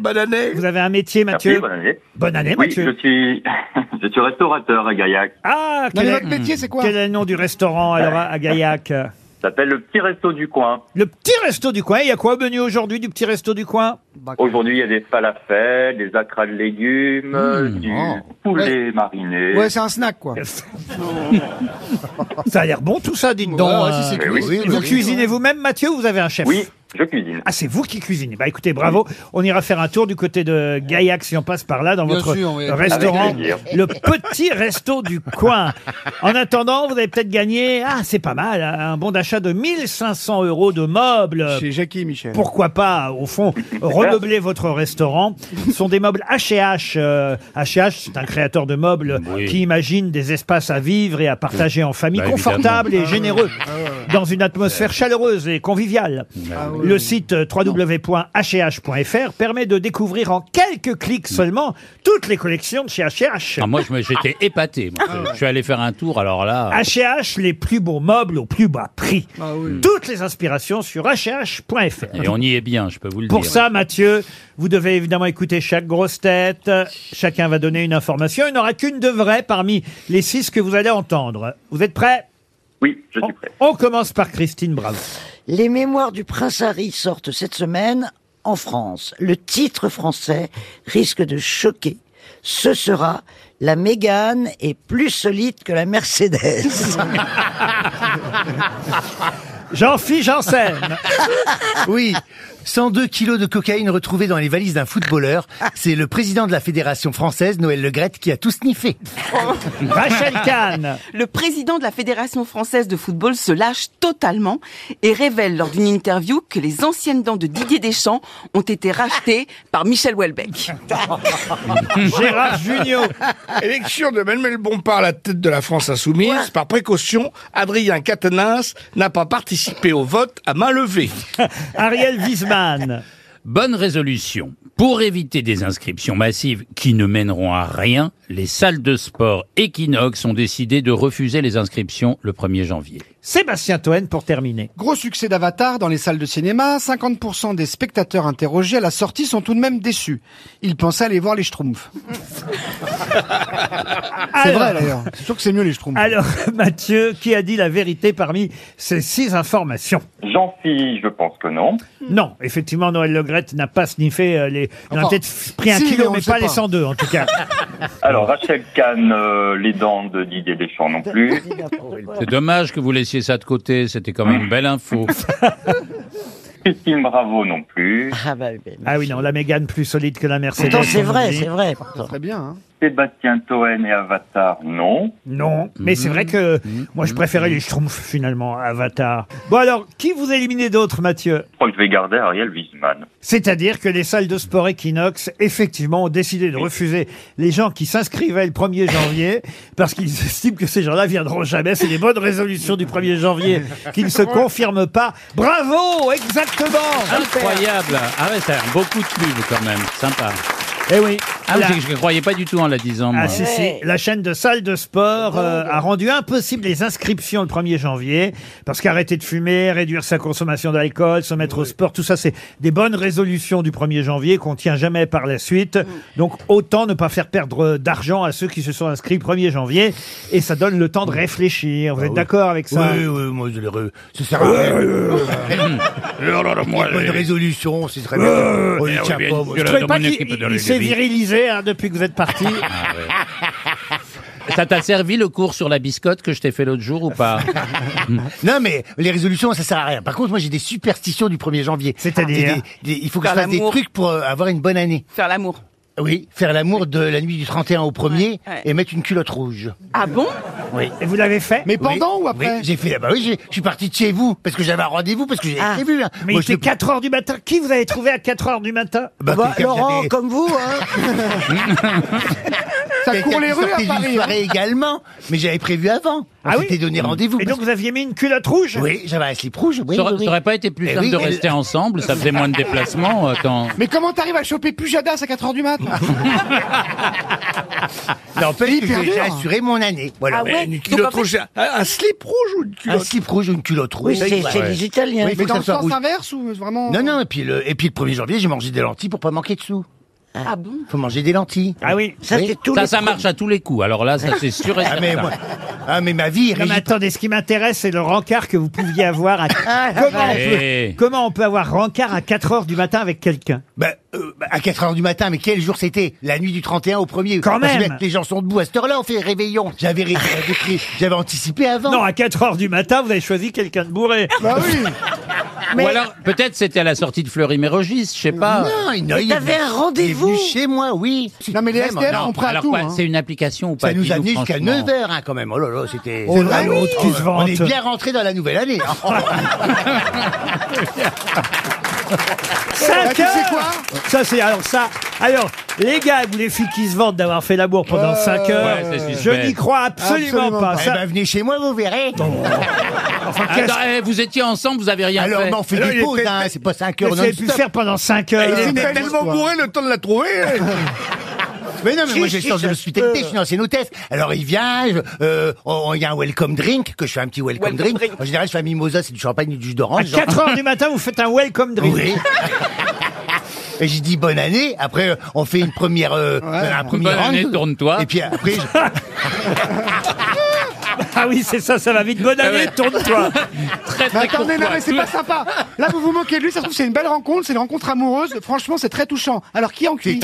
S2: vous avez un métier,
S17: Merci,
S2: Mathieu
S17: bonne année.
S2: Bonne année,
S17: oui,
S2: Mathieu.
S17: Je suis, je suis restaurateur à Gaillac.
S2: Ah, quel, est... quel est le nom du restaurant alors à à Gaillac
S17: Ça s'appelle le petit resto du coin.
S2: Le petit resto du coin. Il y a quoi au menu aujourd'hui du petit resto du coin
S17: Aujourd'hui, il y a des falafels, des acras de légumes, du poulet mariné.
S6: Hmm, oh. Ouais, c'est un snack, quoi.
S2: Ça a l'air bon tout ça, dites donc.
S6: Ouais, ouais,
S2: hein.
S6: si, c'est Eh oui, cool. oui,
S2: vous
S6: oui.
S2: cuisinez vous-même, Mathieu, ou vous avez un chef
S17: Oui, je cuisine.
S2: Ah, c'est vous qui cuisinez. Bah écoutez, bravo. On ira faire un tour du côté de Gaillac si on passe par là dans
S6: Bien
S2: votre
S6: sûr, oui.
S2: restaurant,
S6: Avec plaisir.
S2: le petit resto du coin. En attendant, vous avez peut-être gagné. Ah, c'est pas mal. Un bon d'achat de 1500 euros de meubles.
S3: Chez Jackie Michel.
S2: Pourquoi pas, au fond, remeubler votre restaurant. Ce sont des meubles H&H. euh, H&H, c'est un créateur de meubles qui imagine des espaces à vivre et à partager en famille,
S4: Bah, évidemment.
S2: confortables et
S4: Ah ouais.
S2: généreux, dans une atmosphère chaleureuse et conviviale.
S4: Ah
S2: Le site euh, www.hh.fr permet de découvrir en quelques clics seulement toutes les collections de chez H&H.
S4: Ah, moi, je me- j'étais épaté. moi.
S2: Ah,
S4: Je suis allé faire un tour, alors là.
S2: H&H, les plus beaux meubles au plus bas prix. Toutes les inspirations sur hh.fr.
S4: Et on y est bien, je peux vous le
S2: Pour
S4: dire.
S2: ça, Mathieu, vous devez évidemment écouter chaque grosse tête. Chacun va donner une information. Il n'y en aura qu'une de vraie parmi les six que vous allez entendre. Vous êtes prêts
S17: Oui, je suis prêt.
S2: On commence par Christine Bravo.
S5: Les mémoires du prince Harry sortent cette semaine en France. Le titre français risque de choquer. Ce sera La Mégane est plus solide que la Mercedes.
S2: Jean-Philippe Janssen.
S9: oui. 102 kilos de cocaïne retrouvés dans les valises d'un footballeur. C'est le président de la fédération française, Noël Le Graët, qui a tout sniffé.
S2: Rachel Kahn.
S7: Le président de la Fédération française de football se lâche totalement et révèle lors d'une interview que les anciennes dents de Didier Deschamps ont été rachetées par Michel Houellebecq.
S2: Gérard Junior.
S8: Élection de Manuel Bompard à la tête de la France Insoumise. Par précaution, Adrien Quatennens n'a pas participé au vote à main levée.
S2: Ariel Wiesmann.
S4: Bonne résolution. Pour éviter des inscriptions massives qui ne mèneront à rien, les salles de sport Equinox ont décidé de refuser les inscriptions le 1er janvier.
S2: Sébastien Toen pour terminer.
S6: Gros succès d'Avatar dans les salles de cinéma, 50% des spectateurs interrogés à la sortie sont tout de même déçus. Ils pensaient aller voir les Schtroumpfs.
S2: C'est
S6: vrai, d'ailleurs.
S2: C'est sûr que c'est mieux les schtroumpfs. Alors, Mathieu, qui a dit la vérité parmi ces six informations
S17: Gentil, je pense que non.
S2: Non, effectivement, Noël Le Graët n'a pas sniffé euh, les. Il en a
S17: Enfin,
S2: peut-être pris un
S17: si, mais
S2: kilo,
S17: on
S2: mais
S17: sait
S2: pas, les
S17: pas.
S2: 102 en tout cas.
S17: Alors, Rachel Kahn, euh, les dents de Didier Deschamps non plus.
S4: C'est dommage que vous laissiez ça de côté, c'était quand même une belle info.
S17: Christine Bravo non plus.
S2: ah oui, non, la Mégane plus solide que la Mercedes.
S17: Pourtant, c'est
S2: on
S17: vrai,
S2: dit.
S17: c'est
S5: vrai.
S6: Très bien. Hein.
S17: Sébastien Toen et Avatar non.
S2: Non, mais c'est vrai que moi je préférais les schtroumpfs finalement, à Avatar. Bon alors, qui vous éliminez d'autres, Mathieu
S17: Je crois que je vais garder Ariel Wiesman.
S2: C'est-à-dire que les salles de sport Equinox, effectivement, ont décidé de refuser les gens qui s'inscrivaient le 1er janvier parce qu'ils estiment que ces gens-là viendront jamais. C'est les bonnes résolutions du 1er janvier qui ne se confirment pas. Bravo, exactement.
S4: Incroyable Ah ouais, ça a l'air beaucoup de pubs quand même, sympa.
S2: Eh oui
S4: Ah oui,
S2: La-
S4: je ne croyais pas du tout en la disant, moi.
S2: Ah si, si. La chaîne de salles de sport euh, a rendu impossible les inscriptions le 1er janvier parce qu'arrêter de fumer, réduire sa consommation d'alcool, se mettre au sport, tout ça c'est des bonnes résolutions du 1er janvier qu'on tient jamais par la suite.
S9: Mm.
S2: Donc autant ne pas faire perdre euh, d'argent à ceux qui se sont inscrits le 1er janvier et ça donne le temps de réfléchir. Vous êtes d'accord avec ça
S9: Bah Oui, oui, moi, je l'ai re... Ça sert à rien. Une bonne résolution, c'est très bien. On y tient pas, moi.
S2: Vous trouvez pas qu'il il- il s'est virilisé hein, depuis que vous êtes parti
S4: Ça t'a servi le cours sur la biscotte que je t'ai fait l'autre jour ou pas
S9: Non, mais les résolutions, ça sert à rien. Par contre, moi, j'ai des superstitions du 1er janvier.
S4: C'est-à-dire
S9: Des- des- des- Il faut que je
S4: Faire
S9: fasse des
S4: l'amour.
S9: trucs pour euh, avoir une bonne année.
S7: Faire l'amour.
S9: Oui, faire l'amour de la nuit du 31 au 1er
S7: ouais.
S9: et mettre une culotte rouge.
S7: Ah bon
S9: Oui.
S2: Et vous l'avez fait
S9: Mais
S6: pendant
S9: ou après J'ai fait. ah Bah oui, j'ai- je suis parti de chez vous parce que j'avais un rendez-vous parce que j'ai
S2: Ah.
S9: prévu. hein.
S2: Mais
S9: Moi,
S2: il était 4 heures du matin. Qui vous avez trouvé à 4 heures du matin
S9: Bah, Bah, quelqu'un qui Laurent, avait-
S5: comme vous, hein.
S9: Quelqu'un qui sortait d'une
S6: hein.
S3: hein.
S9: soirée également, mais j'avais prévu avant. On s'était donné rendez-vous.
S2: Ah Et donc vous aviez mis une culotte rouge
S9: Oui, j'avais un slip rouge. oui,
S4: ça aurait,
S9: oui, oui.
S4: ça aurait pas été plus
S9: Eh
S4: simple
S9: oui,
S4: de
S9: mais-
S4: rester ensemble, ça faisait moins de déplacements. euh, quand...
S6: Mais comment t'arrives à choper Pujadas à 4h du matin
S9: N'empêche que
S6: hyper
S9: j'ai
S6: dur.
S9: assuré mon année. Voilà.
S6: Ah ouais
S9: Mais une
S6: Donc,
S9: culotte
S6: en fait-
S9: rouge, un, un slip rouge ou une culotte Un slip rouge ou une culotte rouge.
S6: Oui, c'est- c'est
S9: Ouais.
S6: les Italiens.
S9: Oui, il faut
S6: Mais
S9: que
S6: dans
S9: ça
S6: le
S9: soit
S6: sens
S9: rouge.
S6: inverse ou vraiment
S9: Non, non, et puis, le, et puis le 1er janvier, j'ai mangé des lentilles pour pas manquer de sous.
S6: Ah bon
S9: Faut manger des lentilles.
S2: Ah oui,
S4: Ça, ça, ça marche à tous les coups. Alors là, ça c'est sûr et
S9: Ah, mais
S4: certain.
S9: moi- ah, mais ma vie
S2: Non, mais
S9: est régie par-
S2: attendez, ce qui m'intéresse, c'est le rencard que vous pouviez avoir à...
S9: Ah,
S2: comment, on peut,
S9: Eh.
S2: comment on peut avoir rencard à 4 heures du matin avec quelqu'un
S9: Bah, euh, bah, à 4 heures du matin, mais quel jour c'était La nuit du 31 au 1er.
S2: Quand
S9: Parce que
S2: même.
S9: mec, Les gens sont debout à cette heure-là, on fait réveillon. J'avais ré- j'avais pris- j'avais anticipé avant.
S2: Non, à 4 heures du matin, vous avez choisi quelqu'un de bourré.
S9: Bah oui
S4: Ou alors, peut-être c'était à la sortie de Fleury-Mérogis, je sais pas.
S9: Non, il- Mais il- t'avais un rendez-vous. chez moi, oui. Non, mais les
S4: Vraiment,
S9: SDF,
S4: non.
S9: on prend à
S4: Alors
S9: tout,
S4: quoi,
S9: hein.
S4: C'est une application ou pas
S9: Ça nous a
S4: dis-nous
S9: amené jusqu'à
S4: franchement.
S9: 9h hein, quand même. Oh là là, c'était.
S4: Oh là,
S9: Ah,
S4: l'autre
S9: oui,
S4: qui se
S9: On est
S4: vante.
S9: bien rentré dans la nouvelle année.
S13: Bah,
S2: Cinq
S9: Ah,
S13: tu sais
S2: heures Ça, c'est alors ça. Alors, les gars ou les filles qui se vantent d'avoir fait l'amour pendant
S9: Euh,
S2: 5 heures,
S4: Ouais, c'est
S2: je
S4: suspect.
S2: n'y crois absolument, pas.
S9: Eh ben, venez chez moi, vous verrez.
S4: Attends, eh, vous étiez ensemble, vous avez rien
S9: Alors,
S4: fait.
S9: mais on fait des pauses, hein, c'est pas 5 heures
S2: Vous avez pu
S9: non-stop.
S2: faire pendant 5 heures.
S9: Il était tellement bourré
S8: le temps de la trouver.
S9: Mais non, mais moi j'ai
S8: Si,
S9: le sens
S8: si,
S9: de
S8: ça
S9: l'hospitalité,
S8: peut.
S9: je suis une ancienne hôtesse. Alors il vient, je- euh, on- il y a un welcome drink, que je fais un petit welcome, drink. En général, je fais un mimosa, c'est du champagne et du jus
S2: À
S9: d'orange. genre.
S2: 4 heures du matin, vous faites un welcome drink.
S9: Oui. Et j'ai dit bonne année. Après, euh, on fait une première, euh, un premier
S4: Bonne année,
S9: round.
S4: tourne-toi.
S9: Et puis après, je- Eh ben.
S2: Ah oui, c'est ça, ça va vite. Bonne année, tourne-toi.
S4: très,
S6: Mais attendez, non, mais c'est pas sympa. Là, vous vous moquez de lui, ça se trouve, c'est une belle rencontre, c'est une rencontre amoureuse. Franchement, c'est très touchant. Alors, qui en cuit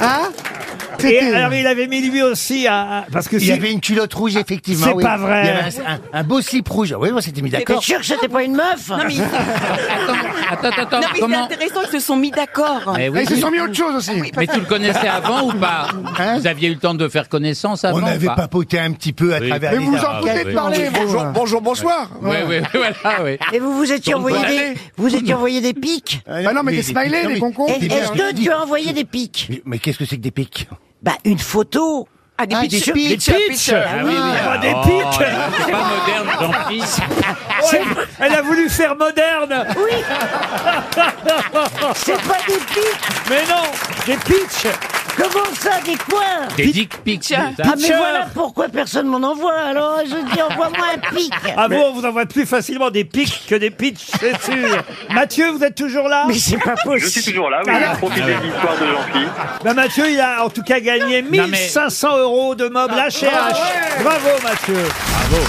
S6: Hein
S2: Et
S6: C'était-
S2: alors, il avait mis lui aussi à. à- Parce que
S9: il
S2: si-
S9: y avait une culotte rouge, effectivement.
S2: C'est
S9: oui.
S2: pas vrai.
S9: Il y avait un, un- un beau slip rouge. Oui, on s'était mis
S7: T'étais
S9: d'accord.
S7: sûr que c'était
S5: pas une meuf
S7: Non, mais-
S4: Attends, attends, attends,
S7: Non, mais
S4: comment-
S7: c'est intéressant, ils se sont mis d'accord. Ah
S4: Eh oui, Ils se oui. sont mis
S6: autre chose aussi.
S4: Mais tu le connaissais avant ou pas Vous aviez eu le temps de faire connaissance avant
S9: Hein On avait
S4: ou pas
S9: papoté un petit peu à
S4: Oui.
S9: travers
S4: Mais
S9: les
S4: vous vous en
S9: arcades.
S4: foutez de parler, vous.
S8: Bonjour, bonjour, bonsoir.
S4: Oui, oui, oui, voilà, oui.
S5: Et vous vous étiez
S4: Donc,
S5: envoyé
S4: bonne
S5: des,
S4: année.
S5: vous étiez envoyé des pics
S9: Bah non, mais des smileys, des concombres.
S5: Et-
S9: Des
S5: Est-ce
S9: merdes.
S5: que tu as envoyé des pics
S9: Mais- Mais qu'est-ce que c'est que des pics
S5: Bah une photo.
S7: Ah
S5: Ah, des
S7: pitchers.
S5: pitchers. Des
S7: pitchers,
S5: pitchers.
S7: pitchers.
S5: Ah oui, oui.
S2: Ah, des
S4: Oh,
S2: pics
S4: C'est pas moderne, Jean-Fils.
S2: C'est- Elle a voulu faire moderne
S5: Oui C'est pas des pics
S2: Mais non Des pitchs
S5: Comment ça, des coins
S4: Des dick pics.
S5: Ah mais voilà pourquoi personne m'en envoie alors je dis envoie-moi un pic
S2: Ah bon, on vous envoie plus facilement des pics que des pitchs, c'est sûr Mathieu, vous êtes toujours là
S5: Mais c'est pas
S11: Je suis
S5: possible
S11: toujours là, oui,
S2: Ah.
S11: j'ai profité de l'histoire de Jean-Pierre.
S2: Bah Mathieu, il a en tout cas gagné
S4: mais-
S2: 1500 euros de meubles H&H Bravo Mathieu
S4: Bravo.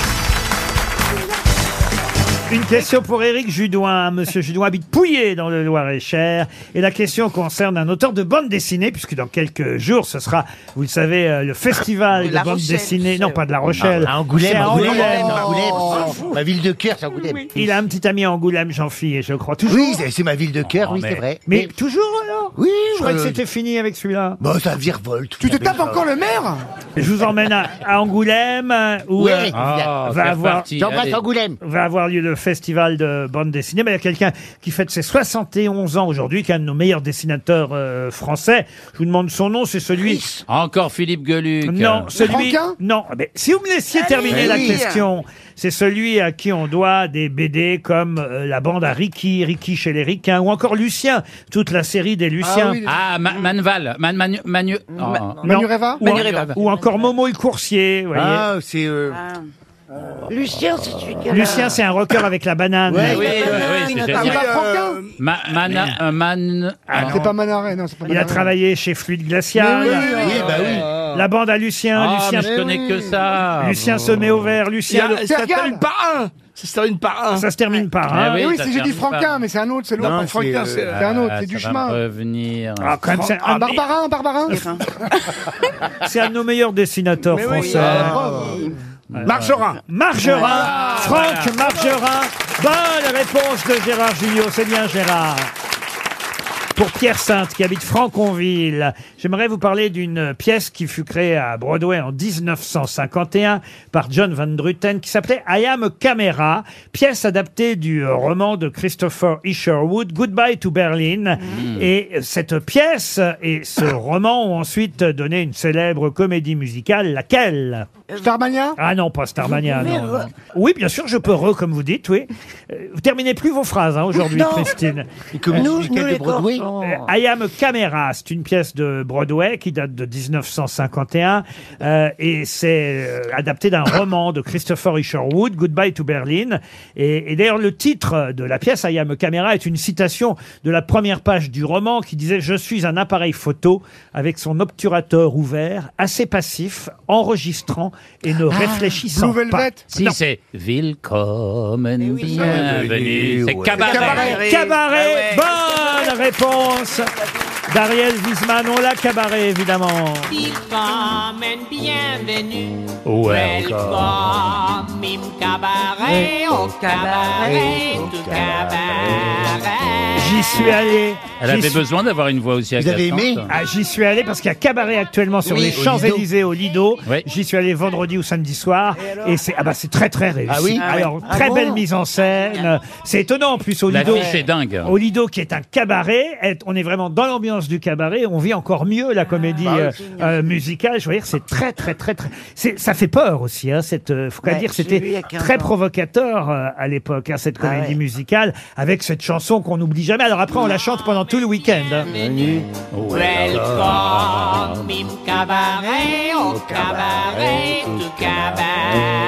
S2: Une question pour Éric Judoin. Monsieur Judoin habite Pouillé dans le Loir-et-Cher. Et la question concerne un auteur de bande dessinée, puisque dans quelques jours, ce sera, vous le savez, euh, le festival
S9: De
S2: de,
S9: La
S2: bande
S9: Rochelle.
S2: dessinée. Non, pas de La Rochelle.
S9: Ah, à Angoulême,
S2: C'est à
S9: Angoulême,
S2: Angoulême. Oh.
S9: Angoulême, Angoulême. Ma ville de cœur, c'est Angoulême.
S2: Il a un petit ami à Angoulême, Jean-Philippe, je crois. Toujours.
S9: Oui, c'est- c'est ma ville de cœur, oui,
S2: mais-
S9: c'est vrai.
S2: Mais toujours alors
S9: Oui,
S2: Je croyais que
S9: euh,
S2: c'était fini avec celui-là.
S9: Bon, ça virevolte.
S6: Tu te tapes encore le maire
S2: Je vous emmène à, à Angoulême euh, où
S9: Oui.
S2: euh,
S9: Ah,
S2: va
S9: c'est
S2: avoir
S9: parti, J'embrasse allez. Angoulême.
S2: Va avoir lieu le festival de bande dessinée. Mais il y a quelqu'un qui fête ses 71 ans aujourd'hui, qui est un de nos meilleurs dessinateurs euh, français. Je vous demande son nom, c'est celui.
S4: Encore Philippe Geluc.
S2: Non, celui.
S6: Franquin
S2: Non, ah, mais si vous me laissiez terminer
S4: Mais
S2: la
S4: oui.
S2: question, c'est celui à qui on doit des BD comme euh, la bande à Ricky, Ricky chez les Ricains, ou encore Lucien, toute la série des Luciens.
S4: Ah, Ma- Manval. Man, Manu, Manu,
S2: Mm.
S4: oh.
S2: Non.
S6: Manureva
S2: Ah. ou, ou encore Momo le coursier. vous voyez.
S9: Ah, c'est. euh,
S5: Lucien c'est celui qui a la-
S2: Lucien, c'est un rocker Ah, avec la banane.
S4: Oui, oui, oui, c'est
S6: Ah, oui,
S4: génial.
S5: Euh,
S6: Franquin
S4: Ma- Mana- euh, man,
S2: Ah,
S4: non.
S6: C'est pas Manaret, non, c'est pas
S2: Il a
S6: Manaret.
S2: travaillé chez Fluide Glacial.
S6: Mais oui, oui, oui. Oui, bah
S9: oui.
S2: La bande à Lucien.
S4: Ah,
S2: Lucien,
S4: mais Ah, je connais que ça.
S2: Lucien se met au vert. Lucien.
S8: Ça se termine par un. Ça se termine par un.
S2: Ça se termine par un.
S4: Ah
S6: Eh
S4: oui,
S6: oui,
S4: ça
S6: c'est- j'ai dit
S4: termine pas.
S6: Franquin, mais c'est un autre, c'est l'autre.
S8: Non,
S6: Ah,
S8: Franquin,
S6: euh,
S8: c'est-
S6: c'est un autre,
S4: Ah,
S6: c'est du
S4: ça va
S6: chemin.
S4: me revenir.
S2: Ah, quand même, c'est
S6: Un
S2: un,
S6: barbarin, un barbarin
S5: Eh ben.
S2: c'est un de nos meilleurs dessinateurs
S8: Mais oui.
S2: français.
S5: ah, euh,
S8: Margerin.
S2: Margerin, Franck Margerin. Bonne réponse de Gérard Junior. C'est bien Gérard. Pour Pierre Sainte, qui habite Franconville, j'aimerais vous parler d'une pièce qui fut créée à Broadway en 1951 par John Van Druten, qui s'appelait I Am a Camera, pièce adaptée du euh, roman de Christopher Isherwood, Goodbye to Berlin. Et cette pièce et ce roman ont ensuite donné une célèbre comédie musicale, laquelle Starmania Ah non, pas Starmania,
S5: Vous pouvez
S2: non,
S5: re-
S2: non. Oui, bien sûr, je peux re, comme vous dites, oui. Euh, Vous terminez plus vos phrases hein, aujourd'hui,
S5: Non.
S2: Christine.
S5: Une comédie Nous- musicale nous, de les Broadway cortons.
S2: Euh, I Am a Camera, c'est une pièce de Broadway qui date de 1951 euh, et c'est euh, adapté d'un roman de Christopher Isherwood, Goodbye to Berlin. Et, et d'ailleurs, le titre de la pièce, I Am a Camera, est une citation de la première page du roman qui disait « Je suis un appareil photo avec son obturateur ouvert, assez passif, enregistrant et
S5: Ah,
S2: ne réfléchissant
S4: Blue Velvet
S2: pas. »
S4: Ah. Si,
S2: Non.
S4: c'est Willkommen, bienvenue. C'est
S2: ouais.
S4: cabaret. Ah
S2: Cabaret, bonne réponse D'Ariel Wiesman, on l'a cabaret, évidemment.
S18: Willkommen, bienvenue.
S2: Ouais, encore.
S18: Welcome im Cabaret, au cabaret,
S4: Au
S18: tout cabaret.
S2: J'y suis allé.
S4: Elle
S2: J'y
S4: avait
S2: suis-
S4: besoin d'avoir une voix aussi agréable.
S2: Ah, J'y suis allé parce qu'il y a cabaret actuellement sur
S4: Oui,
S2: les
S4: au Lido.
S2: Champs-Élysées au Lido. J'y suis allé vendredi ou samedi soir. Et c'est ah bah, c'est très très réussi.
S4: Ah oui Ah
S2: Alors,
S4: ouais.
S2: très
S4: Ah bon Ah.
S2: belle mise en scène. C'est étonnant en plus au Lido.
S4: L'affiche est dingue.
S2: Au Lido qui est un cabaret. et On est vraiment dans l'ambiance du cabaret. On vit encore mieux la comédie
S4: Bah oui.
S2: euh, euh, musicale. Je veux dire, c'est très très très très. c'est- Ça fait peur aussi. Hein, cette, euh, faut qu'à
S5: Ouais,
S2: dire,
S5: j'ai vu il y
S2: c'était
S5: a 15
S2: très
S5: ans.
S2: provocateur euh, à l'époque, hein, cette comédie musicale, avec cette chanson qu'on n'oublie jamais. Alors après, on la chante pendant tout le week-end. hein.
S18: Welcome im Cabaret, au cabaret, tout cabaret.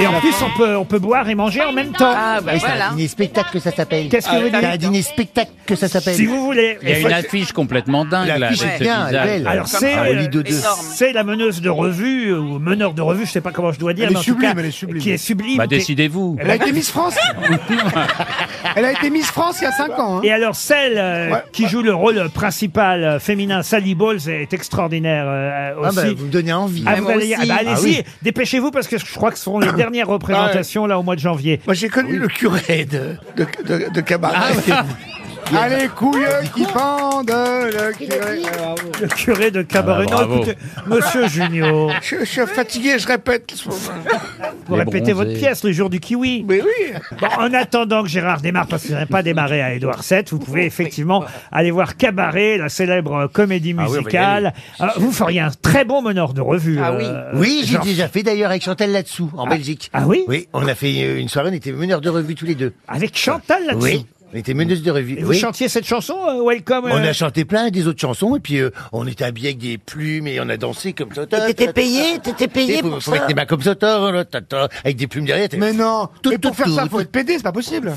S2: Et en plus, on peut, on peut boire et manger en même temps. Ah,
S9: Oui, c'est un dîner spectacle que ça s'appelle.
S2: Qu'est-ce que Ah, vous dites
S9: C'est un dîner spectacle que ça s'appelle.
S2: Si vous voulez.
S4: Il y a une affiche complètement dingue là.
S9: L'affiche
S4: avec
S9: est
S4: ce
S9: bien, elle est
S4: visage.
S9: belle.
S2: Alors c'est
S4: Ah,
S2: euh,
S4: Lido 2.
S2: c'est la meneuse de revue euh, ou meneur de revue, je sais pas comment je dois dire,
S6: Elle est
S2: mais en tout
S6: sublime,
S2: cas,
S6: elle est sublime.
S2: qui est sublime.
S4: Bah,
S2: qui est-
S4: décidez-vous.
S6: Elle a été Miss France Elle a été Miss France il y a 5 ans. hein.
S2: Et alors celle euh, qui joue le rôle principal euh, féminin, Sally Bowles, est extraordinaire euh, euh,
S9: Ah
S2: aussi.
S9: bah, vous me donnez envie.
S2: Ah, vous
S9: Moi
S2: allez-
S9: aussi.
S2: ah bah, allez-y,
S9: Ah oui.
S2: dépêchez-vous parce que je crois que ce seront les dernières représentations là au mois de janvier.
S8: Ah.
S2: Ah
S8: Moi, j'ai connu le curé de, de, de, de cabaret. Ah
S2: Ah,
S6: Allez, couilles qui pendent le curé.
S2: Le curé de Cabaret.
S6: Ah,
S2: non,
S6: bravo.
S2: écoutez, monsieur Junior.
S8: Je, je suis fatigué, je répète.
S2: Vous répétez votre pièce le jour du kiwi.
S8: Mais oui.
S2: Bon, en attendant que Gérard démarre, parce que vous n'avez pas démarré à Édouard VII, vous pouvez effectivement aller voir Cabaret, la célèbre euh, comédie
S9: Ah oui, on va y
S2: musicale. Euh, vous feriez un très bon meneur de revue. euh,
S9: Ah Oui, j'ai
S2: Jean-
S9: déjà fait d'ailleurs avec Chantal là-dessous, en Belgique.
S2: Ah oui
S9: Oui, on a fait euh, une soirée, on était meneurs de revue tous les deux.
S2: Avec Chantal là-dessous
S9: Oui, on était meneuses de revue.
S2: Et vous
S9: oui.
S2: chantiez cette chanson, euh, Welcome
S9: On
S2: euh,
S9: a chanté plein des autres chansons et puis euh, on était habillés avec des plumes et on a dansé comme ça. Et
S5: t'étais payé T'étais payé pour
S9: Avec
S5: ça
S9: des mains comme ça, ta, ta, ta, ta, avec des plumes derrière. Mais
S6: non,
S9: mais
S6: Pour faire ça, faut être pédé, c'est pas possible.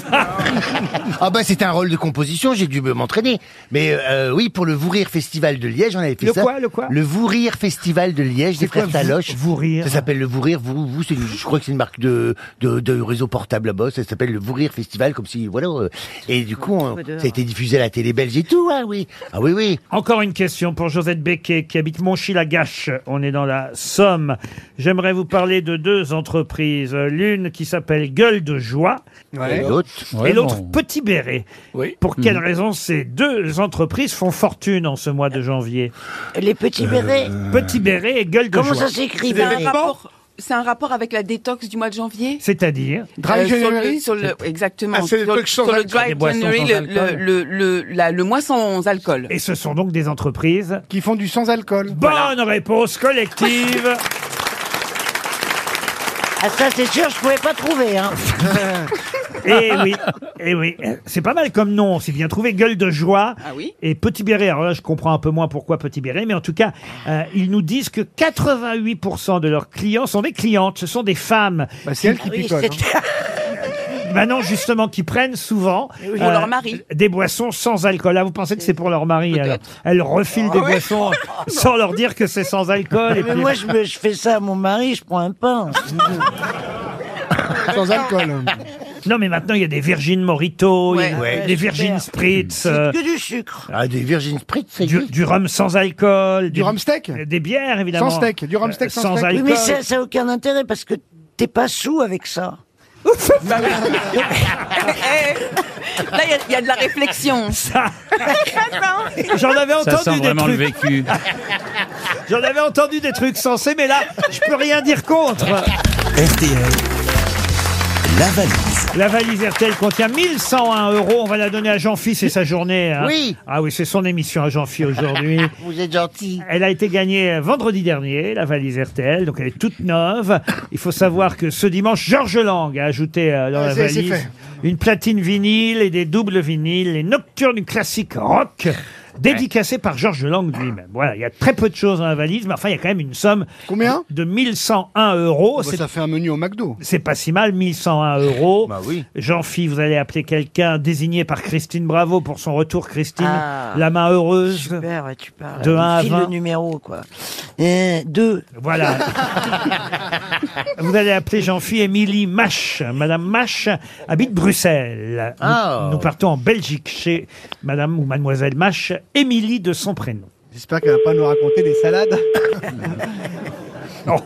S9: Ah bah c'était un rôle de composition, j'ai dû m'entraîner. Mais euh, oui, pour le Vourir Festival de Liège, on avait fait
S2: Le
S9: ça.
S2: quoi, le quoi
S9: Vourir Festival de Liège des frères Taloche.
S2: Vourir
S9: Ça s'appelle le Vourir. Vous, vous, c'est une- je crois que c'est une marque de, de, de réseau portable là-bas. Ça s'appelle le Vourir Festival, comme si voilà. euh, Et du coup, on- ça a été diffusé à la télé belge et tout. Ah oui, ah oui, oui.
S2: Encore une question pour Josette Becquet qui habite Monchy-la-Gâche. On est dans la Somme. J'aimerais vous parler de deux entreprises. L'une qui s'appelle Gueule de Joie.
S9: Ouais.
S2: Et
S9: Et
S2: l'autre
S9: l'autre
S2: Et l'autre,
S9: Vraiment.
S2: Petit Béret. Pour quelle
S7: Mhm.
S2: raison ces deux entreprises font fortune en ce mois de janvier Euh,
S5: Les Petits Bérets
S2: Petit Béret et Gueule de
S5: Comment ça
S2: Joie.
S5: s'écrit,
S7: C'est un, rapport, c'est un rapport avec la détox du mois de janvier
S2: C'est-à-dire
S7: Euh, sur le- sur le- Exactement.
S2: Ah, c'est des
S7: sur,
S2: trucs sans
S7: sur le
S2: alcool. Des
S7: dry
S2: boissons
S7: January,
S2: sans
S7: le, le-
S2: alcool.
S7: le- le- la- le mois sans alcool.
S2: Et ce sont donc des entreprises
S6: Qui font du sans-alcool.
S2: Bonne réponse collective.
S5: Ah ça c'est sûr, je pouvais pas trouver. Hein.
S2: Eh oui, eh oui. C'est pas mal comme nom, c'est bien trouvé. Gueule de joie.
S5: Ah oui
S2: Et Petit Béret. Alors là, je comprends un peu moins pourquoi Petit Béret, mais en tout cas, euh, ils nous disent que 88% de leurs clients sont des clientes. Ce sont des femmes.
S6: Bah, c'est elles qui
S5: Ah
S6: Oui, picolent, hein. c'est-
S2: Maintenant, justement, qui prennent souvent euh,
S7: Oui. Pour leur mari.
S2: des boissons sans alcool. Là, vous pensez que c'est pour leur mari alors Elles refilent des
S5: Ah oui.
S2: boissons sans leur dire que c'est sans alcool. et
S5: Mais
S2: puis-
S5: moi je, me- je fais ça à mon mari, je prends un pain.
S6: Sans alcool.
S2: Non, mais maintenant, il y a des Virgin Morito, il y a
S9: Ouais.
S2: des
S9: Ouais,
S2: Virgin
S9: super.
S2: Spritz. euh,
S5: que du sucre.
S9: Ah, des Virgin Spritz, c'est
S2: du, du rhum sans alcool.
S5: Du rhum
S6: steak
S2: Des bières, évidemment. Euh,
S5: Oui,
S2: alcool.
S5: mais ça ça a aucun intérêt
S2: Bah
S5: parce que t'es pas sous avec ça.
S19: Là, il y a- il y, a de la réflexion.
S2: J'en avais
S4: Ça
S2: entendu
S4: sent
S2: des
S4: vraiment le
S2: trucs.
S4: vécu.
S2: J'en avais entendu des trucs sensés, mais là, je peux rien dire contre.
S1: RTL, la valise.
S2: La valise RTL contient 1101 euros. On va la donner à Jean-Phi, c'est sa journée. hein.
S9: Oui.
S2: Ah oui, c'est son émission à Jean-Phi aujourd'hui.
S9: Vous êtes gentil.
S2: Elle a été gagnée vendredi dernier, la valise RTL, donc elle est toute neuve. Il faut savoir que ce dimanche, Georges Lang a ajouté euh, dans
S6: Ah,
S2: la
S6: c'est- c'est
S2: valise
S6: fait.
S2: une platine vinyle et des doubles vinyles, les nocturnes classiques rock. dédicacées par Georges Lang lui-même. Voilà, il y a très peu de choses dans la valise, mais enfin, il y a quand même une somme Combien de 1101 euros. ça fait un menu au McDo. C'est pas si mal, 1101 euros. Bah oui. Jean-Phi, vous allez appeler quelqu'un désigné par Christine Bravo pour son retour. Christine,
S5: Ah.
S2: la main heureuse.
S5: Super, ouais, tu parles.
S2: De
S5: Il
S2: 1 à
S5: file
S2: 20.
S5: le numéro, quoi. Euh, deux.
S2: Voilà. Vous allez appeler Jean-Phi Émilie Mache. Madame Mache habite Bruxelles. Nous,
S6: Ah.
S2: nous partons en Belgique chez Madame ou Mademoiselle Mache, Émilie de son prénom. J'espère qu'elle va pas nous raconter des salades.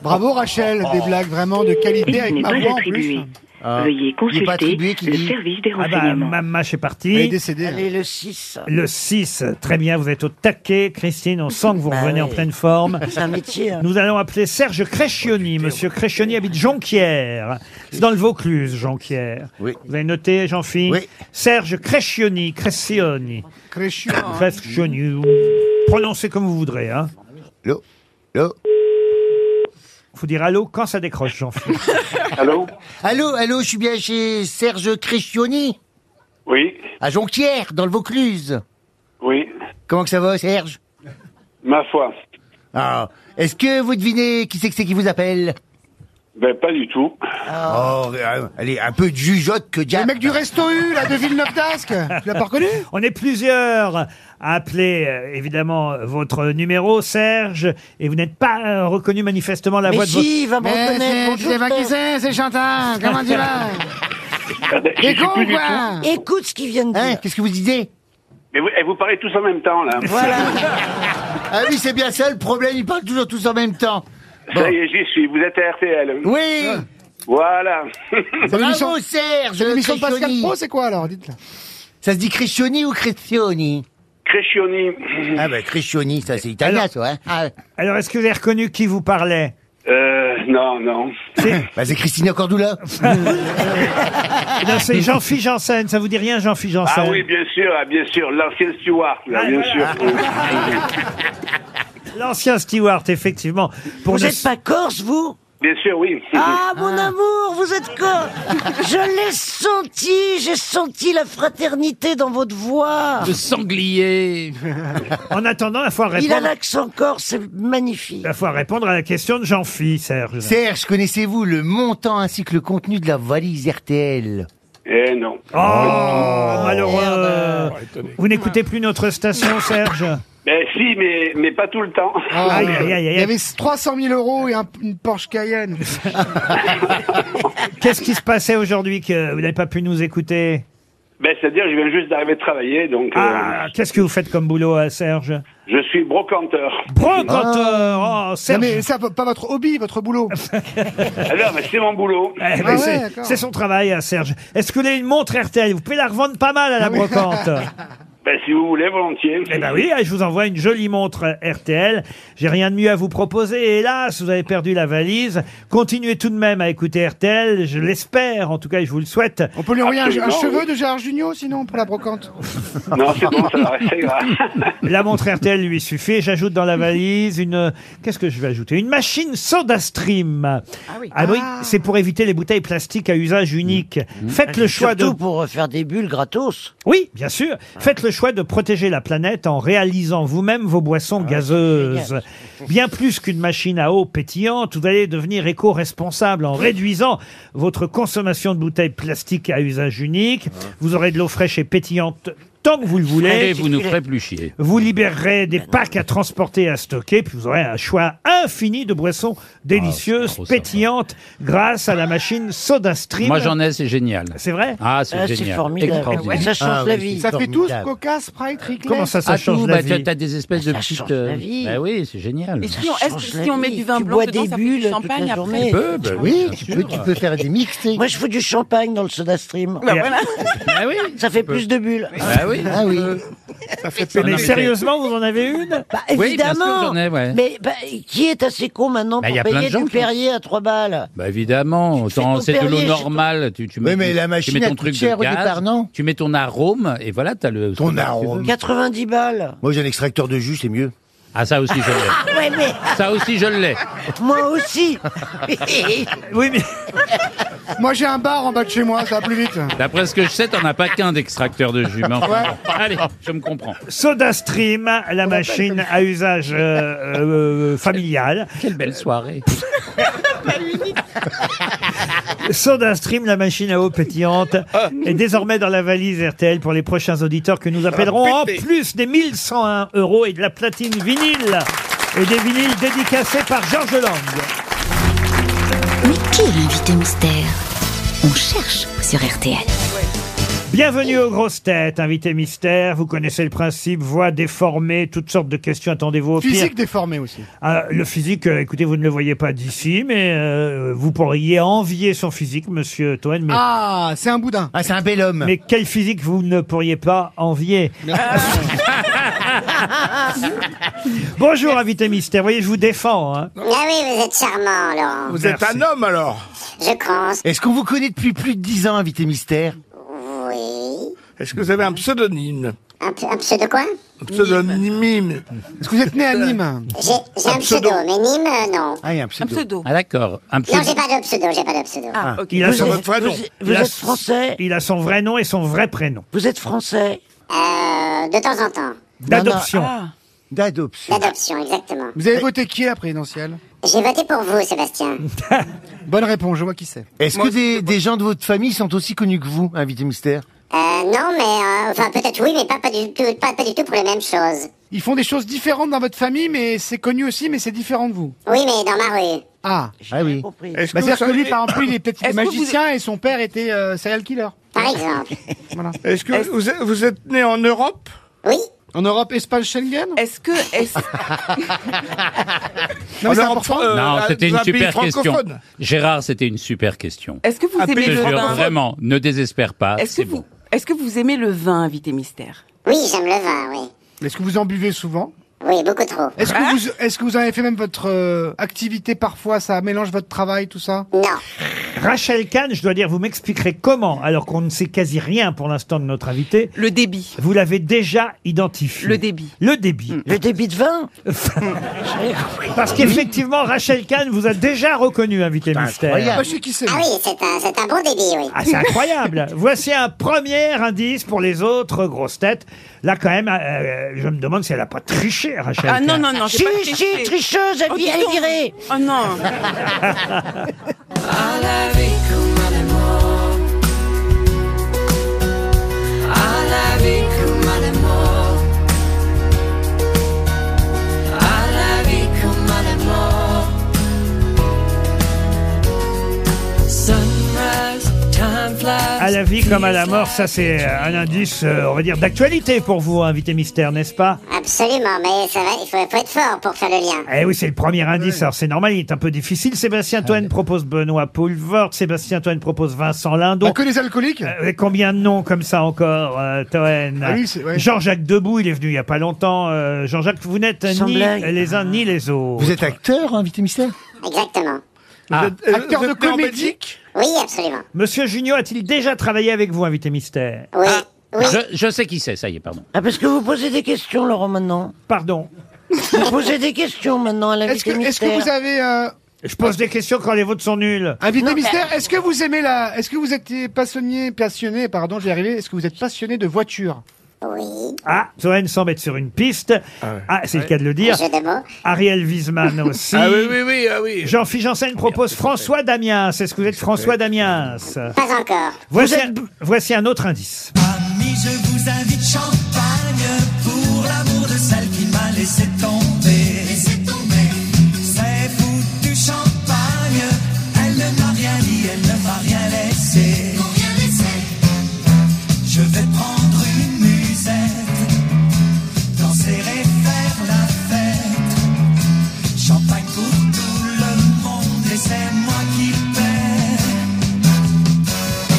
S6: Bravo Rachel, des blagues vraiment de qualité Eh avec ma voix en plus.
S2: Veuillez
S6: consulter le service
S2: Ah
S6: des
S2: bah,
S6: renseignements.
S2: Madame Mache est partie.
S6: Elle est décédée.
S5: Allez, le 6.
S2: Le 6, très bien, vous êtes au taquet, Christine, on sent que vous
S5: Bah
S2: revenez en
S5: oui.
S2: pleine forme.
S5: C'est un métier, hein.
S2: Nous allons appeler Serge Crescioni. Monsieur Crescioni habite Jonquière. C'est dans le Vaucluse, Jonquière. Vous avez noté, Jean-Philippe Serge Crescioni, Crescioni. Crescioni. Prononcez comme vous voudrez. Hein. Allô Allô Faut dire allô quand ça décroche, Jean-Philippe.
S9: Allô Allô, allô, je suis bien chez Serge Crescioni
S11: Oui,
S9: À Jonquière, dans le Vaucluse.
S11: oui,
S9: Comment que ça va, Serge
S11: ma foi.
S9: Ah, Est-ce que vous devinez qui c'est que c'est qui vous appelle
S11: Ben, pas du tout.
S6: Ah.
S9: Oh, euh, allez, un peu de jugeote que diable.
S6: Le mec du Resto U, là, de Villeneuve d'Ascq. Tu l'as pas reconnu
S2: On est plusieurs à appeler euh, évidemment votre numéro, Serge, et vous n'êtes pas euh, reconnu manifestement la
S6: Mais
S2: voix de votre.
S6: si, il va me
S9: Eh, c'est-
S6: bonjour,
S3: Bah,
S9: c'est pas qui c'est, c'est Chantal. Comment tu vas
S13: Ah,
S11: Je suis plus du tout.
S5: Ah, Écoute ce qu'ils viennent de dire.
S9: Hein, Qu'est-ce que vous disiez
S11: Mais vous, et vous parlez tous en même temps, là.
S9: Ah oui, c'est bien ça le problème, ils parlent toujours tous en même temps.
S11: Ça y est, j'y suis. Vous êtes à RTL.
S9: Oui.
S11: Voilà.
S9: Bravo, Serge
S6: C'est l'émission de Pascal
S9: Crescioni.
S6: Pro, c'est quoi alors Dites-le.
S9: Ça se dit Crescioni ou Crescioni
S11: Crescioni.
S9: Ah bah Crescioni, ça c'est italien ça, hein Ah,
S2: Alors, est-ce que vous avez reconnu qui vous parlait
S11: Euh, non, non.
S9: bah, c'est Christina Cordula.
S2: Non, c'est Jean-Philippe Janssen. Ça vous dit rien, Jean-Philippe Janssen
S11: Ah oui, bien sûr, ah, bien sûr. L'ancien Stewart, là, bien sûr.
S2: L'ancien Stewart, effectivement. Pour
S5: Vous n'êtes pas corse, vous
S11: bien sûr, oui.
S5: Ah, mon amour, vous êtes corse Je l'ai senti, j'ai senti la fraternité dans votre voix.
S4: Le sanglier.
S2: En attendant, la fois
S5: Il a
S2: répondre.
S5: l'accent corse, c'est magnifique.
S2: La fois répondre à la question de Jean-Philippe, Serge.
S9: Serge, connaissez-vous le montant ainsi que le contenu de la valise RTL
S11: Eh non.
S2: Oh, malheureux. euh, Vous n'écoutez plus notre station, Serge
S11: Ah, Ben si, mais, mais pas tout le temps.
S3: Ah,
S2: Aïe, aïe, aïe,
S6: Il y
S2: aïe.
S6: avait 300 000 euros et un- une Porsche Cayenne.
S2: Qu'est-ce qui se passait aujourd'hui que vous n'avez pas pu nous écouter
S11: Ben c'est-à-dire, je viens juste d'arriver de travailler, donc euh,
S2: Ah, Qu'est-ce que vous faites comme boulot, euh, Serge
S11: je suis brocanteur.
S2: Ah. Brocanteur Oh,
S6: Ah. Non
S2: Serge
S6: mais ça, pas pas votre hobby, votre boulot. Ah
S11: Alors, mais c'est mon boulot.
S2: Eh ben, c'est- C'est son travail, hein, Serge. Est-ce que vous avez une montre RTL Vous pouvez la revendre pas mal à
S6: Ah
S2: la brocante.
S11: Ben si vous voulez, volontiers.
S2: Eh ben oui, je vous envoie une jolie montre euh, RTL. J'ai rien de mieux à vous proposer. Hélas, vous avez perdu la valise. Continuez tout de même à écouter RTL. Je l'espère, en tout cas, et je vous le souhaite.
S6: On peut lui envoyer un, un cheveu de Gérard Jugnot, sinon, pour la brocante.
S11: Non, c'est bon, ça va rester grave.
S2: La montre RTL lui suffit. J'ajoute dans la valise une. Qu'est-ce que je vais ajouter Une machine Soda Stream. Ah oui. c'est pour éviter les bouteilles plastiques à usage unique.
S5: Mmh,
S2: Faites le choix de.
S5: Ah, Surtout pour faire des bulles gratos.
S2: Oui, bien sûr. Faites le choix de protéger la planète en réalisant vous-même vos boissons
S5: Ah,
S2: gazeuses. Bien plus qu'une machine à eau pétillante, vous allez devenir éco-responsable en réduisant
S5: Ah.
S2: votre consommation de bouteilles plastiques à usage unique. Vous aurez de l'eau fraîche et pétillante autant que vous le voulez.
S4: Allez, vous nous ferez plus chier.
S2: Vous libérerez des packs à transporter et à stocker, puis vous aurez un choix infini de boissons
S4: Ah,
S2: délicieuses, pétillantes, grâce à la machine SodaStream.
S4: Moi j'en ai, c'est génial.
S2: C'est vrai
S4: Ah, c'est
S2: Ah, c'est
S4: génial.
S2: formidable.
S4: Extraordinaire.
S2: Ouais, ça change
S4: Ah
S2: la
S4: oui,
S2: vie.
S4: c'est
S3: Ça fait tous
S4: formidable.
S3: Coca, Sprite, Riclet.
S4: Comment ça, ça
S3: Ah,
S4: change
S3: tout,
S4: la
S3: bah,
S4: vie
S3: t'as- t'as des espèces de petites, euh,
S4: Bah oui, c'est génial.
S7: Et si on, est-ce que
S5: change la
S7: si on met
S5: vie.
S7: du vin
S5: Tu
S7: blanc
S5: bois
S7: dedans,
S5: des
S7: ça fait
S5: bulles
S7: du
S5: toute
S7: champagne
S5: la
S7: après
S5: journée.
S4: oui,
S5: tu peux, tu peux faire des mixés. Moi, je fous du champagne dans le soda stream.
S2: Bah voilà.
S5: Ça fait
S2: peux.
S5: plus de bulles.
S2: Bah oui.
S5: Ah oui.
S2: Ça fait Mais plaisir. sérieusement, vous en avez une
S5: Bah
S2: Oui, bien sûr,
S5: évidemment.
S2: j'en ai, ouais.
S5: Mais bah, qui est assez con maintenant
S4: Bah, y
S5: pour
S4: a plein de
S5: payer
S4: gens
S5: du
S4: qui ont-
S5: Perrier à 3 balles
S4: Bah évidemment, autant
S5: ton
S4: c'est de l'eau
S5: perrier chez
S4: normale. Tu, tu mets,
S9: Oui, mais
S4: ton-
S9: la
S4: tu
S9: machine,
S4: mets
S9: elle
S4: ton
S9: coûte
S4: truc
S9: cher
S4: de
S9: au
S4: gaz,
S9: départ, non
S4: Tu mets ton arôme et voilà, t'as le. Ton arôme.
S5: 90 balles.
S9: Moi, j'ai un extracteur de jus, c'est mieux.
S4: Ah, ça aussi, je l'ai.
S5: Ouais, mais
S4: ça aussi, je l'ai.
S5: moi aussi.
S2: oui, mais.
S3: Moi, j'ai un bar en bas de chez moi, ça va plus vite.
S4: D'après ce que je sais, t'en as pas qu'un d'extracteur de jus. mais enfin,
S3: Ouais.
S4: bon. Allez, je me comprends.
S2: SodaStream, la machine à usage euh, euh, familial.
S4: Quelle belle soirée.
S2: SodaStream, la machine à eau pétillante,
S4: Ah.
S2: est désormais dans la valise RTL pour les prochains auditeurs que nous appellerons en plus des 1101 euros et de la platine vinyle et des vinyles dédicacés par Georges Lang.
S20: Mais qui est l'invité mystère On cherche sur RTL.
S2: Bienvenue aux grosses têtes, invité mystère. Vous connaissez le principe, voix déformée, toutes sortes de questions. Attendez-vous au pire.
S3: Physique déformé aussi.
S2: Ah, le physique, euh, écoutez, vous ne le voyez pas d'ici, mais euh, vous pourriez envier son physique, monsieur Toen. Mais...
S3: Ah, c'est un boudin.
S9: Ah, c'est un bel homme.
S2: Mais quel physique vous ne pourriez pas envier
S21: Ah
S2: Bonjour, invité mystère. Vous voyez, je vous défends. hein.
S21: Ah oui, vous êtes charmant, Laurent.
S2: Vous êtes Merci. un
S9: homme, alors
S21: Je pense.
S9: Est-ce qu'on vous connaît depuis plus de 10 ans, invité mystère
S21: Oui.
S9: Est-ce que vous avez un pseudonyme
S21: Un, p- un pseudo quoi
S22: Un pseudonyme.
S3: Est-ce que vous êtes né à Nîmes
S21: J'ai j'ai un, pseudo, mais Nîmes, euh, non.
S9: Ah, il y a un
S21: pseudo. Un pseudo.
S4: Ah, d'accord. Un
S21: Non,
S4: pseudo.
S21: j'ai pas de pseudo, j'ai pas de pseudo.
S2: Ah, Il a son vrai nom.
S5: vous
S2: Il a
S5: êtes
S2: s-
S5: français
S2: Il a son vrai nom et son vrai prénom.
S5: Vous êtes français
S21: Euh, de temps en temps.
S2: D'adoption. Ah.
S9: D'adoption.
S21: D'adoption, exactement.
S3: Vous avez voté qui à la présidentielle
S21: J'ai voté pour vous, Sébastien.
S3: Bonne réponse, je vois qui c'est.
S9: Est-ce que des, des gens de votre famille sont aussi connus que vous, invité mystère
S21: Euh, non, mais euh, enfin peut-être oui, mais pas, pas du tout, pas, pas du tout pour les mêmes choses.
S3: Ils font des choses différentes dans votre famille, mais c'est connu aussi, mais c'est différent de vous.
S21: Oui, mais dans ma rue.
S3: Ah, ah oui.
S21: Est-ce que
S3: Bah, C'est-à-dire
S21: vous
S3: que lui,
S21: savez-
S3: par exemple, lui, il est peut-être
S21: Est-ce que vous-
S3: magicien et son père était euh, serial killer.
S21: Par exemple.
S3: Voilà.
S22: Est-ce que vous êtes, vous êtes né en Europe
S21: Oui.
S3: En Europe, Espagne, Schengen
S7: Est-ce que. Est-ce...
S3: Non, mais c'est
S22: Alors,
S3: important.
S22: euh,
S4: non,
S22: à-
S4: c'était
S22: dans
S4: une
S22: un pays
S4: super question.
S22: francophone.
S4: Gérard, c'était une super question.
S7: Est-ce que vous
S4: Je
S7: aimez
S4: te
S7: le
S4: jure,
S7: vin
S4: Vraiment, ne désespère
S23: Ah,
S4: pas.
S7: Est-ce que, vous, est-ce que vous aimez le vin, invité mystère
S21: Oui, j'aime le vin, oui.
S3: Est-ce que vous en buvez souvent
S21: Oui, beaucoup trop. Hein
S3: Est-ce que, vous, est-ce que vous en avez fait même votre euh, activité parfois Ça mélange votre travail, tout ça
S21: Non.
S2: Rachel Kahn, je dois dire, vous m'expliquerez comment, alors qu'on ne sait quasi rien pour l'instant de notre invité.
S7: Le débit.
S2: Vous l'avez déjà identifié.
S7: Le débit.
S2: Le débit.
S5: Le débit de vin
S2: Parce qu'effectivement, Rachel Kahn vous a déjà reconnu, invité mystère.
S3: Bah, je sais qui c'est.
S21: Ah oui, c'est un, c'est un bon débit, oui.
S2: Ah, c'est incroyable. Voici un premier indice pour les autres grosses têtes. Là, quand même, euh, je me demande si elle n'a pas triché, Rachel
S7: Ah non,
S2: Kahn.
S7: non, non, j'ai
S5: Si,
S7: pas
S5: si,
S7: triché.
S5: tricheuse, elle
S7: Oh,
S5: vit- elle
S7: dis donc.
S5: est virée.
S7: Oh non
S13: À la vie comme à la mort. À la vie comme à la mort. À la vie comme à la mort. Sunrise, time flies.
S2: À la vie comme à la mort, ça c'est un indice, euh, on va dire, d'actualité pour vous, invité mystère, n'est-ce pas
S21: Absolument, mais ça va, il faut, faut être fort pour faire le lien.
S2: Eh oui, c'est le premier indice. Alors, c'est normal, il est un peu difficile. Sébastien
S3: Ah,
S2: Toine propose Benoît Poulvord. Sébastien Toine propose Vincent Lindon.
S3: Bah, que les alcooliques
S2: Euh, combien de noms comme ça encore, euh, Toen
S3: Ah oui, c'est- ouais.
S2: Jean-Jacques Debout, il est venu il y a pas longtemps. Euh, Jean-Jacques, vous n'êtes
S3: Sans
S2: ni
S3: blague.
S2: les
S5: Ah.
S2: uns ni les autres.
S9: Vous êtes acteur, invité mystère
S21: Exactement.
S2: Ah.
S22: hein, Vous êtes- euh,
S3: Acteur
S22: vous
S3: de
S22: êtes né en
S3: comédie.
S22: Belgique
S21: Oui, absolument.
S2: Monsieur Junio a-t-il déjà travaillé avec vous, invité mystère Ah.
S21: Oui.
S4: Je, je sais qui c'est, ça y est, pardon.
S5: Ah, parce que vous posez des questions, Laurent, maintenant.
S2: Pardon.
S5: Vous posez des questions maintenant à
S3: Est-ce que,
S5: l'invité
S3: est-ce que
S5: mystère.
S3: vous avez... euh,
S2: Je pose des questions quand les vôtres sont nuls.
S6: Ah,
S3: Invité mystère, est-ce que vous aimez la, est-ce que vous étiez passionné, passionné, pardon, j'y arrivé, est-ce que vous êtes passionné de voiture
S21: Oui.
S2: Ah, Toen semble être sur une piste. Ah, c'est le cas de le dire.
S21: Jeu de mots.
S2: Ariel Wiesman aussi.
S22: Ah oui, oui, oui, ah oui.
S2: Jean-Philippe Janssen propose François Damiens. Est-ce que vous êtes François Damiens
S21: Pas encore.
S2: voici, un, voici un autre indice.
S13: Ami je vous invite champagne pour l'amour de celle qui m'a laissé tomber. C'est foutu champagne, elle ne m'a rien dit, elle ne m'a rien laissé. Je vais prendre une musette, danser et faire la fête. Champagne pour tout le monde et c'est moi qui paie.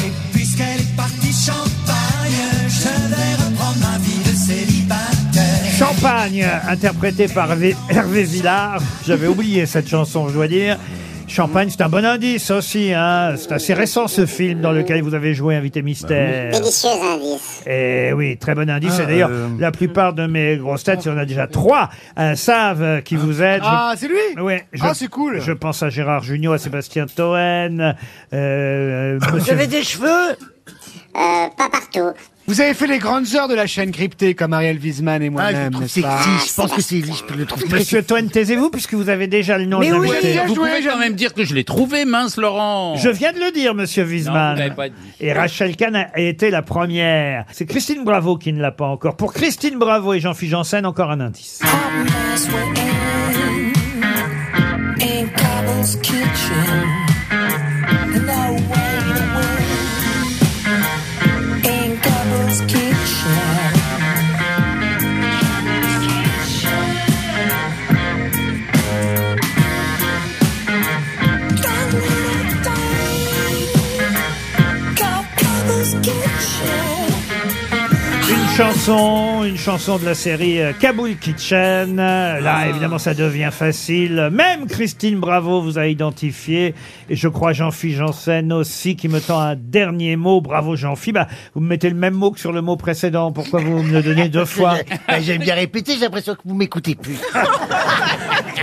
S13: Et puisqu'elle est partie champagne, je vais reprendre ma vie de célibataire.
S2: Champagne, interprété par Hervé- Hervé Villard. J'avais oublié cette chanson, je dois dire. Champagne, c'est un bon indice aussi. Hein. C'est assez récent ce film dans lequel vous avez joué Invité Mystère.
S21: Délicieux indice.
S2: Et Eh oui, très bon indice.
S21: Bah Ah,
S2: Et d'ailleurs,
S21: euh.
S2: la plupart de mes grosses têtes, il y en a déjà trois, euh, savent euh, qui vous êtes. Je-
S6: Ah, c'est lui
S2: Ouais, je-
S6: Ah, c'est cool
S2: Je pense à Gérard Junior, à Sébastien Toen. Euh,
S6: Vous avez
S5: des cheveux
S9: Euh,
S21: Pas partout.
S6: Vous avez fait les grandes heures de la chaîne cryptée comme Ariel Wiesman et
S9: Ah, je le
S6: moi-même,
S9: trouve
S6: n'est-ce pas
S9: sexy, je pense que c'est je le trouve très
S2: Monsieur Toen, taisez-vous puisque vous avez déjà le nom de l'invité.
S4: Vous pouvez quand même dire que je l'ai trouvé, mince Laurent.
S2: Je viens de le dire, monsieur
S4: Non, vous
S2: Wiesmann.
S4: l'avez pas dit.
S2: Et Rachel Kahn a été la première. C'est Christine Bravo qui ne l'a pas encore. Pour Christine Bravo et Jean-Philippe Janssen, encore un indice.
S13: in Cobble's kitchen. And I wait away in Cobble's kitchen. That little thing called Cobble's Kitchen.
S2: Une chanson, une chanson de la série euh, Kaboul Kitchen. Euh, Là,
S9: Ah.
S2: évidemment, ça devient facile. Même Christine Bravo vous a identifié. Et je crois Jean-Philippe Janssen aussi qui me tend un dernier mot. Bravo Jean-Philippe. Bah, vous me mettez le même mot que sur le mot précédent. Pourquoi vous me le donnez deux fois
S9: Bah, J'aime bien répéter, j'ai l'impression que vous m'écoutez plus.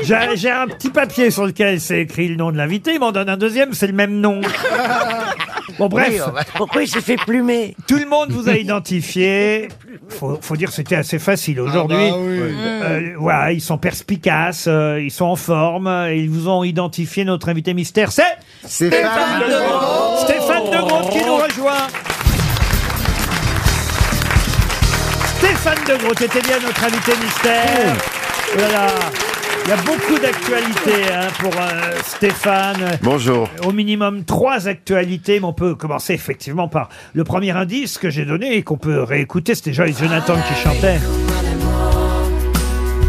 S2: J'ai j'ai un petit papier sur lequel c'est écrit le nom de l'invité. Il m'en donne un deuxième, c'est le même nom. Bon, bref.
S5: Oui, on va- Pourquoi il s'est fait plumer
S2: Tout le monde vous a identifié. Faut, faut dire que c'était assez facile aujourd'hui.
S6: bah oui.
S5: Mm.
S2: Euh, voilà, ils sont perspicaces, euh, ils sont en forme, euh, ils vous ont identifié. Notre invité mystère, c'est
S13: Stéphane de Groot.
S2: Stéphane de Groot qui nous rejoint. Stéphane de Groot était bien notre invité mystère. Oh là là, il y a beaucoup d'actualités hein, pour euh, Stéphane.
S23: Bonjour.
S2: Au minimum trois actualités, mais on peut commencer effectivement par le premier indice que j'ai donné et qu'on peut réécouter. C'était Joyce Jonathan qui chantait.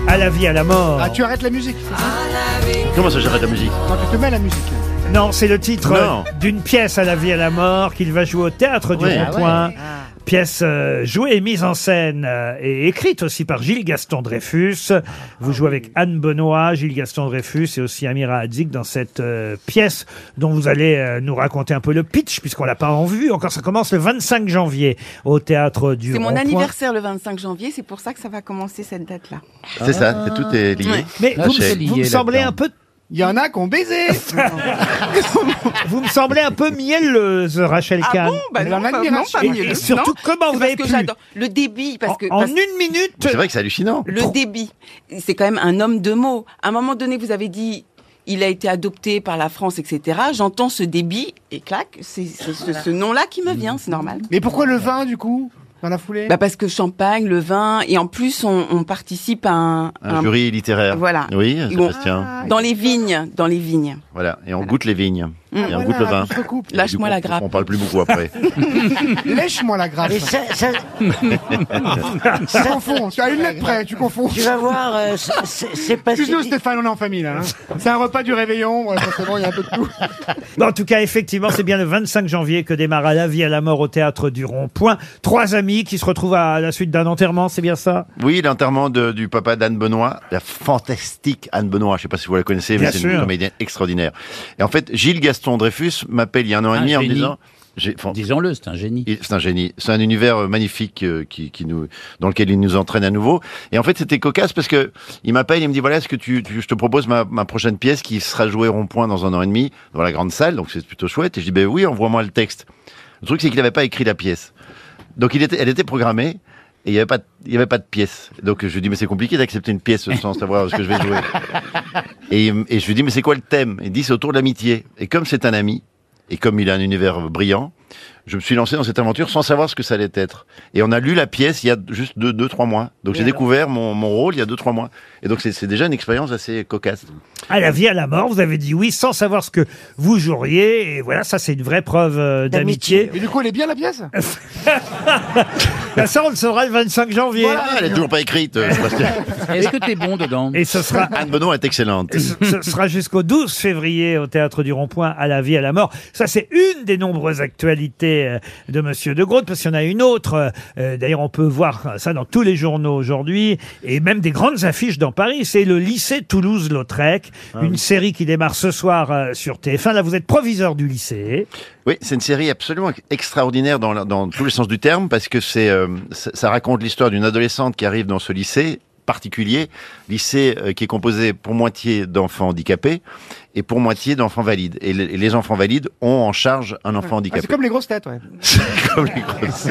S2: À la vie, à la mort.
S6: Ah, tu arrêtes la musique, c'est ça
S23: Comment ça j'arrête la musique
S6: Non, tu te mets à la musique.
S2: Non, c'est le titre
S6: Non.
S2: euh, d'une pièce à la vie et à la mort qu'il va jouer au théâtre du
S6: Ouais,
S2: Rond-Point.
S6: ah ouais.
S2: Pièce euh, jouée et mise en scène euh, et écrite aussi par Gilles Gaston Dreyfus.
S23: Ah
S2: Vous jouez avec Anne Benoît, Gilles Gaston Dreyfus et aussi Amira Hadzik dans cette euh, pièce dont vous allez euh, nous raconter un peu le pitch puisqu'on l'a pas en vue. Encore, ça commence le 25 janvier au théâtre du
S7: C'est mon
S2: Rond-Point.
S7: anniversaire le 25 janvier, c'est pour ça que ça va commencer cette date-là.
S23: C'est ça, tout est lié.
S2: Mais
S23: Ah,
S2: vous,
S23: c'est
S2: me,
S23: lié
S2: vous me semblez
S23: là-dedans.
S2: un peu
S6: Il y en a qui ont baisé
S2: vous me semblez un peu mielleuse, Rachel
S7: Ah
S2: Kahn.
S7: bon bah non, pas, non, pas
S2: Et-
S7: mieux.
S2: Et surtout,
S7: Non,
S2: comment
S7: c'est
S2: vous avez
S7: parce que
S2: pu
S7: j'adore le débit parce que
S2: en
S7: parce-
S2: une minute.
S23: C'est vrai que c'est hallucinant.
S7: Le débit, c'est quand même un homme de mots. À un moment donné, vous avez dit, il a été adopté par la France, etc. J'entends ce débit et clac, c'est c'est ce, ce nom-là qui me vient, c'est normal.
S6: Mais pourquoi le vin, Hein, du coup, dans la foulée
S7: Bah parce que champagne, le vin, et en plus on, on participe à un,
S23: Un
S7: un-
S23: jury littéraire.
S7: Voilà. Ah,
S23: Oui,
S7: Ils vont-
S23: Sébastien.
S7: dans les vignes, dans les vignes.
S23: Voilà, et on goûte les vignes.
S7: Mm.
S23: et on
S7: Voilà,
S23: goûte le vin.
S7: tout se recoupe.
S23: Et du
S7: Lâche-moi
S23: coup,
S7: la grappe.
S23: On parle plus beaucoup après.
S6: Lèche-moi la grappe.
S5: Et ça- ça-
S6: Tu confonds, tu as une lettre près, tu confonds.
S5: Tu vas voir, euh, c'est- c'est c'est pas si-
S6: Excuse-nous Stéphane, on est en famille là. hein. C'est un repas du réveillon, ouais, forcément il y a un peu de tout.
S2: Mais en tout cas, effectivement, c'est bien le 25 janvier que démarre à la vie à la mort au théâtre du Rond-Point. Trois amis qui se retrouvent à la suite d'un enterrement, c'est bien ça
S23: Oui, l'enterrement de- du papa d'Anne Benoît, la fantastique Anne Benoît. Je sais pas si vous la connaissez, mais
S2: Bien
S23: c'est une
S2: sûr.
S23: comédienne extraordinaire. Et en fait, Gilles Gaston Dreyfus m'appelle il y a un an et
S4: Un
S23: demi en me
S4: génie.
S23: disant.
S4: Disons-le, c'est un génie.
S23: Il- C'est un génie. C'est un univers euh, magnifique euh, qui, qui nous, dans lequel il nous entraîne à nouveau. Et en fait, c'était cocasse parce que il m'appelle, il me dit voilà, est-ce que tu, tu- je te propose ma, ma prochaine pièce qui sera jouée rond-point dans un an et demi dans la grande salle, donc c'est plutôt chouette. Et je dis ben oui, envoie-moi le texte. Le truc c'est qu'il n'avait pas écrit la pièce, donc il était, elle était programmée. Et il n'y avait, pas de- il y avait pas de pièce. Donc je lui dis, mais c'est compliqué d'accepter une pièce sans savoir ce que je vais jouer.
S5: Ah
S23: Et, et je lui dis, mais c'est quoi le thème Il dit, c'est autour de l'amitié. Et comme c'est un ami, et comme il a un univers brillant, je me suis lancé dans cette aventure sans savoir ce que ça allait être. Et on a lu la pièce il y a juste deux, deux trois mois. Donc
S2: Et
S23: j'ai
S2: alors
S23: découvert mon, mon rôle il y a deux, trois mois. Et donc c'est- c'est déjà une expérience assez cocasse.
S2: À la vie, à la mort, vous avez dit oui sans savoir ce que vous joueriez. Et voilà, ça, c'est une vraie preuve euh, d'amitié.
S6: Et du coup, elle est bien la pièce
S2: Bah, ça, on le saura le 25 janvier.
S23: Voilà, elle est toujours pas écrite. euh, Sébastien.
S4: Est-ce que t'es bon dedans
S2: Et ce sera
S23: Anne Benoît est excellente.
S2: Ce sera jusqu'au 12 février au Théâtre du Rond-Point, à la vie, à la mort. Ça, c'est une des nombreuses actualités euh, de Monsieur De Groot, parce qu'il y en a une autre. Euh, D'ailleurs, on peut voir ça dans tous les journaux aujourd'hui, et même des grandes affiches dans Paris. C'est le lycée Toulouse-Lautrec, une série qui démarre ce soir euh, sur TF1. Là, vous êtes proviseur du lycée.
S23: Oui, c'est une série absolument extraordinaire dans, la- dans tous les sens du terme parce que c'est euh, ça ça raconte l'histoire d'une adolescente qui arrive dans ce lycée particulier, lycée euh, qui est composé pour moitié d'enfants handicapés et pour moitié d'enfants valides. Et, le- et les enfants valides ont en charge un enfant
S6: Ah,
S23: handicapé.
S6: C'est comme les grosses têtes, ouais.
S23: Comme les grosses-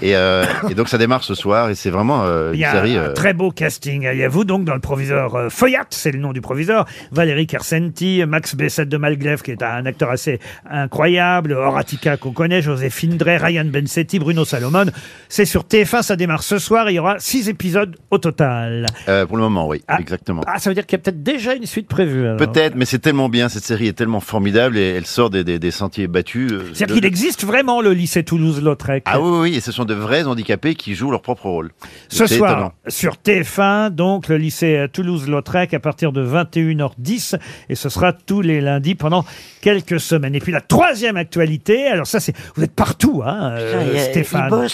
S23: et, euh, et donc ça démarre ce soir et c'est vraiment euh,
S2: Il
S23: une
S2: y a
S23: série.
S2: un
S23: euh,
S2: très beau casting. hein. Il y a vous donc dans le proviseur euh, Feuillat, c'est le nom du proviseur, Valérie Kersenti, Max Bessette de Malglaive, qui est un acteur assez incroyable, Horatica qu'on connaît, Joséphine Drey, Ryan Bensetti, Bruno Salomon. C'est sur TF1, ça démarre ce soir, et il y aura six épisodes au total.
S23: euh, pour le moment, oui, exactement.
S2: Ah, ça veut dire qu'il y a peut-être déjà une suite prévue. alors.
S23: Peut-être, mais c'est tellement bien, cette série est tellement formidable et elle sort des, des- des sentiers battus. euh,
S2: C'est-à-dire
S23: de-
S2: qu'il existe vraiment le lycée Toulouse-Lautrec.
S23: Ah oui, oui, oui, et ce sont de vrais handicapés qui jouent leur propre rôle.
S2: Ce
S23: C'est
S2: soir,
S23: étonnant.
S2: sur TF1, donc le lycée euh, Toulouse-Lautrec, à partir de 21h10, et ce sera tous les lundis pendant quelques semaines. Et puis la troisième actualité, alors ça c'est, vous êtes partout, hein, euh, Stéphane.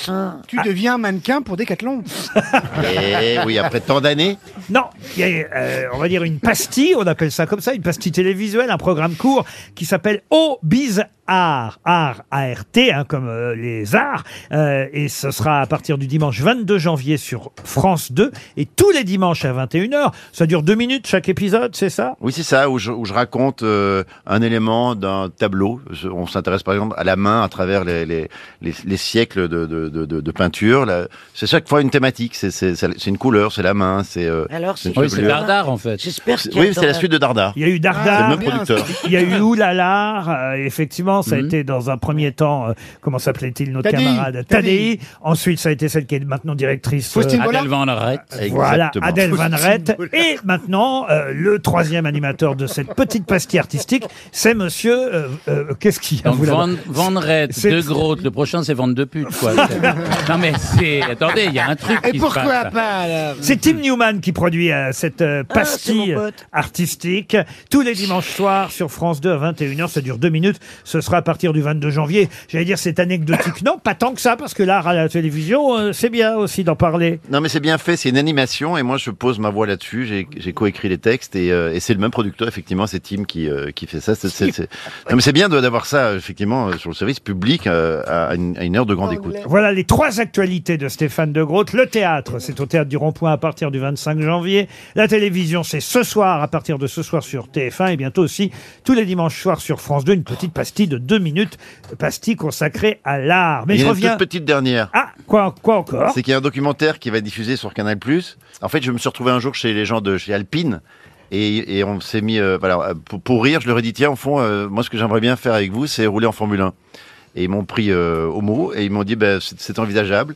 S6: Tu deviens un mannequin pour Décathlon.
S23: Eh oui, après tant d'années.
S2: Non, il y a, euh, on va dire une pastille, on appelle ça comme ça, une pastille télévisuelle, un programme court qui s'appelle Oh Biz Art, art ART, hein, comme euh, les arts, Euh, et ce sera à partir du dimanche 22 janvier sur France 2, et tous les dimanches à 21h, ça dure deux minutes chaque épisode, c'est ça
S23: Oui, c'est ça, où je, où je raconte euh, un élément d'un tableau. Je- On s'intéresse par exemple à la main à travers les, les- les- les siècles de, de- de- de- de peinture. là. C'est chaque fois une thématique, c'est- c'est c'est- c'est une couleur, c'est la main, c'est... euh,
S5: Alors,
S23: une
S5: c'est- Oui, c'est
S23: chevelure.
S5: Dardar,
S4: en fait.
S5: J'espère qu'il y a
S23: Oui, c'est la
S5: Dardar.
S23: suite de Dardar.
S2: Il y a
S23: Ah,
S2: eu
S23: C'est
S2: Dardar.
S23: le même producteur.
S2: Il y a eu Oulalar. euh, effectivement, ça a
S23: Mhm.
S2: été dans un premier temps, euh, comment s'appelait-il notre
S4: Tadei,
S2: camarade
S4: Tadei.
S2: Tadei. Ensuite, ça a été celle qui est maintenant directrice. euh,
S4: Adèle Van Arrête.
S2: Voilà, Adèle Van Rett. Et maintenant, euh, le troisième animateur de cette petite pastille artistique, c'est monsieur. euh, euh, Qu'est-ce qu'il y a
S4: Donc
S2: vous, là-bas
S4: Van, Van Rett,
S2: C'est-
S4: De Groot, le prochain c'est Van de pute quoi. non mais c'est... Attendez, il y a un truc qui se passe, là.
S2: C'est Tim Newman qui produit euh, cette euh, pastille artistique tous les dimanches soirs sur France 2 à 21h. Ça dure deux minutes. Ce sera à partir du 22 janvier. J'allais dire c'est anecdotique. Non, pas tant que ça parce que l'art à la télévision, euh, c'est bien aussi d'en parler.
S23: Non mais c'est bien fait, c'est une animation et moi je pose ma voix là-dessus, j'ai j'ai coécrit les textes et, euh, et c'est le même producteur effectivement, c'est Tim qui, euh, qui fait ça. C'est- c'est- c'est- Non mais c'est bien de- d'avoir ça effectivement euh, sur le service public euh, à, une, à une heure de grande écoute.
S2: Voilà les trois actualités de Stéphane de Groot. Le théâtre, c'est au théâtre du Rond-Point à partir du 25 janvier. La télévision, c'est ce soir, à partir de ce soir sur TF1 et bientôt aussi tous les dimanches soirs sur France 2, une petite pastille de deux minutes, pastille consacrée à l'art. Mais
S23: Il y
S2: je
S23: a
S2: reviens.
S23: une toute petite dernière.
S2: Ah, quoi, quoi encore
S23: C'est qu'il y a un documentaire qui va être diffusé sur Canal+. En fait, je me suis retrouvé un jour chez les gens de chez Alpine. Et, et on s'est mis, euh, voilà, pour, pour rire, je leur ai dit, tiens, au fond, euh, moi, ce que j'aimerais bien faire avec vous, c'est rouler en Formule 1. Et ils m'ont pris euh, au mot et ils m'ont dit, ben, c'est c'est envisageable.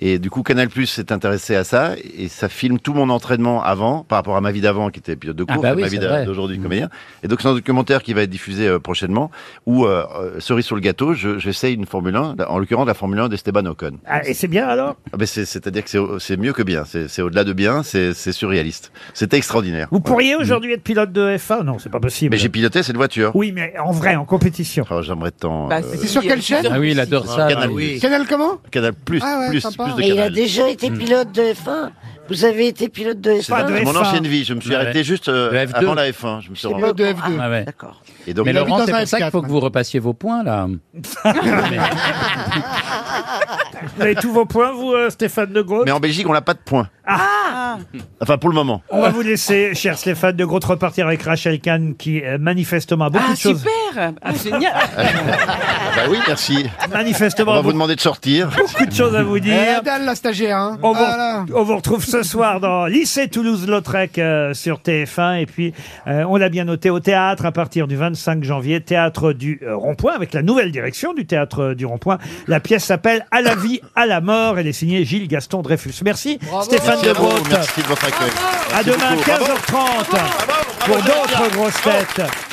S23: Et du coup, Canal s'est intéressé à ça et ça filme tout mon entraînement avant, par rapport à ma vie d'avant, qui était pilote de
S4: Ah
S23: course,
S4: bah oui,
S23: ma
S4: c'est
S23: vie
S4: vrai.
S23: d'a- d'aujourd'hui,
S2: Mm.
S23: comédien. Et donc, c'est un documentaire qui va être diffusé euh, prochainement où, euh, euh, cerise sur le gâteau, je- j'essaye une Formule 1, en l'occurrence la Formule 1 d'Esteban Ocon.
S2: Ah, et c'est bien alors
S23: Ah ben, c'est- C'est-à-dire que c'est au- c'est mieux que bien, c'est c'est au-delà de bien, c'est c'est surréaliste. C'est extraordinaire.
S2: Vous pourriez aujourd'hui être pilote de F1 Non, c'est pas possible.
S23: Mais j'ai piloté cette voiture.
S2: Oui, mais en vrai, en compétition.
S23: J'aimerais tant.
S2: Bah,
S23: euh,
S2: c'est sur quelle chaîne
S4: Ah oui, il adore ça.
S23: Canal+.
S4: oui.
S6: Canal comment
S23: Canal plus,
S6: Ah ouais,
S23: plus,
S6: sympa.
S23: plus de
S5: Mais il a
S23: Canal.
S5: déjà été
S4: Hmm.
S23: Mm.
S5: pilote de F1. Vous avez été pilote de F1.
S23: C'est la- mon ancienne vie, je me suis
S4: Ouais.
S23: arrêté juste euh,
S4: Le F2.
S23: avant la F1. Je me suis rendu.
S5: de F2.
S4: Ah ouais.
S23: Et donc,
S4: mais
S23: il
S4: Laurent,
S23: habite
S4: c'est
S23: dans un
S4: pour ça qu'il
S23: F4,
S4: faut que vous repassiez vos points là.
S2: Vous avez tous vos points, vous, euh, Stéphane de Gaulle
S23: Mais en Belgique, on n'a pas de points.
S2: Ah
S23: Enfin, pour le moment.
S2: On va vous laisser, cher Stéphane de Gaulle, repartir avec Rachel Kahn, qui euh, manifestement a beaucoup
S7: Ah,
S2: de choses.
S7: super Ah, génial
S23: bah oui, merci.
S2: Ah. Manifestement.
S23: On va
S2: beaucoup-
S23: vous demander de sortir.
S2: Beaucoup de choses à vous dire.
S6: Eh, dalle, la stagiaire. hein.
S2: On, vous,
S6: Ah, là.
S2: on vous retrouve ce soir dans Lycée Toulouse-Lautrec euh, sur TF1. Et puis, euh, on l'a bien noté au théâtre à partir du 25 janvier, théâtre du euh, Rond-Point, avec la nouvelle direction du théâtre euh, du Rond-Point. La pièce s'appelle À la vie, à la mort. Elle est signée Gilles Gaston Dreyfus. Merci, Stéphane
S23: Merci à vous,
S2: Debrot.
S23: Merci de votre accueil.
S2: À
S23: Merci
S2: demain,
S23: beaucoup. Bravo.
S2: 15h30, pour d'autres grosses têtes.